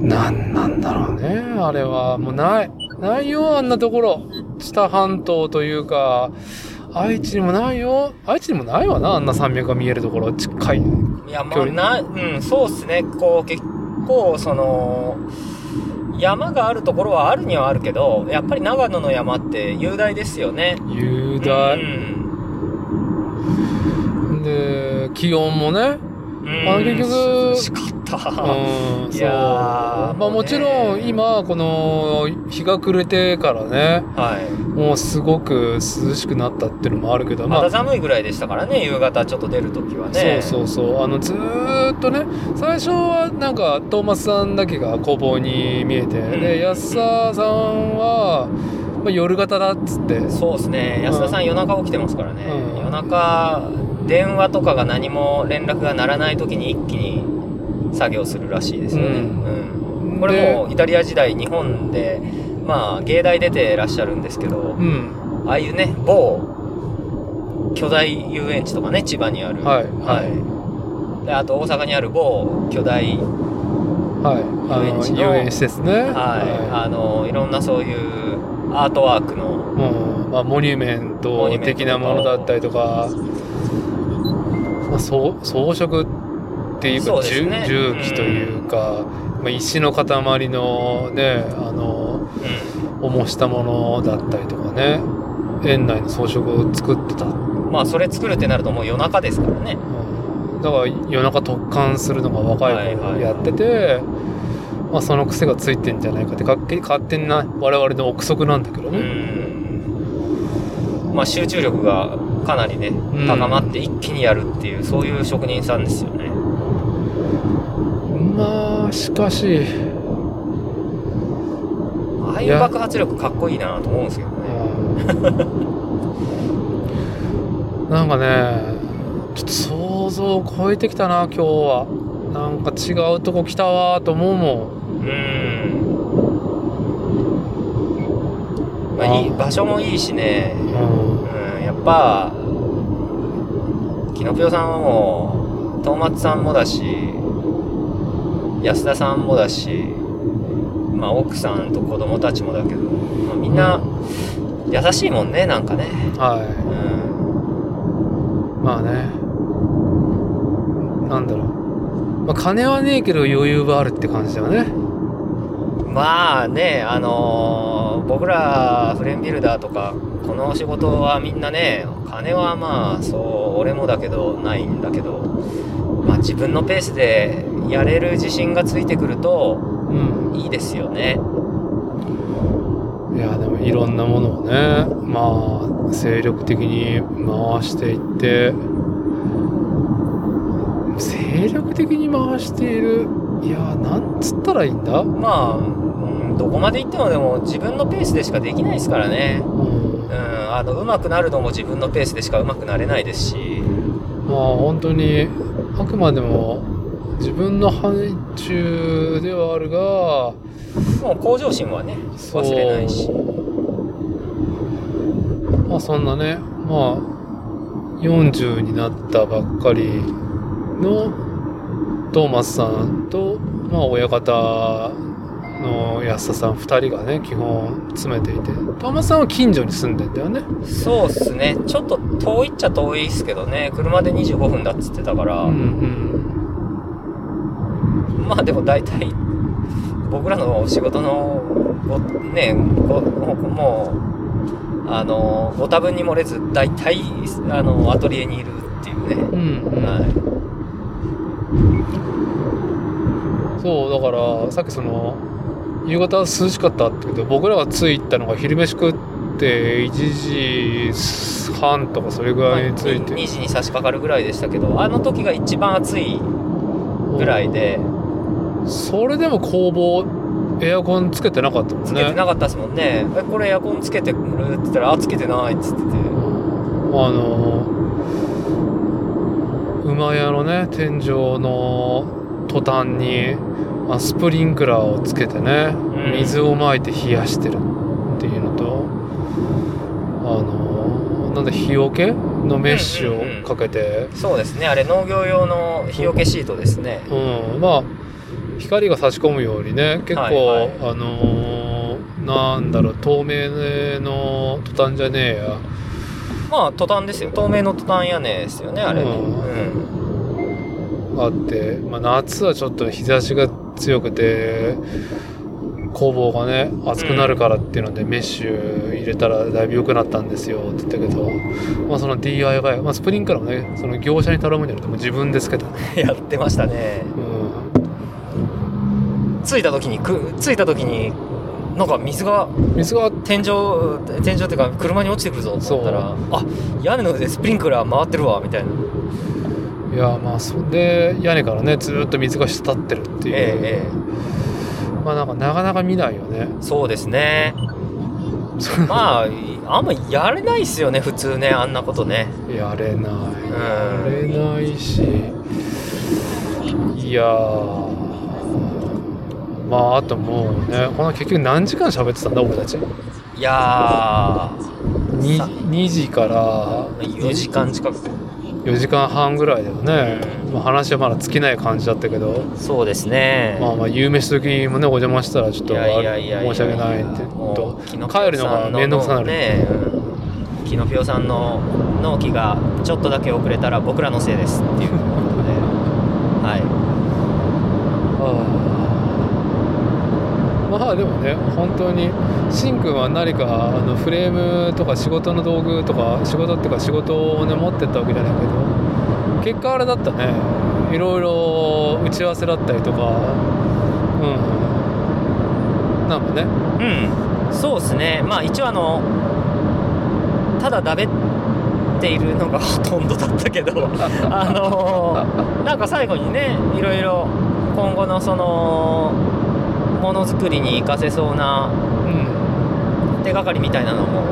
[SPEAKER 1] なんなんだろうねあれはもうないないよあんなところ知多半島というか愛知にもないよ愛知にもないわなあんな山脈が見えるところ近い
[SPEAKER 2] いや、ま
[SPEAKER 1] 距
[SPEAKER 2] あ、
[SPEAKER 1] 離
[SPEAKER 2] な、うん、そうっすね。こう、結構、その、山があるところはあるにはあるけど、やっぱり長野の山って雄大ですよね。
[SPEAKER 1] 雄
[SPEAKER 2] う
[SPEAKER 1] 大
[SPEAKER 2] ん。
[SPEAKER 1] で気温もね
[SPEAKER 2] うん、
[SPEAKER 1] あ結局
[SPEAKER 2] 涼しかった。
[SPEAKER 1] うん
[SPEAKER 2] い
[SPEAKER 1] そう
[SPEAKER 2] やー
[SPEAKER 1] まあ
[SPEAKER 2] もうね
[SPEAKER 1] もちろん今この日が暮れてからね
[SPEAKER 2] はい。
[SPEAKER 1] もうすごく涼しくなったっていうのもあるけどま
[SPEAKER 2] 肌
[SPEAKER 1] あ
[SPEAKER 2] 寒いぐらいでしたからね夕方ちょっと出るときは
[SPEAKER 1] そう
[SPEAKER 2] ね
[SPEAKER 1] そうそうあのずーっとね最初はなんかトーマスさんだけが工房に見えて
[SPEAKER 2] うん
[SPEAKER 1] で安田さんは、まあ、夜型だっつって
[SPEAKER 2] そうですね安田さん夜中起きてますからね、
[SPEAKER 1] うん
[SPEAKER 2] 夜中電話とかが何も連絡が鳴らないときに一気に作業するらしいですよね、
[SPEAKER 1] うん
[SPEAKER 2] うんこれもうイタリア時代日本でまあ芸大出てらっしゃるんですけど
[SPEAKER 1] う、ん
[SPEAKER 2] ああいうね某巨大遊園地とかね千葉にある
[SPEAKER 1] はい
[SPEAKER 2] はいであと大阪にある某巨大
[SPEAKER 1] はいあ
[SPEAKER 2] 遊園地の
[SPEAKER 1] の遊園施設ね
[SPEAKER 2] はい、あのいろんなそういうアートワークの、
[SPEAKER 1] うんまあ、モニュメント的なものだったりとか、まあ、そう装飾っていう
[SPEAKER 2] そ
[SPEAKER 1] か
[SPEAKER 2] うです
[SPEAKER 1] 重
[SPEAKER 2] ね
[SPEAKER 1] 重機というか、まあ、石の塊のねあの重したものだったりとかね園内の装飾を作ってた、う
[SPEAKER 2] まあそれ作るってなるともう夜中ですからね。
[SPEAKER 1] んだから夜中突貫するのが若い頃やってて、まあ、その癖がついてんじゃないかってかっけ勝手にな我々の憶測なんだけど
[SPEAKER 2] う
[SPEAKER 1] ね。
[SPEAKER 2] ん。まあ集中力がかなりね
[SPEAKER 1] ん
[SPEAKER 2] 高まって一気にやるっていうそういう職人さんですよね。
[SPEAKER 1] まあしかし
[SPEAKER 2] ああい
[SPEAKER 1] いうや
[SPEAKER 2] 爆発力かっこいいなと思うんですけどね。
[SPEAKER 1] なんかねちょっと想像を超えてきたな今日はなんか違うとこ来たわと思うも
[SPEAKER 2] うん。まあいい場所もいいしね。
[SPEAKER 1] ん、
[SPEAKER 2] うん、やっぱキノピオさんはもうトーマツさんもだし安田さんもだし、まあ、奥さんと子供たちもだけど、まあ、みんな優しいもんねなんかね、
[SPEAKER 1] うん、は
[SPEAKER 2] うん、
[SPEAKER 1] いまあねなんだろう、まあ、金はねえけど余裕はあるって感じだよね
[SPEAKER 2] まあねあの僕らフレームビルダーとかこの仕事はみんなね金はまあそう俺もだけどないんだけど、まあ、自分のペースでやれる自信がついてくると
[SPEAKER 1] うん
[SPEAKER 2] いいですよね。
[SPEAKER 1] いやでもいろんなものをねまあ精力的に回していって精力的に回しているいやなんつったらいいんだ、うん、
[SPEAKER 2] まあ、うんどこまで行ってもでも自分のペースでしかできないですからね。うん、あの上手くなるのも自分のペースでしか上手くなれないですし、
[SPEAKER 1] まあ本当にあくまでも自分の範疇ではあるが
[SPEAKER 2] もう向上心はね忘れないし
[SPEAKER 1] そ。うまあそんなねまあ40になったばっかりのトーマスさんと、まあ、親方の安田さん2人がね基本詰めていてトーマスさんは近所に住んでんだよね
[SPEAKER 2] そうっすね。ちょっと遠いっちゃ遠いっすけどね。車で25分だっつってたから、
[SPEAKER 1] うん
[SPEAKER 2] まあでも大体、僕らの仕事のご、ね、ごもうもう、あの、ご多分に漏れず、大体、あの、アトリエにいるっていうね。
[SPEAKER 1] うんうんうん、
[SPEAKER 2] は
[SPEAKER 1] そうだからさっきその夕方涼しかったって言うけど僕らが着いたのが昼飯食って1時半とかそれぐ
[SPEAKER 2] い。まあ、
[SPEAKER 1] らいに着いて、
[SPEAKER 2] 2時に差し掛かるぐらいでしたけど、あの時が一番暑いぐらいで、
[SPEAKER 1] それでも工房エアコンつけてなかったもんね
[SPEAKER 2] つけてなかったですもんね。え、これエアコンつけてるって言ったら、あ、つけてないっつってて。
[SPEAKER 1] あの馬屋のね天井の途端に、まあ、スプリンクラーをつけてね
[SPEAKER 2] ん
[SPEAKER 1] 水をまいて冷やしてるっていうのと、あのなんだ日よけのメッシュをかけて、
[SPEAKER 2] そうですね。あれ農業用の日よけシートですね。
[SPEAKER 1] うんまあ光が差し込むようにね結構、
[SPEAKER 2] はいはい
[SPEAKER 1] あのーなんだろう透明のトタンじゃねえや
[SPEAKER 2] まあ、トタンですよ。透明のトタン屋根ですよね、あれね。
[SPEAKER 1] うん
[SPEAKER 2] うん。
[SPEAKER 1] あって、まあ、夏はちょっと日差しが強くて工房がね暑くなるからっていうのでメッシュ入れたらだいぶ良くなったんですよって言ったけど、まあ、その DIY、まあ、スプリンクラーもねその業者に頼むんじゃなくてもう自分ですけど、
[SPEAKER 2] やってましたね。
[SPEAKER 1] う
[SPEAKER 2] 着いた時に、く着いた時に、なんか水が
[SPEAKER 1] ん、水が
[SPEAKER 2] 天井、天井っていうか車に落ちてくるぞと思ったら、あ、屋根の上でスプリンクラー回ってるわ、みたいな。
[SPEAKER 1] いやまあそんで屋根からねずーっと水が滴ってるって
[SPEAKER 2] え
[SPEAKER 1] いう、
[SPEAKER 2] ええ
[SPEAKER 1] まあなんかなかなか見ないよね
[SPEAKER 2] えそうですね。まあ、あんまやれないっすよね、普通ね、あんなことね。
[SPEAKER 1] やれない、
[SPEAKER 2] うん
[SPEAKER 1] やれないしいやーまああともうねこの結局何時間喋ってたんだ俺たち
[SPEAKER 2] いや
[SPEAKER 1] に
[SPEAKER 2] さ
[SPEAKER 1] 2, 時から
[SPEAKER 2] ー、4時間近く。
[SPEAKER 1] 4時間半ぐらいだよね、
[SPEAKER 2] うん
[SPEAKER 1] まあ、話はまだ尽きない感じだったけど
[SPEAKER 2] そうですね。
[SPEAKER 1] まあまあ夕飯時もねお邪魔したらちょっと
[SPEAKER 2] い
[SPEAKER 1] あ
[SPEAKER 2] やいやいやい
[SPEAKER 1] 申
[SPEAKER 2] や
[SPEAKER 1] し訳ないって
[SPEAKER 2] もう
[SPEAKER 1] と
[SPEAKER 2] キノピオ
[SPEAKER 1] 帰るのが面倒くさなる、
[SPEAKER 2] さんのねうんキノピオさんの納期がちょっとだけ遅れたら僕らのせいですっていうことでは
[SPEAKER 1] ああまあでもね本当にしんくんは何かあのフレームとか仕事の道具とか仕事っていうか仕事をね持ってったわけじゃないけど結果あれだったねいろいろ打ち合わせだったりとかうんなんかね
[SPEAKER 2] いうんそうですねまあ一応あのただだべっているのがほとんどだったけ どあのーなんか最後にねいろいろ今後のそのものづくりに活かせそうな
[SPEAKER 1] うん
[SPEAKER 2] 手がかりみたいなのも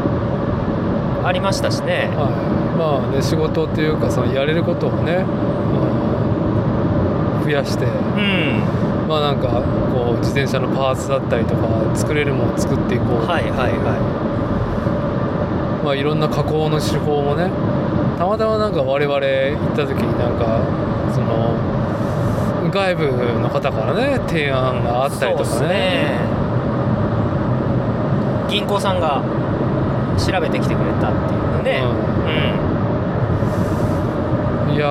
[SPEAKER 2] ありましたしね、
[SPEAKER 1] はいまあね仕事っていうかそのやれることをね、まあ増やして
[SPEAKER 2] うん、
[SPEAKER 1] まあなんかこう自転車のパーツだったりとか作れるものを作っていこう
[SPEAKER 2] はいはいは
[SPEAKER 1] まあ、いろんな加工の手法もねたまたまなんか我々行った時になんかその外部の方からね提案があ
[SPEAKER 2] い。
[SPEAKER 1] ったりと
[SPEAKER 2] そ
[SPEAKER 1] か
[SPEAKER 2] うっす
[SPEAKER 1] ね
[SPEAKER 2] ね。銀行さんが調べてきてくれたっていうので、うん、
[SPEAKER 1] うんいやー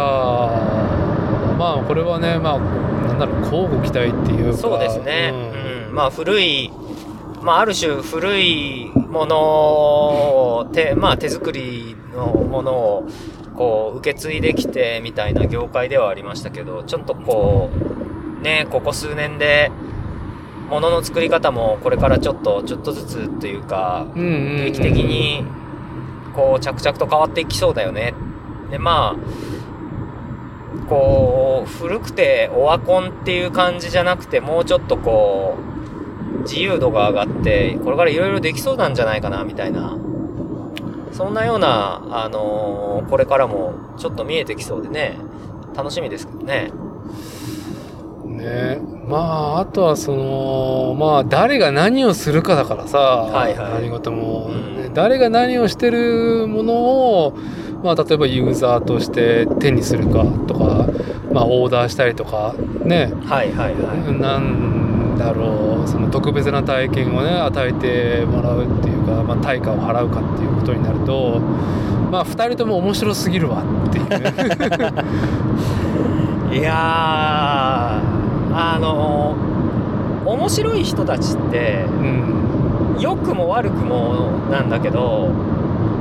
[SPEAKER 1] まあこれはねまあなんだろう交互期待っていうか
[SPEAKER 2] そうですね、うん。まあ古いまあ、ある種古いものを手,、まあ、手作りのものをこう受け継いできてみたいな業界ではありましたけどちょっとこうねここ数年でものの作り方もこれからちょっとちょっとずつというか
[SPEAKER 1] うんうんうん
[SPEAKER 2] 定期的にこう着々と変わっていきそうだよね。でまあこう古くてオワコンっていう感じじゃなくてもうちょっとこう自由度が上がってこれからいろいろできそうなんじゃないかなみたいなそんなような、あのーこれからもちょっと見えてきそうでね楽しみですけどね。
[SPEAKER 1] ねまああとはそのまあ誰が何をするかだからさ、
[SPEAKER 2] はいはい
[SPEAKER 1] 何事も、ね
[SPEAKER 2] うん
[SPEAKER 1] 誰が何をしてるものを、まあ、例えばユーザーとして手にするかとか、まあ、オーダーしたりとかね
[SPEAKER 2] はいはいは
[SPEAKER 1] なんだろうその特別な体験をね与えてもらうっていうか、まあ、対価を払うかっていうことになるとまあ2人とも面白すぎるわっていう。
[SPEAKER 2] い。いやーあのー面白い人たちって
[SPEAKER 1] うん
[SPEAKER 2] 良くも悪くもなんだけど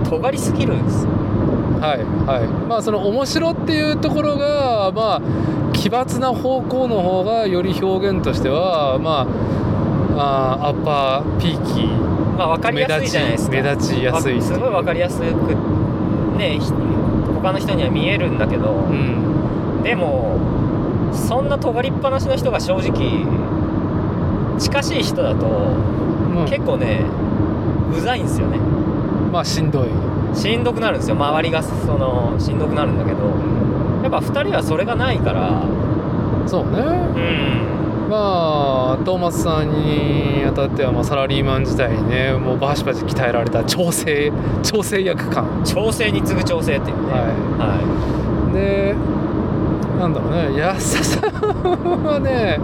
[SPEAKER 2] 尖りすぎるんですよ
[SPEAKER 1] はいはいまあその面白っていうところがまあ奇抜な方向の方がより表現としてはまああーアッパーピーキー
[SPEAKER 2] まあ分かりやすいじゃないですか
[SPEAKER 1] 目立ちやすいっていう
[SPEAKER 2] わすごい分かりやすくねひ他の人には見えるんだけど
[SPEAKER 1] う、ん
[SPEAKER 2] でもそんな尖りっぱなしの人が正直近しい人だと
[SPEAKER 1] ま
[SPEAKER 2] 結構ねうざいんですよね
[SPEAKER 1] あ、まあしんどい
[SPEAKER 2] しんどくなるんですよ周りがそのしんどくなるんだけどやっぱ2人はそれがないから
[SPEAKER 1] そうね
[SPEAKER 2] うん
[SPEAKER 1] まあトーマスさんにあたってはまあサラリーマン時代にねもうバシバシ鍛えられた調整調整役感
[SPEAKER 2] 調整に次ぐ調整っていうね
[SPEAKER 1] は
[SPEAKER 2] はい
[SPEAKER 1] いでなんだろうね安ささんはね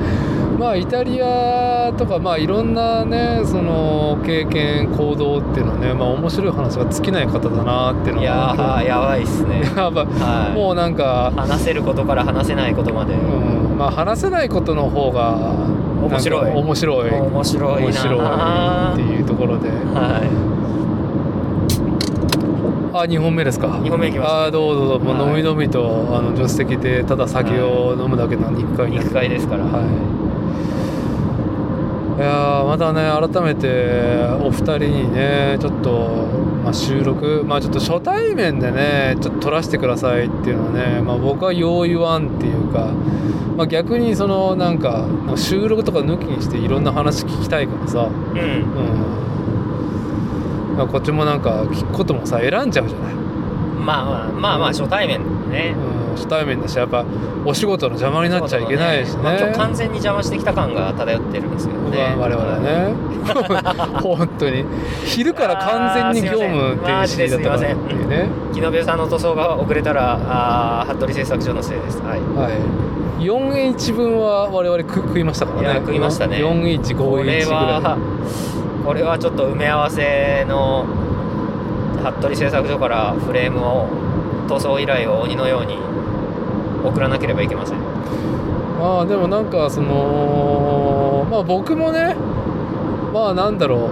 [SPEAKER 1] まあイタリアとかまあいろんなねその経験行動っていうのはねまあ面白い話が尽きない方だなっていうの
[SPEAKER 2] いや
[SPEAKER 1] は
[SPEAKER 2] ーやばいっすね
[SPEAKER 1] やばい
[SPEAKER 2] は
[SPEAKER 1] もうなんか
[SPEAKER 2] い、話せることから話せないことまで、
[SPEAKER 1] うん、まあ話せないことの方が
[SPEAKER 2] 面白い
[SPEAKER 1] なんか面白い
[SPEAKER 2] 面白いな
[SPEAKER 1] 面白いっていうところで
[SPEAKER 2] は
[SPEAKER 1] あ、二本目ですか。
[SPEAKER 2] 二本目行きます
[SPEAKER 1] あー、どうぞどうぞ、もう
[SPEAKER 2] はい
[SPEAKER 1] 飲み飲みと、あの助手席で、ただ酒を飲むだけの日課
[SPEAKER 2] い
[SPEAKER 1] になって
[SPEAKER 2] 肉会ですから、
[SPEAKER 1] はい。いやーまたね改めてお二人にねちょっと、まあ、収録まあちょっと初対面でねちょっと撮らせてくださいっていうのはね、まあ、僕はよう言わんっていうか、まあ、逆にそのなんか収録とか抜きにしていろんな話聞きたいからさ、
[SPEAKER 2] うん
[SPEAKER 1] うん、まあこっちもなんか聞くこともさ選んじゃうじゃない、
[SPEAKER 2] まあまあまあまあ初対面ね
[SPEAKER 1] うん、初対面だしやっぱお仕事の邪魔になっちゃいけないしね
[SPEAKER 2] まあ今日完全に邪魔してきた感が漂ってるんですけど
[SPEAKER 1] 僕
[SPEAKER 2] ね
[SPEAKER 1] は我々ね 本当に昼から完全に業務停止だったからっていうね、
[SPEAKER 2] 木野部さんの塗装が遅れたらあー服部製作所のせいですはい
[SPEAKER 1] はい、4H 分は我々く食いましたからね
[SPEAKER 2] いや食いましたね
[SPEAKER 1] 4151
[SPEAKER 2] こ
[SPEAKER 1] ぐら
[SPEAKER 2] れ
[SPEAKER 1] い
[SPEAKER 2] はこれはちょっと埋め合わせの服部製作所からフレームを塗装依頼を鬼のように送らなければいけません
[SPEAKER 1] まあでもなんかそのまあ僕もねまあなんだろ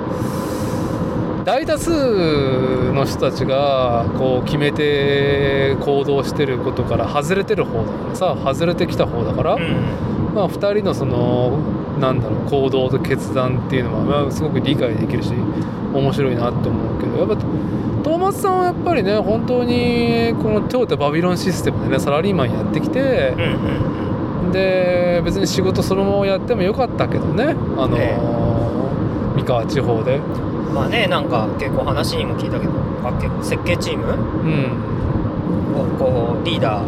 [SPEAKER 1] う大多数の人たちがこう決めて行動してることから外れてる方だからさ外れてきた方だから、
[SPEAKER 2] うん
[SPEAKER 1] まあ、2人のそのなんだろう行動と決断っていうのは、まあ、すごく理解できるし面白いなと思うけどやっぱトーマスさんはやっぱりね本当にこのトヨタバビロンシステムでねサラリーマンやってきて
[SPEAKER 2] うんうん
[SPEAKER 1] で別に仕事そのままやってもよかったけどねあのー
[SPEAKER 2] え
[SPEAKER 1] 三河地方で
[SPEAKER 2] うんまあねなんか結構話にも聞いたけどあ結構設計チーム
[SPEAKER 1] うん
[SPEAKER 2] をこうリーダー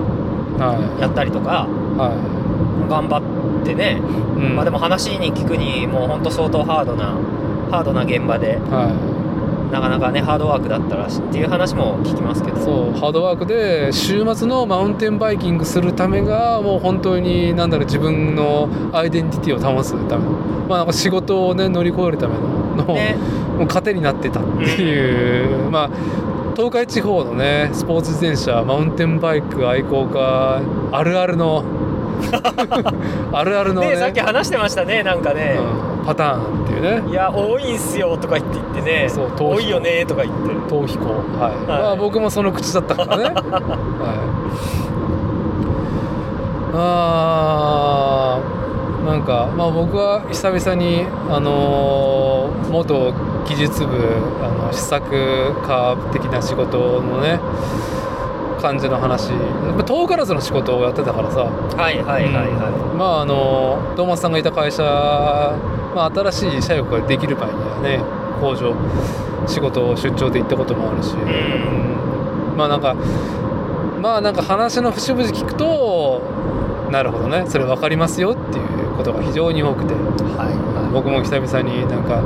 [SPEAKER 1] は
[SPEAKER 2] やったりとか
[SPEAKER 1] いは
[SPEAKER 2] 頑張ってね、
[SPEAKER 1] い、うん
[SPEAKER 2] まあでも話に聞くにもうほんと相当ハードなハードな現場で
[SPEAKER 1] は
[SPEAKER 2] なかなかねハードワークだったらしいっていう話も聞きますけど
[SPEAKER 1] いそうハードワークで週末のマウンテンバイキングするためがもう本当になんだろう自分のアイデンティティを保つためのまあなんか仕事をね乗り越えるためのの、
[SPEAKER 2] ね
[SPEAKER 1] もう糧になってたっていう、まあ東海 地方のねスポーツ自転車マウンテンバイク愛好家あるあるのあるあるのね
[SPEAKER 2] ねさっき話してましたねなんかね、
[SPEAKER 1] うんパターンっていうね
[SPEAKER 2] いや多いんすよとか言って言ってね
[SPEAKER 1] そう投票
[SPEAKER 2] 多いよねとか言って
[SPEAKER 1] 逃避行はい、
[SPEAKER 2] い
[SPEAKER 1] まあ僕もその口だったから ね、はい、あーなんかまあ僕は久々にあのー元技術部あの試作家的な仕事のね感じの話やっぱ遠からずの仕事をやってたからさ
[SPEAKER 2] はいはいはいは
[SPEAKER 1] まああの堂松さんがいた会社、まあ、新しい社力ができる場合にはね工場仕事を出張で行ったこともあるし、
[SPEAKER 2] いうん
[SPEAKER 1] まあなんかまあなんか話の節々聞くとなるほどねそれ分かりますよっていうことが非常に多くて
[SPEAKER 2] はいは
[SPEAKER 1] 僕も久々になんか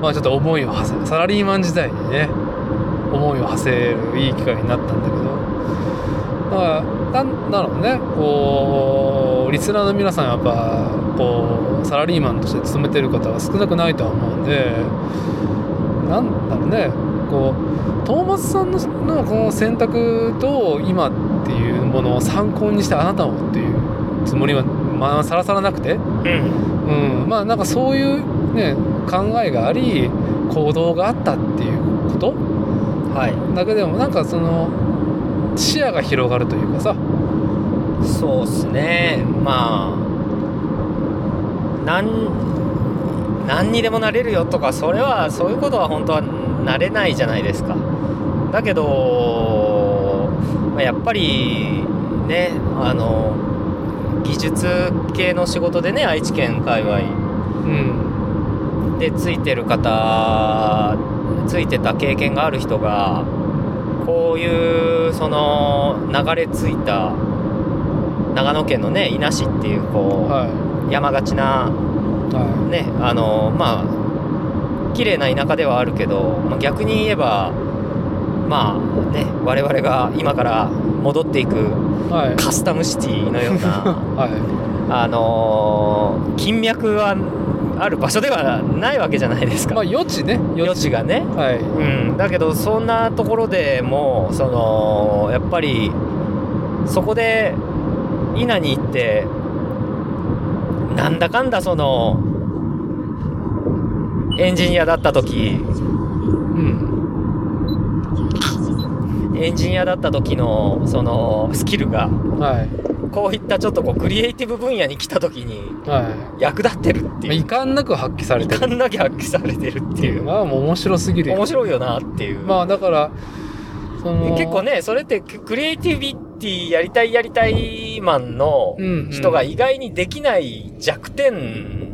[SPEAKER 1] まあちょっと思いを馳せサラリーマン時代にね思いを馳せるいい機会になったんだけどだからなんだろうねこうリスナーの皆さんやっぱこうサラリーマンとして勤めてる方は少なくないとは思うんでなんだろうねこうトーマスさんののこの選択と今っていうものを参考にしてあなたをっていうつもりはまあさらさらなくて。
[SPEAKER 2] いうん
[SPEAKER 1] うん、まあなんかそういうね考えがあり行動があったっていうこと
[SPEAKER 2] はい
[SPEAKER 1] だけでもなんかその視野が広がるというかさ
[SPEAKER 2] そうっすねまあなん何にでもなれるよとかそれはそういうことは本当はなれないじゃないですかだけどまあやっぱりねあの技術系の仕事でね愛知県界隈
[SPEAKER 1] うん
[SPEAKER 2] でついてる方ついてた経験がある人がこういうその流れ着いた長野県のね伊那市っていうこう、
[SPEAKER 1] は
[SPEAKER 2] 山がちない
[SPEAKER 1] は
[SPEAKER 2] ねあのまあ綺麗な田舎ではあるけど、まあ、逆に言えばまあね我々が今から戻っていく
[SPEAKER 1] いはい
[SPEAKER 2] カスタムシティのような。
[SPEAKER 1] は
[SPEAKER 2] あのー金脈はある場所ではないわけじゃないです
[SPEAKER 1] い
[SPEAKER 2] か、
[SPEAKER 1] まあ余地ね余
[SPEAKER 2] 余地がね、
[SPEAKER 1] はい
[SPEAKER 2] うん、だけどそんなところでもそのやっぱりそこで伊那に行ってなんだかんだそのエンジニアだった時
[SPEAKER 1] うん
[SPEAKER 2] エンジニアだった時のそのスキルが
[SPEAKER 1] はい
[SPEAKER 2] こういったちょっとこうクリエイティブ分野に来た時に
[SPEAKER 1] は
[SPEAKER 2] 役立ってるって
[SPEAKER 1] い
[SPEAKER 2] いう
[SPEAKER 1] まあ遺憾なく発揮されて
[SPEAKER 2] か
[SPEAKER 1] る
[SPEAKER 2] んなきゃ発揮されてるっていう
[SPEAKER 1] まあもう面白すぎるよ
[SPEAKER 2] 面白いよなっていう、
[SPEAKER 1] まあだからその
[SPEAKER 2] 結構ねそれってククリエイティビティやりたいやりたいマンの
[SPEAKER 1] うんうん
[SPEAKER 2] 人が意外にできない弱点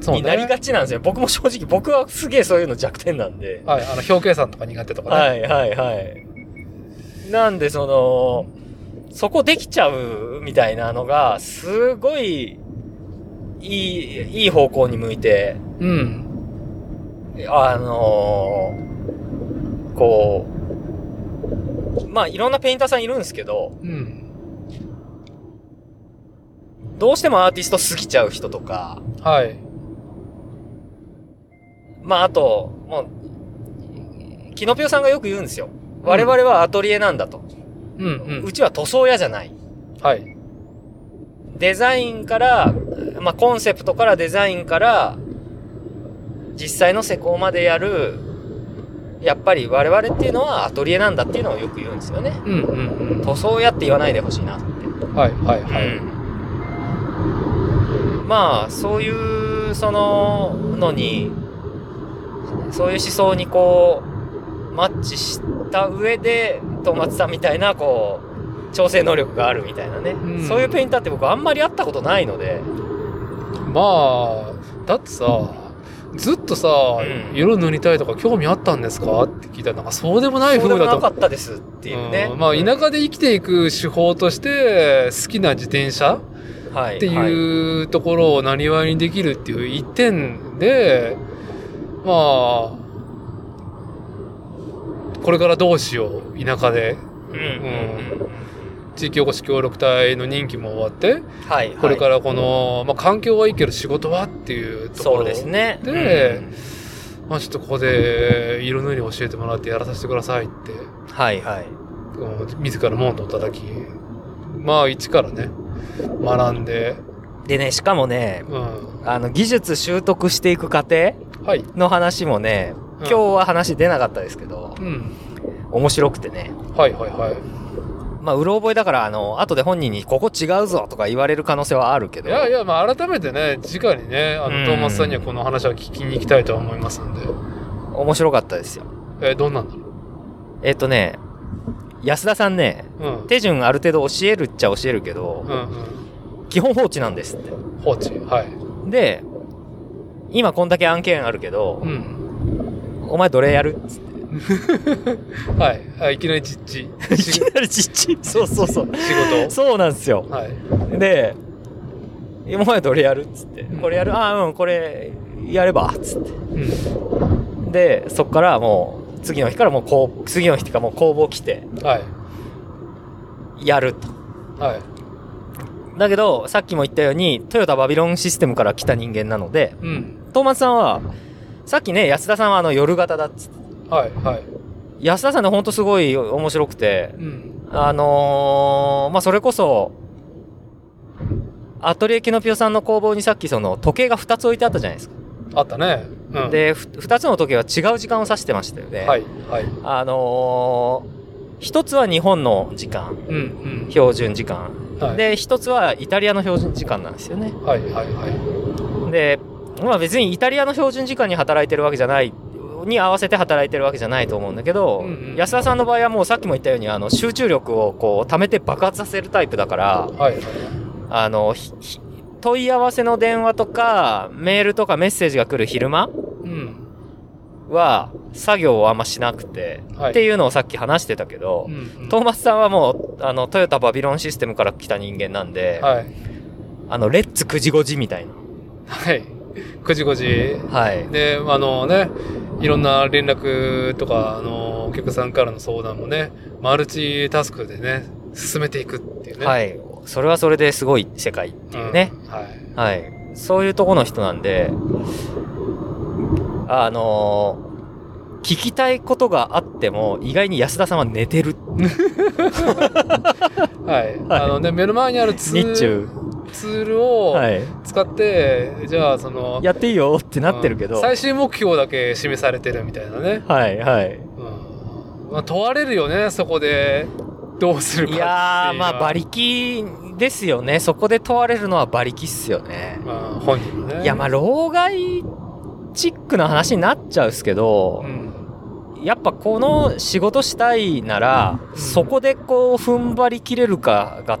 [SPEAKER 1] そうね
[SPEAKER 2] になりがちなんですよ、僕も正直僕はすげえそういうの弱点なんで、
[SPEAKER 1] はいあの表計算とか苦手とかね
[SPEAKER 2] はい、はいはいなんでそのそこできちゃうみたいなのがすごいいいいい方向に向いて
[SPEAKER 1] うん
[SPEAKER 2] あのーこう、まあいろんなペインターさんいるんですけど、
[SPEAKER 1] うん
[SPEAKER 2] どうしてもアーティスト過ぎちゃう人とか、
[SPEAKER 1] はい
[SPEAKER 2] まああと、もう、キノピオさんがよく言うんですよ。我々はアトリエなんだと。
[SPEAKER 1] うん
[SPEAKER 2] う
[SPEAKER 1] うん
[SPEAKER 2] ちは塗装屋じゃない。
[SPEAKER 1] はい
[SPEAKER 2] デザインから、まあコンセプトからデザインから、実際の施工までやる、やっぱり我々っていうのはアトリエなんだっていうのをよく言うんですよね。
[SPEAKER 1] うんうんうん
[SPEAKER 2] 塗装屋って言わないでほしいな。
[SPEAKER 1] はいはいはい、
[SPEAKER 2] まあそういうそののにそういう思想にこうマッチした上でトマツさんみたいなこう調整能力があるみたいなね、
[SPEAKER 1] うん
[SPEAKER 2] そういうペインターって僕あんまり会ったことないので
[SPEAKER 1] まあだってさずっとさ、
[SPEAKER 2] うん
[SPEAKER 1] 色塗りたいとか興味あったんですかって聞いたらなんかそうでもない
[SPEAKER 2] そう
[SPEAKER 1] 風
[SPEAKER 2] で
[SPEAKER 1] だ
[SPEAKER 2] もな
[SPEAKER 1] と
[SPEAKER 2] かったですっていうね、
[SPEAKER 1] うんまあ田舎で生きていく手法として好きな自転車
[SPEAKER 2] はい
[SPEAKER 1] って
[SPEAKER 2] はい
[SPEAKER 1] いうところをなりわいにできるっていう一点でまあこれからどうしよう田舎で
[SPEAKER 2] うんうん
[SPEAKER 1] 地域おこし協力隊の任期も終わって
[SPEAKER 2] うんはい
[SPEAKER 1] これかららこの、まあ、環境はいいけど仕事はっていうところ
[SPEAKER 2] そうですね
[SPEAKER 1] で
[SPEAKER 2] うん
[SPEAKER 1] まあ、ちょっとここで色塗り教えてもらってやらさせてくださいって、
[SPEAKER 2] はいはい
[SPEAKER 1] うん自ら門戸を叩きまあ一からね学んで、
[SPEAKER 2] でねしかもね
[SPEAKER 1] うん、
[SPEAKER 2] あの技術習得していく過程
[SPEAKER 1] はい、
[SPEAKER 2] の話もね
[SPEAKER 1] うん
[SPEAKER 2] 今日は話出なかったですけど、
[SPEAKER 1] うん、
[SPEAKER 2] 面白くてね
[SPEAKER 1] はいはいはい
[SPEAKER 2] まあうろ覚えだからあの後で本人に「ここ違うぞ」とか言われる可能性はあるけ
[SPEAKER 1] い
[SPEAKER 2] ど
[SPEAKER 1] やいやまあ改めてね直にねあ
[SPEAKER 2] う
[SPEAKER 1] の
[SPEAKER 2] ん
[SPEAKER 1] トーマスさんにはこの話は聞きに行きたいと思いますんで、
[SPEAKER 2] 面白かったですよ
[SPEAKER 1] えーどんなんだろ
[SPEAKER 2] えっとね安田さんね
[SPEAKER 1] ううん
[SPEAKER 2] 手順ある程度教えるっちゃ教えるけど、
[SPEAKER 1] うん
[SPEAKER 2] 基本放置なんですって
[SPEAKER 1] うん放置はい
[SPEAKER 2] で今こんだけ案件あるけど
[SPEAKER 1] う、ん
[SPEAKER 2] お前どれやるっつっ
[SPEAKER 1] はいあいきなり実 地
[SPEAKER 2] てい
[SPEAKER 1] 仕
[SPEAKER 2] きなりちっちゃいそうそうそう
[SPEAKER 1] 事
[SPEAKER 2] そうなんですよ
[SPEAKER 1] はい
[SPEAKER 2] で「お前どれやる?」っつって
[SPEAKER 1] うん
[SPEAKER 2] 「これやるああうんこれやれば」っつって
[SPEAKER 1] うん
[SPEAKER 2] でそっからもう次の日からもうこう次の日っていうかもう工房来て
[SPEAKER 1] はい
[SPEAKER 2] やると
[SPEAKER 1] はい
[SPEAKER 2] だけどさっきも言ったようにトヨタバビロンシステムから来た人間なので
[SPEAKER 1] うん
[SPEAKER 2] トーマスさんはさっきね安田さんはあの夜型だっつって
[SPEAKER 1] はいはい
[SPEAKER 2] 安田さんねほんとすごい面白くて
[SPEAKER 1] うん
[SPEAKER 2] あのーまあそれこそアトリエキノピオさんの工房にさっきその時計が2つ置いてあったじゃないですか
[SPEAKER 1] あったねうん
[SPEAKER 2] でふ2つの時計は違う時間を指してましたよね。
[SPEAKER 1] はいはい
[SPEAKER 2] あのー、1つは日本の時間
[SPEAKER 1] うんうん
[SPEAKER 2] 標準時間、
[SPEAKER 1] はい
[SPEAKER 2] で1つはイタリアの標準時間なんですよね。
[SPEAKER 1] はいはいはい
[SPEAKER 2] で、まあ、別にイタリアの標準時間に働いてるわけじゃないに合わせて働いてるわけじゃないと思うんだけど、
[SPEAKER 1] うんうん
[SPEAKER 2] 安田さんの場合はもうさっきも言ったようにあの集中力をこう溜めて爆発させるタイプだから
[SPEAKER 1] はいはい
[SPEAKER 2] あのひひ問い合わせの電話とかメールとかメッセージが来る昼間
[SPEAKER 1] うん
[SPEAKER 2] は作業をあんましなくて、
[SPEAKER 1] はい
[SPEAKER 2] っていうのをさっき話してたけど、
[SPEAKER 1] うんうん
[SPEAKER 2] トーマスさんはもうあのトヨタバビロンシステムから来た人間なんで、
[SPEAKER 1] はい
[SPEAKER 2] あのレッツ9時5時みたいな、
[SPEAKER 1] はい9時5時
[SPEAKER 2] はい、
[SPEAKER 1] で、あのね、いろんな連絡とか、あの、お客さんからの相談もね、マルチタスクでね、進めていくっていうね。。
[SPEAKER 2] はいい、それはそれですごい世界っていうね、
[SPEAKER 1] はい。
[SPEAKER 2] はい、そういうとこの人なんで、あのー聞きたいことがあっても意外に安田さんは寝てる
[SPEAKER 1] はい。あのね、目の前にあるツ
[SPEAKER 2] 日
[SPEAKER 1] ー
[SPEAKER 2] 中
[SPEAKER 1] ル、、ツールを
[SPEAKER 2] はい、
[SPEAKER 1] 使って、じゃあ、その、
[SPEAKER 2] やっていいよってなってるけ
[SPEAKER 1] う
[SPEAKER 2] ど、
[SPEAKER 1] ん最終目標だけ示されてるみたいなね。
[SPEAKER 2] はいはい
[SPEAKER 1] うん。まあ、問われるよね、そこで。どうするかっ
[SPEAKER 2] い
[SPEAKER 1] ていうのは。
[SPEAKER 2] やーまあ馬力ですよねそこで問われるのは馬力っすよね、
[SPEAKER 1] まあ、本人のね。
[SPEAKER 2] いやまあ老害チックな話になっちゃうっすけど
[SPEAKER 1] う、ん。
[SPEAKER 2] やっぱこの仕事したいなら、
[SPEAKER 1] ん
[SPEAKER 2] そこでこう踏ん張り切れるかが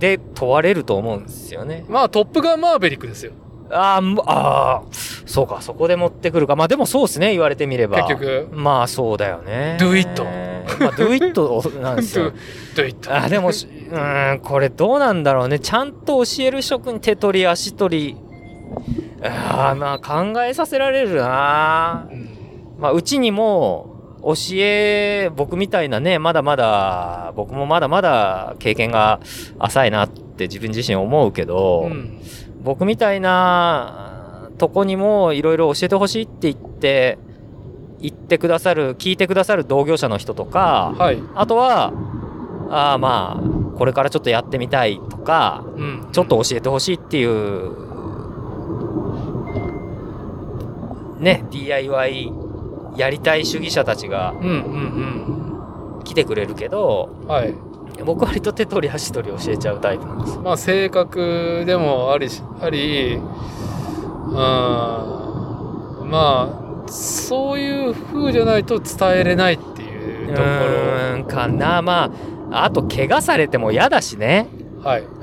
[SPEAKER 2] で問われると思うんですよね
[SPEAKER 1] まあ、トップガンマーベリックですよ。
[SPEAKER 2] あーもうあーそうかそこで持ってくるかまあでもそうっすね言われてみれば
[SPEAKER 1] 結局。
[SPEAKER 2] まあそうだよね
[SPEAKER 1] Do it
[SPEAKER 2] まあ Do it なんで すよ
[SPEAKER 1] どういった
[SPEAKER 2] あでもしうーんこれどうなんだろうねちゃんと教える職に手取り足取りあーまあ考えさせられるな
[SPEAKER 1] うん
[SPEAKER 2] まあうちにも教え僕みたいなねまだまだ僕もまだまだ経験が浅いなって自分自身思うけど、
[SPEAKER 1] うん
[SPEAKER 2] 僕みたいなとこにもいろいろ教えてほしいって言って言ってくださる聞いてくださる同業者の人とか、
[SPEAKER 1] はい。
[SPEAKER 2] あとは、あーまあ、これからちょっとやってみたいとか、
[SPEAKER 1] うん
[SPEAKER 2] ちょっと教えてほしいっていう、ね、DIY やりたい主義者たちが
[SPEAKER 1] うんうん
[SPEAKER 2] 来てくれるけど、
[SPEAKER 1] うん。はい。
[SPEAKER 2] 僕割と手取り足取り教えちゃうタイプなんですよ。
[SPEAKER 1] まあ性格でもありし、あり、うん。まあ、そういう風じゃないと伝えれないっていう
[SPEAKER 2] う
[SPEAKER 1] とこ
[SPEAKER 2] ーん、かな。まあ、あと、怪我されても嫌だしね。
[SPEAKER 1] ろ。はい。
[SPEAKER 2] うーん。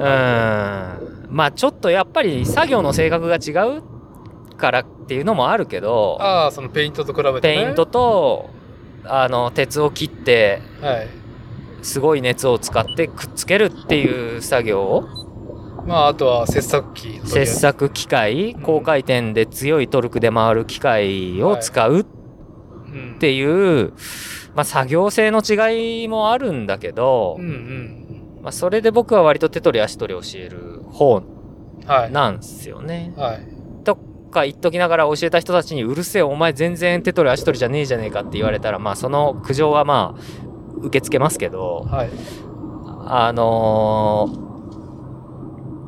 [SPEAKER 2] まあ、ちょっとやっぱり作業の性格が違うからっていうのもあるけど、
[SPEAKER 1] ああ、そのペイントと比べて、
[SPEAKER 2] ペ
[SPEAKER 1] ね。
[SPEAKER 2] イントとあの鉄を切って
[SPEAKER 1] はい。
[SPEAKER 2] すごい熱を使ってくっつけるっていう作業を
[SPEAKER 1] まあ、あとは切削機の時
[SPEAKER 2] 切削機械
[SPEAKER 1] うん
[SPEAKER 2] 高回転で強いトルクで回る機械を使うっ
[SPEAKER 1] うん。
[SPEAKER 2] ていう、まあ、作業性の違いもあるんだけど
[SPEAKER 1] うん、うん。
[SPEAKER 2] まあ、それで僕は割と手取り足取り教える方
[SPEAKER 1] はい。
[SPEAKER 2] なんですよね。
[SPEAKER 1] はい。
[SPEAKER 2] とか言っときながら教えた人たちに「うるせえお前全然手取り足取りじゃねえじゃねえか」って言われたらまあその苦情はまあ受け付けますけど。
[SPEAKER 1] はい。
[SPEAKER 2] あのー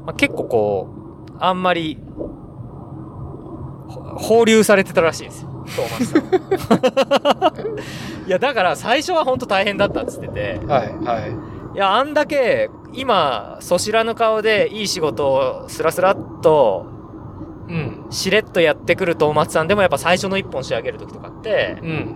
[SPEAKER 2] まあ結構こう、あんまり、ほ放流されてたらしいですよ、トーマスさん。いや、だから最初は本当大変だったっつってて、
[SPEAKER 1] はいはい
[SPEAKER 2] や、あんだけ、今、そしらぬ顔でいい仕事をスラスラっと、
[SPEAKER 1] いうん
[SPEAKER 2] しれっとやってくるトーマスさんでもやっぱ最初の一本仕上げる時とかって、
[SPEAKER 1] うん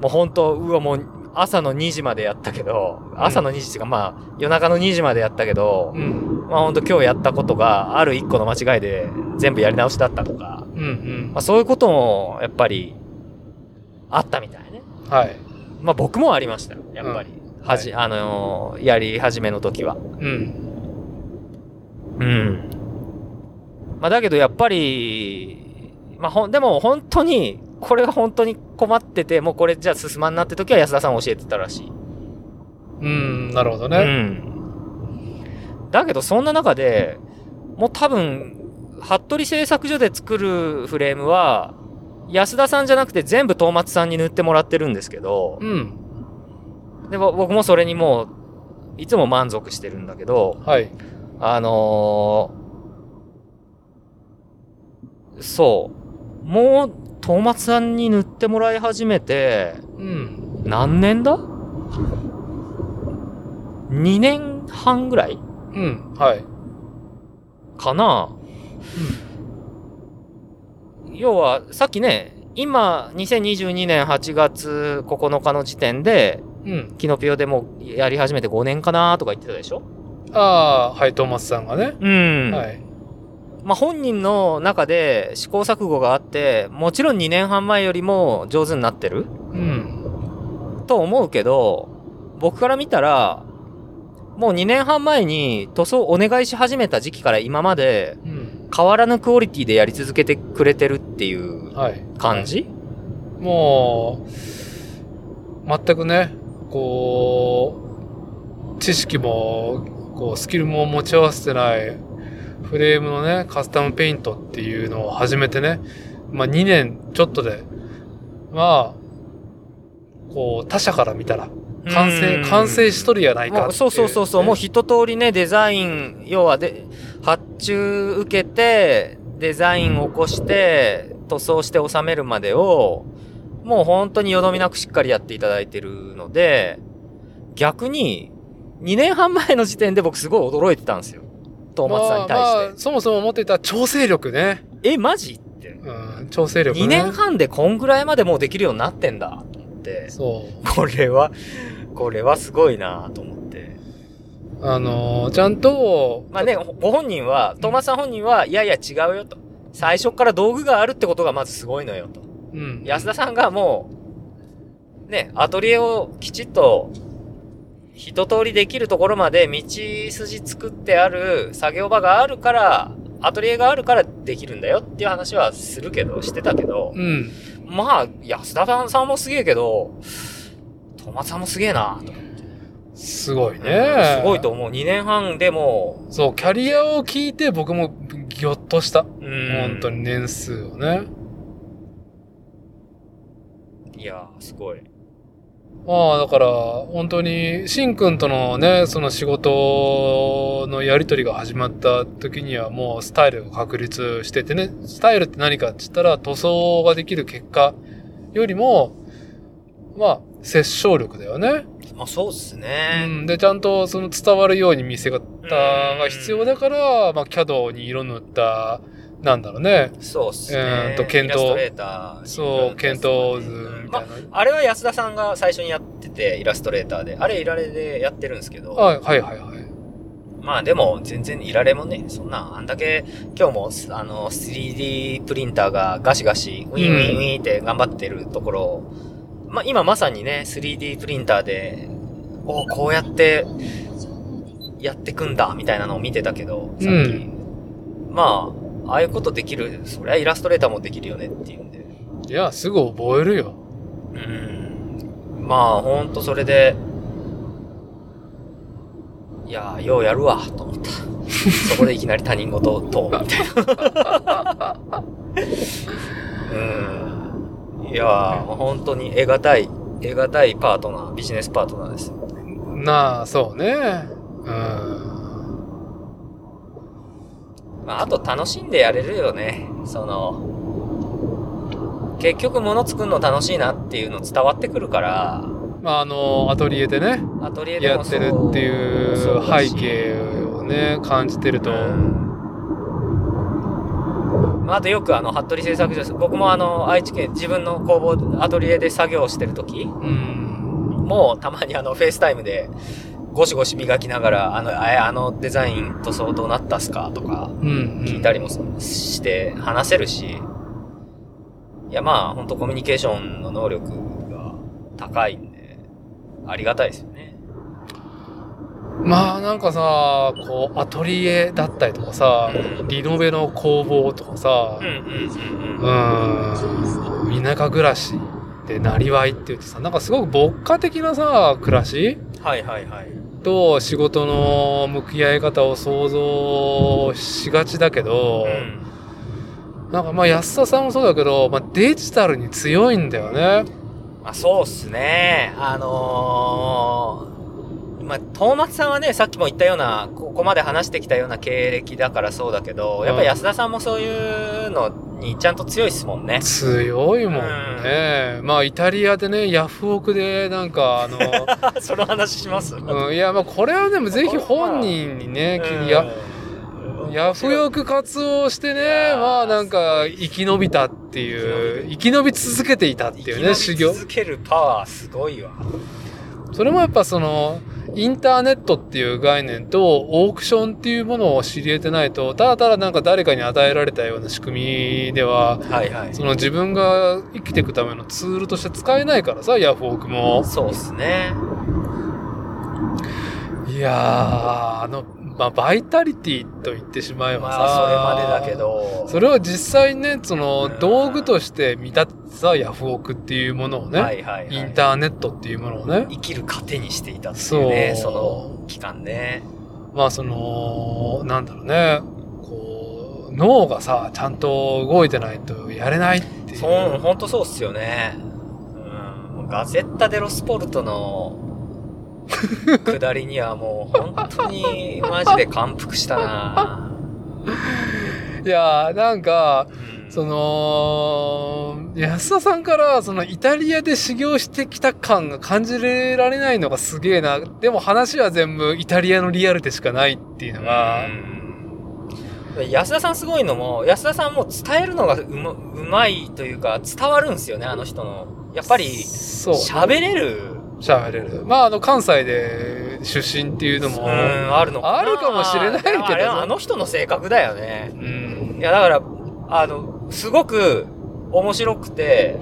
[SPEAKER 2] もう本当うわもう朝の2時までやったけど、
[SPEAKER 1] ん
[SPEAKER 2] 朝の2時っていうかまあ夜中の2時までやったけど
[SPEAKER 1] う、ん
[SPEAKER 2] まあ本当今日やったことがある一個の間違いで全部やり直しだったとか、
[SPEAKER 1] うんうん
[SPEAKER 2] まあそういうこともやっぱりあったみたいね。
[SPEAKER 1] はい
[SPEAKER 2] まあ僕もありましたよやっぱり。はじ、あのーやり始めの時は。
[SPEAKER 1] うん
[SPEAKER 2] うん。まあだけどやっぱり、まあほん、でも本当に、これが本当に困ってて、もうこれじゃあ進まんなって時は安田さん教えてたらしい。
[SPEAKER 1] うんなるほど
[SPEAKER 2] う
[SPEAKER 1] ね
[SPEAKER 2] ん。だけどそんな中で、もう多分、服部製作所で作るフレームは、安田さんじゃなくて全部東松さんに塗ってもらってるんですけど、
[SPEAKER 1] うん
[SPEAKER 2] でも僕もそれにもう、いつも満足してるんだけど、
[SPEAKER 1] はい
[SPEAKER 2] あのーそう。もう、トーマツさんに塗ってもらい始めて、
[SPEAKER 1] うん
[SPEAKER 2] 何年だ ?2 年半ぐらい
[SPEAKER 1] うんはい
[SPEAKER 2] かな、要は、さっきね、今、2022年8月9日の時点で、
[SPEAKER 1] うん
[SPEAKER 2] キノピオでもうやり始めて5年かなとか言ってたでしょ
[SPEAKER 1] ああーはいトーマスさんがね
[SPEAKER 2] うん
[SPEAKER 1] はい
[SPEAKER 2] まあ、本人の中で試行錯誤があってもちろん2年半前よりも上手になってる
[SPEAKER 1] うん
[SPEAKER 2] と思うけど僕から見たらもう2年半前に塗装お願いし始めた時期から今まで
[SPEAKER 1] うん
[SPEAKER 2] 変わらぬクオリティでやり続けてくれてるっていう
[SPEAKER 1] はい
[SPEAKER 2] 感じ
[SPEAKER 1] もう、全くね、こう、知識も、こう、スキルも持ち合わせてない、フレームのね、カスタムペイントっていうのを始めてね、まあ2年ちょっとで、まあ、こう、他者から見たら、完成、
[SPEAKER 2] うん
[SPEAKER 1] 完成しとるやないかって
[SPEAKER 2] も
[SPEAKER 1] いう
[SPEAKER 2] そうそうそうそう、もう一通りね、デザイン、要はで、発注受けて、デザインを起こして、塗装して収めるまでを、もう本当によどみなくしっかりやっていただいてるので、逆に、2年半前の時点で僕すごい驚いてたんですよ。トーマツさんに対して。
[SPEAKER 1] まあまあそもそも持っていた調整力ね。
[SPEAKER 2] え、マジって。
[SPEAKER 1] うん、調整力ね。
[SPEAKER 2] 2年半でこんぐらいまでもうできるようになってんだと思って、
[SPEAKER 1] そう。
[SPEAKER 2] これは、これはすごいなと思って。
[SPEAKER 1] あのーちゃんと、
[SPEAKER 2] まあね、ご本人は、トーマスさん本人は、いやいや違うよと。最初から道具があるってことがまずすごいのよと。
[SPEAKER 1] うん。
[SPEAKER 2] 安田さんがもう、ね、アトリエをきちっと、一通りできるところまで道筋作ってある作業場があるから、アトリエがあるからできるんだよっていう話はするけど、してたけど
[SPEAKER 1] う、ん。
[SPEAKER 2] まあ、安田さんもすげえけど、トーマスさんもすげえなと。
[SPEAKER 1] すごいね。
[SPEAKER 2] すごいと思う。2年半でも、
[SPEAKER 1] そう、キャリアを聞いて僕もぎょっとした。
[SPEAKER 2] うん
[SPEAKER 1] 本当に年数をね。
[SPEAKER 2] いやー、すごい。
[SPEAKER 1] まあだから、本当に、しんくんとのね、その仕事のやりとりが始まった時にはもうスタイルが確立しててね、スタイルって何かって言ったら塗装ができる結果よりも、まあ、接触力だよね。
[SPEAKER 2] まあそうっす
[SPEAKER 1] う
[SPEAKER 2] ね。
[SPEAKER 1] ん。で、ちゃんとその伝わるように見せ方が必要だから、まあ、キャドに色塗った、なんだろうね。
[SPEAKER 2] そうっすね。
[SPEAKER 1] えーっと検討
[SPEAKER 2] イラストレーター。
[SPEAKER 1] そう、検討図みたいな。
[SPEAKER 2] まあ、あれは安田さんが最初にやってて、イラストレーターで。あれ、イラレでやってるんですけど。
[SPEAKER 1] あ、はいはいはい。
[SPEAKER 2] まあでも、全然イラレもね、そんな、あんだけ、今日も、あの、3D プリンターがガシガシ、ウィンウィンウィンって頑張ってるところを、まあ今まさにね、3D プリンターで、おうこうやってやってくんだみたいなのを見てたけど、さっき、まあ、ああいうことできる、そりゃイラストレーターもできるよねっていうんで、
[SPEAKER 1] いや、すぐ覚えるよ。
[SPEAKER 2] うん、まあ、ほんとそれで、いやー、ようやるわ、と思った。そこでいきなり他人事と、みたいな。うん。いやー、本当に得難い、得難いパートナー、ビジネスパートナーですよ。
[SPEAKER 1] なあ、そうね。うん
[SPEAKER 2] まあ、あと楽しんでやれるよね。その、結局物作るの楽しいなっていうの伝わってくるから、
[SPEAKER 1] まああのアトリエでね
[SPEAKER 2] アトリエで
[SPEAKER 1] や
[SPEAKER 2] も
[SPEAKER 1] っ
[SPEAKER 2] そ
[SPEAKER 1] て
[SPEAKER 2] う
[SPEAKER 1] るっていう
[SPEAKER 2] そうだし
[SPEAKER 1] 背景をね感じてると、
[SPEAKER 2] うんまあ、あとよくあの服部製作所です僕もあの愛知県自分の工房アトリエで作業してる時
[SPEAKER 1] うん
[SPEAKER 2] もうたまにあのフェイスタイムでゴシゴシ磨きながら「あのあれあのデザイン塗装どうなったっすか?」とか
[SPEAKER 1] うん、
[SPEAKER 2] 聞いたりもして話せるしいやまあ本当コミュニケーションの能力が高いんでありがたいですよね。
[SPEAKER 1] まあなんかさこうアトリエだったりとかさ
[SPEAKER 2] うん
[SPEAKER 1] リノベの工房とかさ
[SPEAKER 2] うんうん
[SPEAKER 1] う
[SPEAKER 2] うんうん
[SPEAKER 1] ん田舎暮らしでなりわいって言ってさなんかすごく牧歌的なさ暮らし
[SPEAKER 2] はいはいはい。
[SPEAKER 1] と仕事の向き合い方を想像しがちだけど、
[SPEAKER 2] うん
[SPEAKER 1] なんかまあ安田さんもそうだけど、まあ、デジタルに強いんだよね。
[SPEAKER 2] まあ、そうっすね。あのー、まあ、トーマツさんはね、さっきも言ったような、ここまで話してきたような経歴だからそうだけど、やっぱり安田さんもそういうのにちゃんと強いっすもんね。
[SPEAKER 1] 強いもんね。まあイタリアでねヤフオクでなんかあ の、
[SPEAKER 2] その話します、うん、
[SPEAKER 1] うん、いやまあこれはでもぜひ本人にね、きやヤフヨク活動して
[SPEAKER 2] い
[SPEAKER 1] ね、
[SPEAKER 2] やー
[SPEAKER 1] まあなんか生き延びたっていう、生き延び続けていたっていうね、修
[SPEAKER 2] 修
[SPEAKER 1] 行
[SPEAKER 2] 行。続けるパワーすごいわ。
[SPEAKER 1] それもやっぱその、インターネットっていう概念とオークションっていうものを知り得てないと、ただただなんか誰かに与えられたような仕組みでは、
[SPEAKER 2] はいはい。
[SPEAKER 1] その自分が生きていくためのツールとして使えないからさ、ヤフオクも。
[SPEAKER 2] そうっすね。
[SPEAKER 1] いやー、あの、まあバイタリティと言ってしまえばさ、
[SPEAKER 2] まあ、それまでだけど。
[SPEAKER 1] それを実際にね、その
[SPEAKER 2] うん
[SPEAKER 1] 道具として見立てたヤフオクっていうものをね、
[SPEAKER 2] はいはいはい、
[SPEAKER 1] インターネットっていうものをね、
[SPEAKER 2] 生きる糧にしていたっていうね、
[SPEAKER 1] そう
[SPEAKER 2] その期間ね。
[SPEAKER 1] まあその、なんだろうね、こう、脳がさ、ちゃんと動いてないとやれないっていう。
[SPEAKER 2] そう、ほんとそうっすよね。うん。ガゼッタ・デ・ロスポル トの下りにはもう本当にマジで感服したな、
[SPEAKER 1] いやー、なんか、
[SPEAKER 2] うん
[SPEAKER 1] その、安田さんから、そのイタリアで修行してきた感が感じられないのがすげえな。でも話は全部イタリアのリアルでしかないっていうのが、
[SPEAKER 2] うん安田さんすごいのも、安田さんも伝えるのがうまうまいというか、伝わるんですよね、あの人の。やっぱり、
[SPEAKER 1] そう。
[SPEAKER 2] 喋れる、
[SPEAKER 1] 喋れる。まあ、あの、関西で出身っていうの
[SPEAKER 2] う
[SPEAKER 1] も、
[SPEAKER 2] ん、あるのな
[SPEAKER 1] あるかもしれないけど
[SPEAKER 2] あれはあの人の性格だよね。
[SPEAKER 1] うん
[SPEAKER 2] いや、だから、あの、すごく面白くて、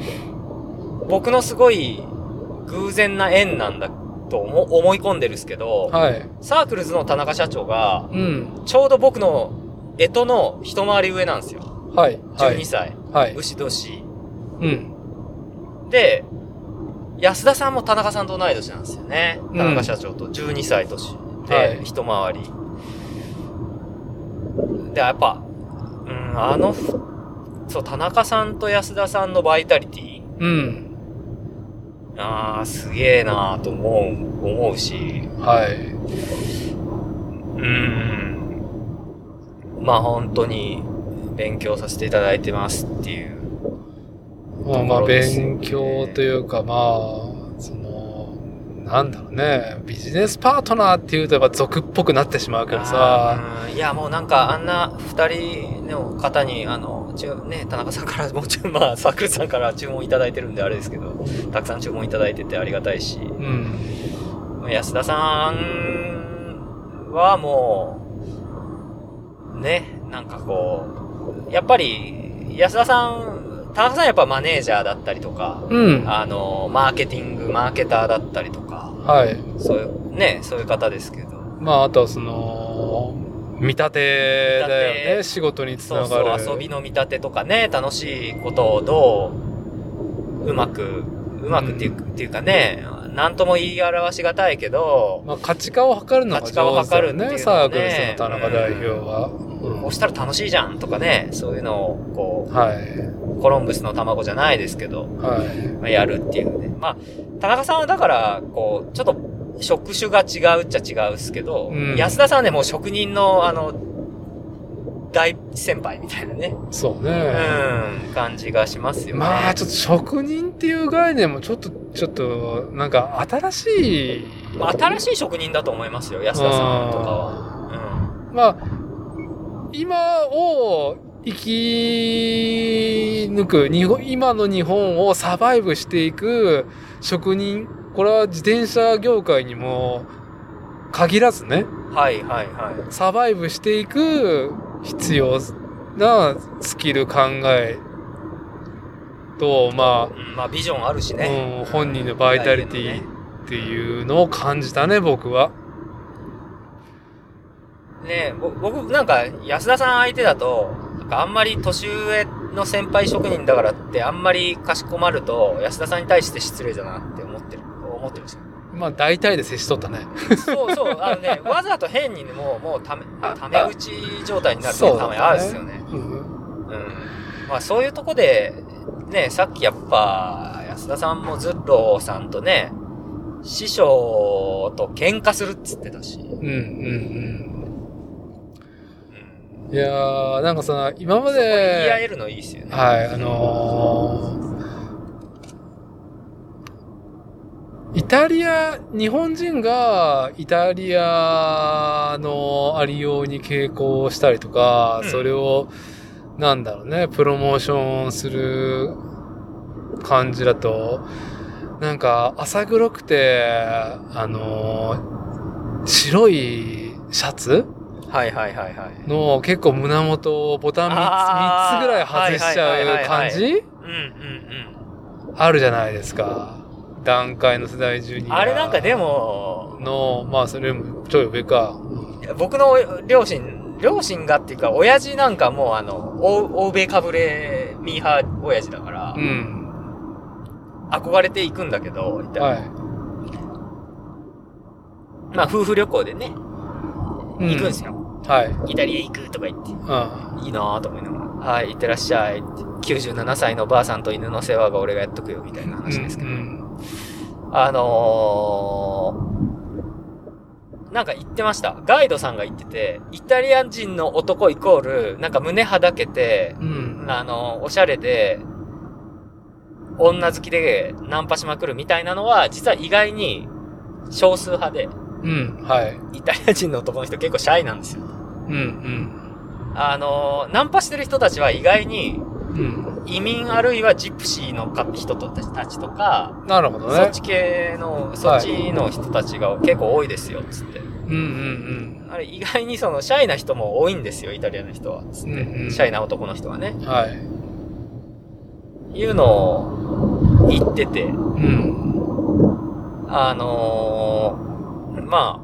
[SPEAKER 2] 僕のすごい偶然な縁なんだと思思い込んでるんですけど、
[SPEAKER 1] はい。
[SPEAKER 2] サークルズの田中社長が、
[SPEAKER 1] うん。
[SPEAKER 2] ちょうど僕の干支の一回り上なんですよ。
[SPEAKER 1] はい。は
[SPEAKER 2] 12
[SPEAKER 1] い。
[SPEAKER 2] 歳、
[SPEAKER 1] はい。
[SPEAKER 2] 牛年。
[SPEAKER 1] うん。
[SPEAKER 2] で、安田さんも田中さんと同い年なんですよね。
[SPEAKER 1] うん
[SPEAKER 2] 田中社長と12歳年
[SPEAKER 1] は
[SPEAKER 2] で
[SPEAKER 1] い
[SPEAKER 2] 一回り。で、やっぱ、うん、あの、そう、田中さんと安田さんのバイタリティ、
[SPEAKER 1] うん。
[SPEAKER 2] ああ、すげえなーと思う、思うし、
[SPEAKER 1] はい。
[SPEAKER 2] うん。まあ本当に勉強させていただいてますっていう。
[SPEAKER 1] まあ、まあ、
[SPEAKER 2] ところです
[SPEAKER 1] 勉強というか、まあ、その、なんだろうね、ビジネスパートナーっていうとやっぱ俗っぽくなってしまうけどさ、
[SPEAKER 2] あーうんいやもうなんかあんな二人の方にあのちゅね田中さんからもちろ んまあサークルさんから注文いただいてるんであれですけどたくさん注文いただいててありがたいし
[SPEAKER 1] うん。
[SPEAKER 2] 安田さんはもうねなんかこうやっぱり安田さん田中さんはやっぱマネージャーだったりとか
[SPEAKER 1] うん。
[SPEAKER 2] あのマーケティングマーケターだったりとか
[SPEAKER 1] はい。
[SPEAKER 2] そういうねそういう方ですけど
[SPEAKER 1] まあ、あとはその、見立てだよ
[SPEAKER 2] 見
[SPEAKER 1] ね、
[SPEAKER 2] 立て
[SPEAKER 1] 仕事につな
[SPEAKER 2] そう
[SPEAKER 1] がる。
[SPEAKER 2] そう遊びの見立てとかね楽しいことをどううまくうまくっていう,、っていうかね何とも言い表しがたいけど
[SPEAKER 1] まあ、価値観を測るのが上手だよね、サ
[SPEAKER 2] 価値観を
[SPEAKER 1] ーク
[SPEAKER 2] 測る
[SPEAKER 1] ル
[SPEAKER 2] って
[SPEAKER 1] ス
[SPEAKER 2] いう
[SPEAKER 1] の田
[SPEAKER 2] のはね
[SPEAKER 1] 中代表は。
[SPEAKER 2] こうしたら楽しいじゃんとかねそういうのをこ
[SPEAKER 1] はい。
[SPEAKER 2] うコロンブスの卵じゃないですけど、
[SPEAKER 1] はい。
[SPEAKER 2] まあやるっていうねまあ田中さんはだからこうちょっと職種が違うっちゃ違うっすけど、
[SPEAKER 1] うん
[SPEAKER 2] 安田さんはね、もう職人の、あの、大先輩みたいなね、
[SPEAKER 1] そう
[SPEAKER 2] う
[SPEAKER 1] ね。
[SPEAKER 2] ん、感じがしますよね。
[SPEAKER 1] まあ、ちょっと職人っていう概念もちょっと、ちょっと、なんか新しい。
[SPEAKER 2] まあ新しい職人だと思いますよ、安田さんとかは。うん
[SPEAKER 1] まあ、今を生き抜く、日本今の日本をサバイブしていく職人、これは自転車業界にも限らずね、
[SPEAKER 2] はいはいはい。
[SPEAKER 1] サバイブしていく必要なスキル考えと、ま
[SPEAKER 2] うんまあビジョンあるし
[SPEAKER 1] あ、
[SPEAKER 2] ね。
[SPEAKER 1] うん本人のバイタリテ
[SPEAKER 2] 未来へ
[SPEAKER 1] ィ
[SPEAKER 2] の
[SPEAKER 1] っていうのを感じたね、僕は。
[SPEAKER 2] ねぼ僕なんか安田さん相手だと、なんかあんまり年上の先輩職人だからってあんまりかしこまると安田さんに対して失礼だなって思ってる、思ってるんですよ。
[SPEAKER 1] まあ、大体で接しとったね。
[SPEAKER 2] そうそう、あのね、わざと変にもう、もうため、
[SPEAKER 1] あ
[SPEAKER 2] ため打ち状態になるって
[SPEAKER 1] そうだ
[SPEAKER 2] たま
[SPEAKER 1] ね
[SPEAKER 2] にあるですよね。
[SPEAKER 1] うん
[SPEAKER 2] うん。まあそういうとこで、ね、さっきやっぱ、安田さんもズッローさんとね、師匠と喧嘩するっつってたし。う
[SPEAKER 1] うん、うん、うん。
[SPEAKER 2] ん。
[SPEAKER 1] いやー、なんかさ、今ま
[SPEAKER 2] そこに言い合
[SPEAKER 1] で、
[SPEAKER 2] えるのいいっすよね。
[SPEAKER 1] はい、あのー、イタリア、日本人がイタリアのありように傾向したりとか、
[SPEAKER 2] うん
[SPEAKER 1] それを、なんだろうね、プロモーションする感じだと、なんか朝黒くて、あのー白いシャツ
[SPEAKER 2] はいはいはいはい。
[SPEAKER 1] の結構胸元をボタン
[SPEAKER 2] あー
[SPEAKER 1] 3, つぐらい外しちゃう
[SPEAKER 2] はいはいはいはい
[SPEAKER 1] 感じ
[SPEAKER 2] うんうん
[SPEAKER 1] あるじゃないですか。段階の世代ジュ
[SPEAKER 2] う
[SPEAKER 1] ニ
[SPEAKER 2] ん。
[SPEAKER 1] ア。
[SPEAKER 2] あれなんかでも、
[SPEAKER 1] の、まあそれよりもちょい上か。
[SPEAKER 2] 僕の両親、両親がっていうか、親父なんかもうあの、欧欧米かぶれミーハー親父だから
[SPEAKER 1] う、ん。
[SPEAKER 2] 憧れていくんだけど、みたいな
[SPEAKER 1] は
[SPEAKER 2] まあ夫婦旅行でね、
[SPEAKER 1] い。
[SPEAKER 2] 行くんですよ。
[SPEAKER 1] うん。はい。
[SPEAKER 2] イタリア行くとか言って、
[SPEAKER 1] う
[SPEAKER 2] いいなぁと思いながら、はい、行ってらっしゃいって、97歳のばあさんと犬の世話が俺がやっとくよ、みたいな話ですけ
[SPEAKER 1] ん。
[SPEAKER 2] ど、
[SPEAKER 1] うん
[SPEAKER 2] あのー、なんか言ってました。ガイドさんが言ってて、イタリア人の男イコール、なんか胸はだけて、
[SPEAKER 1] うん。
[SPEAKER 2] あのー、おしゃれで、女好きでナンパしまくるみたいなのは、実は意外に少数派で、
[SPEAKER 1] うん。はい。
[SPEAKER 2] イタリア人の男の人結構シャイなんですよ。
[SPEAKER 1] うん。
[SPEAKER 2] あの、ナンパしてる人たちは意外に
[SPEAKER 1] うん。う
[SPEAKER 2] 移民あるいはジプシーのか人たちとか、
[SPEAKER 1] ん。なるほど
[SPEAKER 2] そっ
[SPEAKER 1] ね。
[SPEAKER 2] ち系の、そっちの人たちが結構多いですよ、つって。
[SPEAKER 1] うんうん
[SPEAKER 2] あれ意外にそのシャイな人も多いんですよ、イタリアの人は、つって。
[SPEAKER 1] うんうん
[SPEAKER 2] シャイな男の人はね。
[SPEAKER 1] うん。はい。
[SPEAKER 2] いうのを言ってて、
[SPEAKER 1] うん。
[SPEAKER 2] あのーま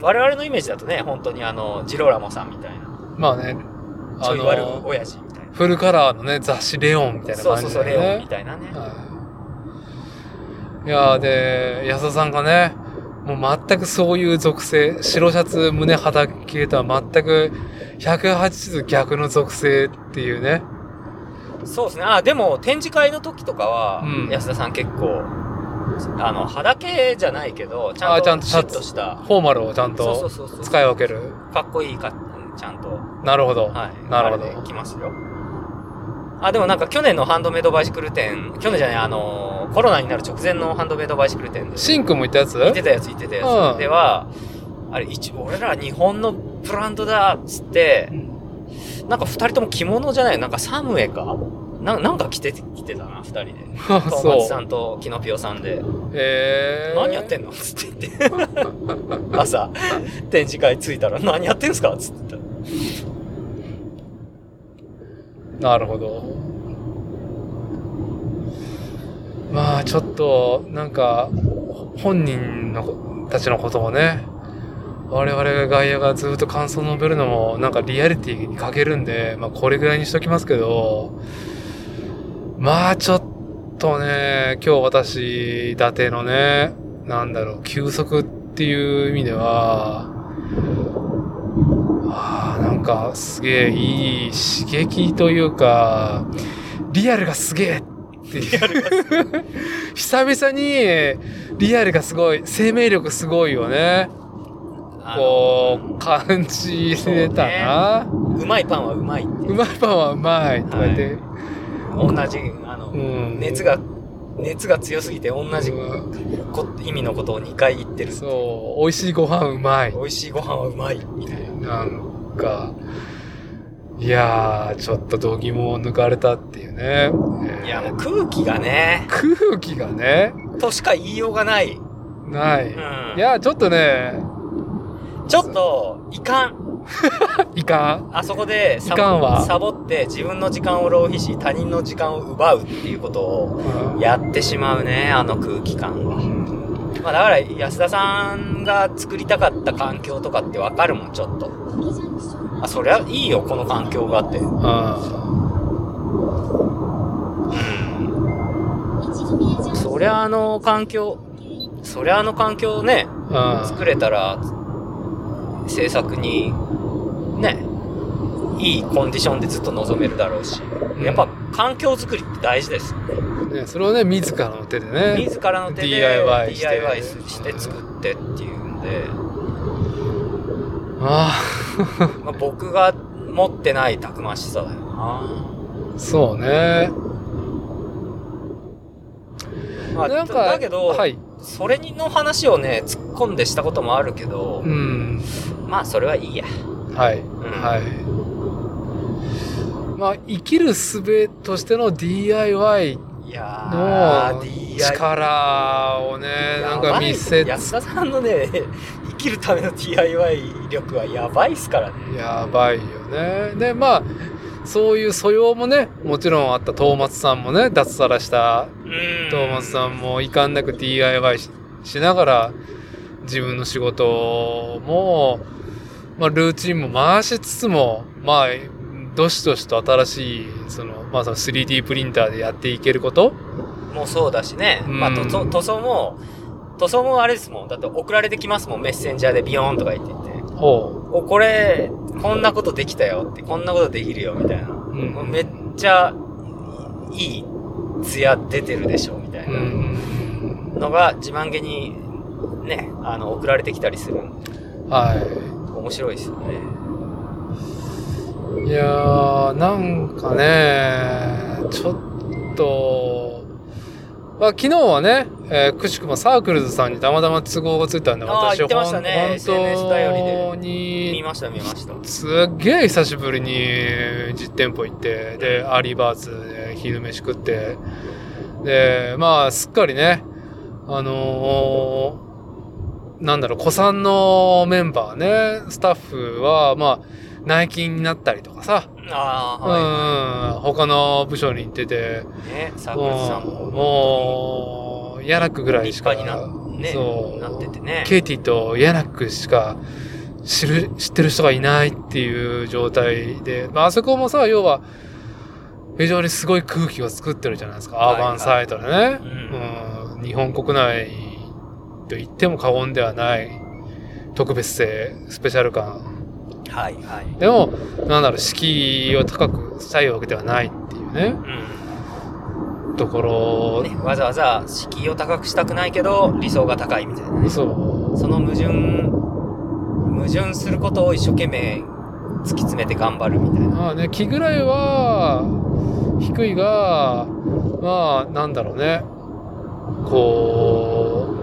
[SPEAKER 2] あ、我々のイメージだとね、本当にあの、ジローラモさんみたいな、
[SPEAKER 1] まあね。
[SPEAKER 2] ち
[SPEAKER 1] あ
[SPEAKER 2] ょい悪い
[SPEAKER 1] の、
[SPEAKER 2] 親父みたいな。
[SPEAKER 1] フルカラーのね、雑誌レオンみたいな
[SPEAKER 2] そう
[SPEAKER 1] 感
[SPEAKER 2] そう
[SPEAKER 1] じ
[SPEAKER 2] そう、
[SPEAKER 1] だ
[SPEAKER 2] レ
[SPEAKER 1] よね。
[SPEAKER 2] オンみたいなね。
[SPEAKER 1] はいいやーで安田さんがねもう全くそういう属性白シャツ胸肌系とは全く180度逆の属性っていうね
[SPEAKER 2] そうですね。あ、でも展示会の時とかは、
[SPEAKER 1] うん
[SPEAKER 2] 安田さん結構、あの、肌系じゃないけど、ちゃ
[SPEAKER 1] あ
[SPEAKER 2] ん
[SPEAKER 1] ちゃん
[SPEAKER 2] と
[SPEAKER 1] と
[SPEAKER 2] シュッとした。
[SPEAKER 1] フォーマルをちゃん
[SPEAKER 2] そうそ
[SPEAKER 1] と
[SPEAKER 2] うそうそう。
[SPEAKER 1] 使い分ける
[SPEAKER 2] かっこいいか、ちゃんと。は
[SPEAKER 1] なるほど、
[SPEAKER 2] い。
[SPEAKER 1] なるほど
[SPEAKER 2] あれで来ますよ。あ、でもなんか去年のハンドメイドバイシクル展、去年じゃない、あの、コロナになる直前のハンドメイドバイシクル展で、
[SPEAKER 1] シンクも言ったやつ
[SPEAKER 2] 行ってたやつ行ってたや
[SPEAKER 1] うん
[SPEAKER 2] つでは、あれ、一応俺ら日本のブランドだっつって、なんか二人とも着物じゃないなんかサムエかななんか着て、着てたな、二人で。
[SPEAKER 1] あ
[SPEAKER 2] トーマツ
[SPEAKER 1] そ
[SPEAKER 2] さ
[SPEAKER 1] うん
[SPEAKER 2] とキノピオさんで、
[SPEAKER 1] えー、
[SPEAKER 2] 何やってんの つって言って。朝、展示会着いたら、何やってんすかつって言っ
[SPEAKER 1] なるほどまあちょっとなんか本人のこたちのことをね我々が外野がずっと感想を述べるのもなんかリアリティに欠けるんで、まあ、これぐらいにしときますけどまあちょっとね今日私伊達のねなんだろう休息っていう意味ではあーなんかすげえいい刺激というかリアルがすげえってっていう。久々に、リアルがすごい、生命力すごいよね。
[SPEAKER 2] あ
[SPEAKER 1] こ
[SPEAKER 2] の
[SPEAKER 1] う、感じれたな。
[SPEAKER 2] うまいパンはうまいって
[SPEAKER 1] うまいパンはうまいとか言って。
[SPEAKER 2] 同じあの、
[SPEAKER 1] うん
[SPEAKER 2] 熱が熱が強すぎて同じ
[SPEAKER 1] うん
[SPEAKER 2] こ意味のことを2回言ってる
[SPEAKER 1] そう、美味しいご飯うまい。
[SPEAKER 2] 美味しいご飯はうまいみたいな
[SPEAKER 1] なんか、いやー、ちょっと度肝を抜かれたっていうね。
[SPEAKER 2] いやもう空気がね
[SPEAKER 1] 空気がね、
[SPEAKER 2] としか言いようがない、
[SPEAKER 1] ない。
[SPEAKER 2] うん、
[SPEAKER 1] いや、ちょっとね、
[SPEAKER 2] ちょっといかん
[SPEAKER 1] いかん。
[SPEAKER 2] あそこでサ
[SPEAKER 1] いかん
[SPEAKER 2] ボ
[SPEAKER 1] わ
[SPEAKER 2] サボって自分の時間を浪費し他人の時間を奪うっていうことを
[SPEAKER 1] うん
[SPEAKER 2] やってしまうねあの空気感は、まあ、だから安田さんが作りたかった環境とかってわかるもんちょっとあそりゃいいよこの環境があって
[SPEAKER 1] あ
[SPEAKER 2] うんそりゃあの環境そりゃあの環境をね
[SPEAKER 1] あ
[SPEAKER 2] 作れたら制作にねいいコンディションでずっと臨めるだろうし
[SPEAKER 1] うん
[SPEAKER 2] やっぱ環境作りって大事です
[SPEAKER 1] ね、それをね、自らの手でね。
[SPEAKER 2] 自らの手で
[SPEAKER 1] DIY して
[SPEAKER 2] DIY して作ってっていうんで、
[SPEAKER 1] あ
[SPEAKER 2] まあ、僕が持ってないたくましさだよな
[SPEAKER 1] あ、そうね。
[SPEAKER 2] まあ、
[SPEAKER 1] なんか、
[SPEAKER 2] だけど、
[SPEAKER 1] はい。
[SPEAKER 2] それの話をね突っ込んでしたこともあるけど、
[SPEAKER 1] うん。
[SPEAKER 2] まあそれはいいや
[SPEAKER 1] はい。はい。まあ、生きる術としての DIY
[SPEAKER 2] いや
[SPEAKER 1] の
[SPEAKER 2] ー DIY
[SPEAKER 1] 力をね、なんか見せつ
[SPEAKER 2] 安田さんのね 生きるための DIY 力はやばいっすからね
[SPEAKER 1] やばいよね。で、まあ、そういう素養もね、もちろんあったトーマツさんもね、脱サラした
[SPEAKER 2] うん
[SPEAKER 1] トーマツさんも遺憾なく DIY ししながら自分の仕事も、まあ、ルーチンも回しつつも、まあ、どしどしと新しい、その、まあ、その 3D プリンターでやっていけること
[SPEAKER 2] もうそうだしね、まあ
[SPEAKER 1] うん
[SPEAKER 2] 塗装塗装も塗装もあれですもんだって送られてきますもんメッセンジャーでビヨーンとか言っていて
[SPEAKER 1] ほ
[SPEAKER 2] おこれこんなことできたよってこんなことできるよみたいな、
[SPEAKER 1] う。うん。
[SPEAKER 2] もうめっちゃいいツヤ出てるでしょみたいうなんのが自慢げにねあの送られてきたりするんで
[SPEAKER 1] はい。
[SPEAKER 2] 面白いですよね
[SPEAKER 1] いやー、なんかね、ちょっと、まあ、昨日はね、えーくしくもサークルズさんにたまたま都合がついたんで、
[SPEAKER 2] あー
[SPEAKER 1] 私は
[SPEAKER 2] 言ってましたね
[SPEAKER 1] ほん
[SPEAKER 2] SNS 頼りで
[SPEAKER 1] 本当
[SPEAKER 2] 見
[SPEAKER 1] に、
[SPEAKER 2] ました見ました
[SPEAKER 1] すっげえ久しぶりに実店舗行って、で、アーリーバーツで昼飯食って、で、まあ、すっかりね、あのーなんだろう、古参のメンバーね、スタッフは、まあ、内勤になったりとかさ、
[SPEAKER 2] ああは
[SPEAKER 1] うん、他の部署に行ってて、
[SPEAKER 2] い、ねサークルズさん
[SPEAKER 1] もう、
[SPEAKER 2] も
[SPEAKER 1] もう、ヤナックぐらい
[SPEAKER 2] 立
[SPEAKER 1] しか、
[SPEAKER 2] 派にな,、ね、
[SPEAKER 1] そう
[SPEAKER 2] なっててね
[SPEAKER 1] ケイティとヤナックしか知る、知ってる人がいないっていう状態で、まあ、あそこもさ、要は、非常にすごい空気を作ってるじゃないですか、
[SPEAKER 2] はい
[SPEAKER 1] アーバンサイトでね
[SPEAKER 2] う。ん
[SPEAKER 1] うん、日本国内と言っても過言ではない特別性、スペシャル感
[SPEAKER 2] はいはい
[SPEAKER 1] でも、なんだろう、敷居を高くしたいわけではないっていうね、ところ、
[SPEAKER 2] ね、わざわざ敷居を高くしたくないけど理想が高いみたいな
[SPEAKER 1] そう。
[SPEAKER 2] その矛盾矛盾することを一生懸命突き詰めて頑張るみたいな
[SPEAKER 1] まあね、木ぐらいは、低いが、まあ、なんだろうね、こ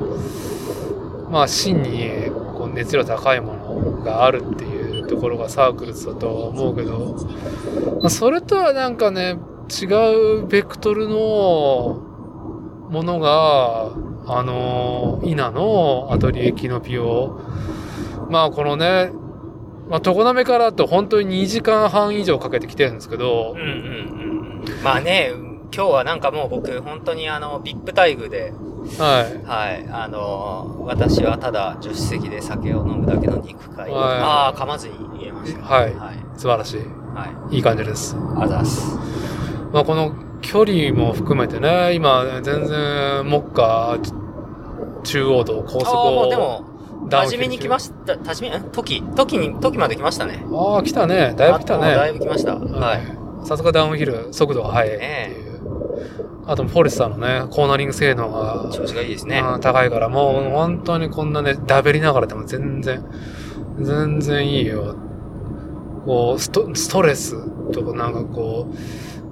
[SPEAKER 1] う、まあ、真にこう熱量高いものがあるっていうところがサークルズだとは思うけど、まあ、それとはなんかね、違うベクトルのものが、あの、イナのアトリエキノピオ。まあこのね、まあ、常滑からだと本当に2時間半以上かけてきてるんですけど
[SPEAKER 2] うん、うんうんうんまあね今日はなんかもう僕本当にあの VIP 待遇で
[SPEAKER 1] はい。
[SPEAKER 2] はいあの私はただ助手席で酒を飲むだけの肉会、
[SPEAKER 1] はい
[SPEAKER 2] ああ噛まずに言えました
[SPEAKER 1] はい
[SPEAKER 2] はい
[SPEAKER 1] 素晴らし
[SPEAKER 2] はい
[SPEAKER 1] い。いい感じです。
[SPEAKER 2] あざっす
[SPEAKER 1] まあ、この距離も含めてね、今ね全然、目下、中央道高
[SPEAKER 2] あ
[SPEAKER 1] 速
[SPEAKER 2] あもうで
[SPEAKER 1] を
[SPEAKER 2] も
[SPEAKER 1] ダウン
[SPEAKER 2] 多治見に来ました多治見ん時時に時まで来ましたね
[SPEAKER 1] ああ、来たね。だいぶ来た
[SPEAKER 2] あもうだい
[SPEAKER 1] ね。
[SPEAKER 2] ぶ来ましたはい
[SPEAKER 1] い。さすがダウンヒル、速度が速いっていう。あとフォレスターのね、コーナリング性能が、
[SPEAKER 2] 調子がいいですね。
[SPEAKER 1] うん高いから、もう本当にこんなね、だべりながらでも全然、全然いいよ。こう、ストストレスとかなんかこ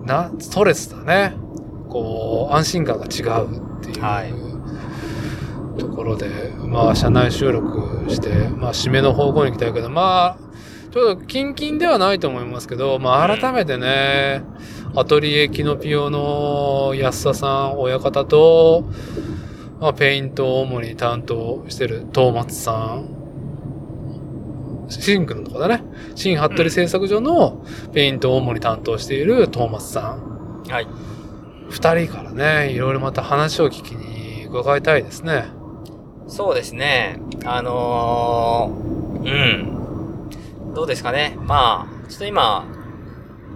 [SPEAKER 1] う、な、ストレスだね。こう、安心感が違うっていう。
[SPEAKER 2] はい
[SPEAKER 1] ところで、まあ、車内収録して、まあ、締めの方向に行きたいけど、まあ、ちょっと、キンキンではないと思いますけど、まあ、改めてね、アトリエキノピオの安田さん、親方と、まあ、ペイントを主に担当してる東松さん、シンクのとこだね。新服部製作所のペイントを主に担当している東松さん。
[SPEAKER 2] はい。
[SPEAKER 1] 二人からね、いろいろまた話を聞きに伺いたいですね。
[SPEAKER 2] そうですね。あのー、うん。どうですかね。まあ、ちょっと今、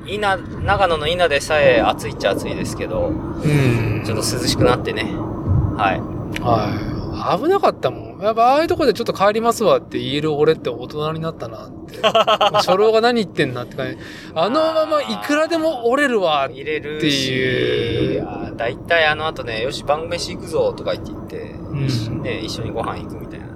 [SPEAKER 2] 稲、長野の稲でさえ暑いっちゃ暑いですけど、
[SPEAKER 1] うん。
[SPEAKER 2] ちょっと涼しくなってね。は
[SPEAKER 1] はい。危なかったもん。やっぱああいうとこでちょっと帰りますわって言える俺って大人になったな って。初老が何言ってんなって感じ。あのままいくらでも折れるわ
[SPEAKER 2] い。。入れる
[SPEAKER 1] って
[SPEAKER 2] し
[SPEAKER 1] い、う
[SPEAKER 2] あーだいたいあの後ね、よし、晩飯行くぞとか言って言って、
[SPEAKER 1] ん
[SPEAKER 2] ね、一緒にご飯行くみたいなね。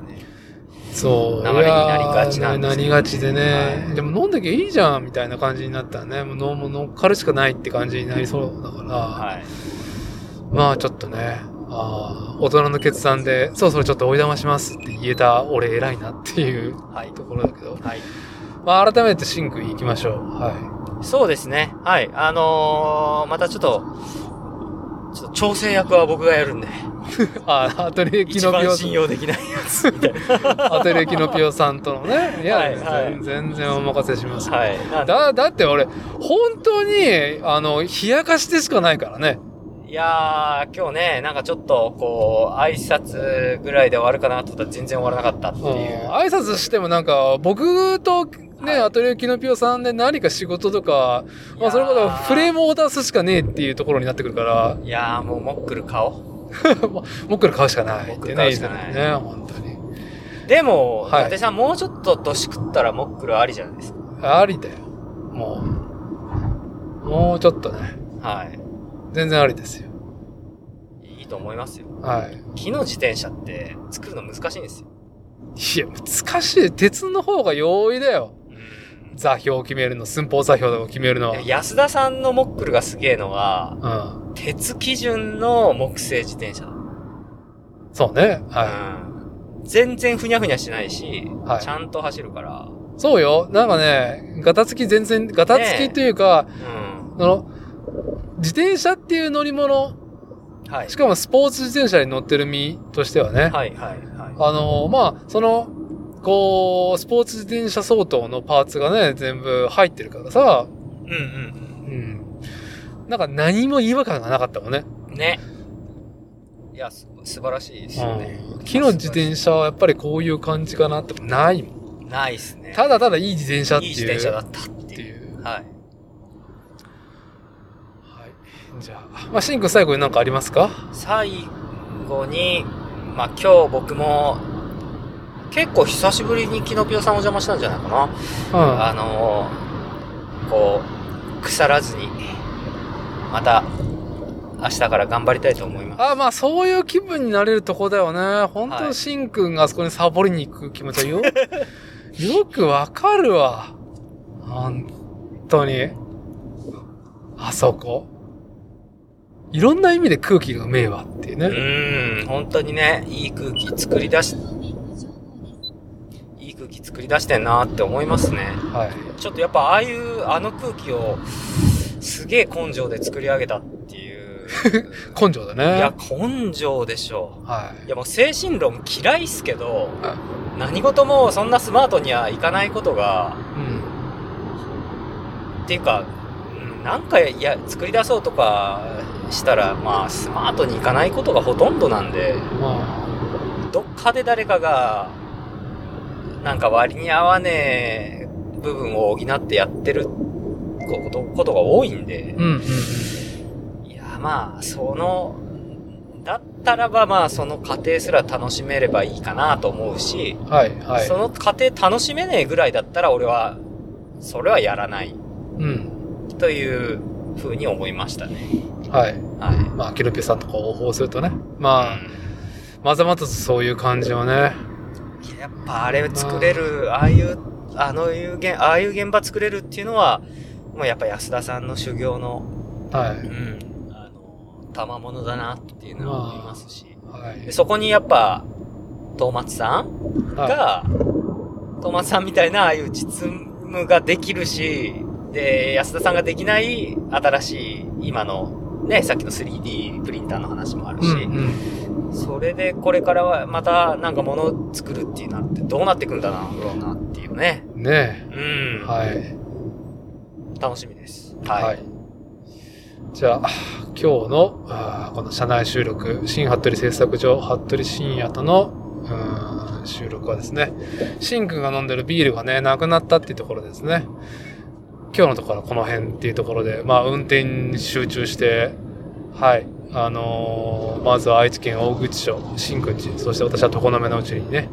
[SPEAKER 1] そう。
[SPEAKER 2] 流れになりがちなんですよ
[SPEAKER 1] いやーなりがちでね、
[SPEAKER 2] はい
[SPEAKER 1] でも飲んだけいいじゃんみたいな感じになったらね、もう飲む乗っかるしかないって感じになりそうだから。
[SPEAKER 2] はい。
[SPEAKER 1] まあちょっとね、あー大人の決断で、そろそろちょっと追い騙しますって言えた俺偉いなっていう
[SPEAKER 2] はい。
[SPEAKER 1] ところだけど、
[SPEAKER 2] はい。
[SPEAKER 1] まあ改めてシンク行きましょう。は
[SPEAKER 2] そうですね。はい。あのー、またちょっと、ちょっと調整役は僕がやるんで、
[SPEAKER 1] い。あ、アトリエキ
[SPEAKER 2] 一
[SPEAKER 1] ノピ
[SPEAKER 2] 番信
[SPEAKER 1] オ、
[SPEAKER 2] 用できないやつみたいな。
[SPEAKER 1] アトリエキノピオさんとの ね、いや、
[SPEAKER 2] はいはい
[SPEAKER 1] 全然お任せします。
[SPEAKER 2] はい。なんで
[SPEAKER 1] だ、だって俺、本当に、あの、冷やかしてしかないからね。
[SPEAKER 2] いやー、今日ね、なんかちょっと、こう、挨拶ぐらいで終わるかなと思ったら全然終わらなかったって
[SPEAKER 1] うん
[SPEAKER 2] いう。
[SPEAKER 1] 挨拶してもなんか、僕とね、
[SPEAKER 2] はい
[SPEAKER 1] アトリエキノピオさんで何か仕事とか、
[SPEAKER 2] い
[SPEAKER 1] ま
[SPEAKER 2] や
[SPEAKER 1] あ
[SPEAKER 2] ー
[SPEAKER 1] それこそフレームを出すしかねえっていうところになってくるから、
[SPEAKER 2] いやー、もう、モックル顔。
[SPEAKER 1] もうこれ買うしかないって
[SPEAKER 2] 僕ら
[SPEAKER 1] ね、
[SPEAKER 2] 買
[SPEAKER 1] いう
[SPEAKER 2] し
[SPEAKER 1] つ
[SPEAKER 2] か
[SPEAKER 1] も
[SPEAKER 2] ない
[SPEAKER 1] ね、本当に。
[SPEAKER 2] でも、
[SPEAKER 1] はい
[SPEAKER 2] 伊達さん、もうちょっと年食ったらモックルありじゃないですか。
[SPEAKER 1] ありだよ。もう。もうちょっとね。
[SPEAKER 2] は
[SPEAKER 1] 全然ありですよ。
[SPEAKER 2] い。いいと思いますよ。
[SPEAKER 1] はい。
[SPEAKER 2] 木の自転車って、作るの難しいんですよ。
[SPEAKER 1] いや、難しい。鉄の方が容易だよ。
[SPEAKER 2] うん
[SPEAKER 1] 座標を決めるの、寸法座標を決めるのは。
[SPEAKER 2] いや安田さんのモックルがすげえのは、
[SPEAKER 1] う
[SPEAKER 2] 鉄基準の木製自転車。
[SPEAKER 1] ん。そうね。は
[SPEAKER 2] うん全然ふにゃふにゃしないし、
[SPEAKER 1] はい
[SPEAKER 2] ちゃんと走るから。
[SPEAKER 1] い。そうよ。なんかね、ガタつき全然、ガタつきというか、
[SPEAKER 2] うん。
[SPEAKER 1] その、自転車っていう乗り物、
[SPEAKER 2] はい。
[SPEAKER 1] しかもスポーツ自転車に乗ってる身としてはね、
[SPEAKER 2] はいはいは
[SPEAKER 1] あのまあ、その、こう、スポーツ自転車相当のパーツがね、全部入ってるからさ、
[SPEAKER 2] い。うんうん
[SPEAKER 1] うん。なんか何も違和感がなかったもんね。
[SPEAKER 2] うん。ね。いや、す素晴らしいですよね。
[SPEAKER 1] うん木の自転車はやっぱりこういう感じかなってないもん。
[SPEAKER 2] ないっすね。
[SPEAKER 1] ただただいい自転車って
[SPEAKER 2] い
[SPEAKER 1] い。
[SPEAKER 2] いう自転車だったって
[SPEAKER 1] って
[SPEAKER 2] いう。
[SPEAKER 1] いう。
[SPEAKER 2] はい。
[SPEAKER 1] はい。じゃあ、まあ、シンくん最後に何かありますか
[SPEAKER 2] 最後に、まあ今日僕も、結構久しぶりにキノピオさんお邪魔したんじゃないかな。
[SPEAKER 1] うん。
[SPEAKER 2] あのーこう、腐らずに、また、明日から頑張りたいと思います。
[SPEAKER 1] あまあそういう気分になれるとこだよね。本
[SPEAKER 2] は
[SPEAKER 1] 当
[SPEAKER 2] い
[SPEAKER 1] しんくんがあそこにサボりに行く気持ちはよ、 よくわかるわ。本当に。あそこ。いろんな意味で空気がうめえわっていう
[SPEAKER 2] う
[SPEAKER 1] ね。
[SPEAKER 2] ーん、本当にね、いい空気作り出し、いい空気作り出してんなって思いますね。
[SPEAKER 1] はい。
[SPEAKER 2] ちょっとやっぱああいう、あの空気を、すげえ根性で作り上げたっていう。
[SPEAKER 1] 根性だ
[SPEAKER 2] いや
[SPEAKER 1] ね。、
[SPEAKER 2] 根性でしょう。
[SPEAKER 1] はい
[SPEAKER 2] やもう精神論嫌いっすけど
[SPEAKER 1] あ、
[SPEAKER 2] 何事もそんなスマートにはいかないことが、
[SPEAKER 1] い。うん。
[SPEAKER 2] っていうか、うんなんかいや作り出そうとかしたら、まあ、スマートにいかないことがほとんどなんで、
[SPEAKER 1] ま
[SPEAKER 2] どっかで誰かが、なんか割に合わねえ部分を補ってやってることことが多いんで
[SPEAKER 1] あ。、うん、うん。
[SPEAKER 2] いや、まあ、その、だったらば、まあ、その過程すら楽しめればいいかなと思うし、
[SPEAKER 1] はい、はい
[SPEAKER 2] そ。の過程楽しめねえぐらいだったら、俺は、それはやらない
[SPEAKER 1] うん。
[SPEAKER 2] というふうに思いましたね。
[SPEAKER 1] はい。
[SPEAKER 2] はい。
[SPEAKER 1] まあ、キルピさんとかを応報するとね。まあ、まざまざとそういう感じをね。
[SPEAKER 2] やっぱあれ作れる、ああいう、あのいう現、ああいう現場作れるっていうのは、もうやっぱ安田さんの修行の、
[SPEAKER 1] は
[SPEAKER 2] う
[SPEAKER 1] い。
[SPEAKER 2] ん、あの、賜物だなっていうのは思いますし。
[SPEAKER 1] はい
[SPEAKER 2] で。そこにやっぱ、東松さん
[SPEAKER 1] は
[SPEAKER 2] が、東松さんみたいなああいう実務ができるし、で、安田さんができない新しい、今の、ね、さっきの 3D プリンターの話もある
[SPEAKER 1] い。う
[SPEAKER 2] し、
[SPEAKER 1] んうん。
[SPEAKER 2] それでこれからはまたなんか物を作るっていうなってどうなってくんだろうなっていうね。
[SPEAKER 1] ね
[SPEAKER 2] うん。
[SPEAKER 1] え。はい。
[SPEAKER 2] 楽しみです。
[SPEAKER 1] は
[SPEAKER 2] はいい。。
[SPEAKER 1] じゃあ、今日の、あーこの社内収録、新服部製作所、服部深夜との、うーん収録はですね、シンくんが飲んでるビールがね、なくなったっていうところですね。今日のところはこの辺っていうところで、まあ、運転に集中して、はい。あのーまずは愛知県大口町、新君ち、そして私は常滑のうちにね、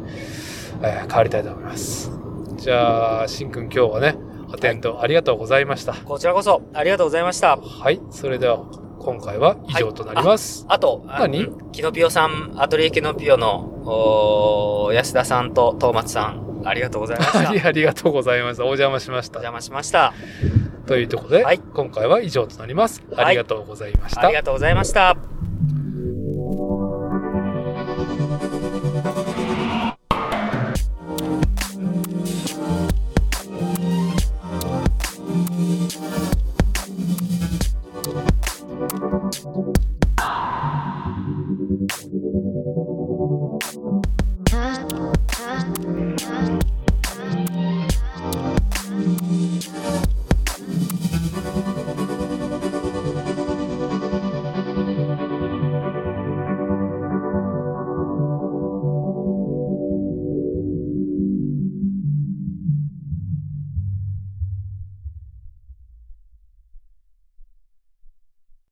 [SPEAKER 1] えー帰りたいと思います。じゃあ、新君今日はね、アテンドありがとうございました。
[SPEAKER 2] こちらこそありがとうございました。
[SPEAKER 1] はい、それでは今回は以上となります。
[SPEAKER 2] あと、あ
[SPEAKER 1] 何
[SPEAKER 2] んキノピオさん、アトリエキノピオの、おー安田さんと東松さん、ありがとうございました。
[SPEAKER 1] はい、
[SPEAKER 2] お
[SPEAKER 1] ありがとうございました。お邪魔しました。
[SPEAKER 2] 邪魔しました。
[SPEAKER 1] というところで、
[SPEAKER 2] はい
[SPEAKER 1] 今回は以上となります。
[SPEAKER 2] はい
[SPEAKER 1] ありがとうございました。
[SPEAKER 2] ありがとうございました。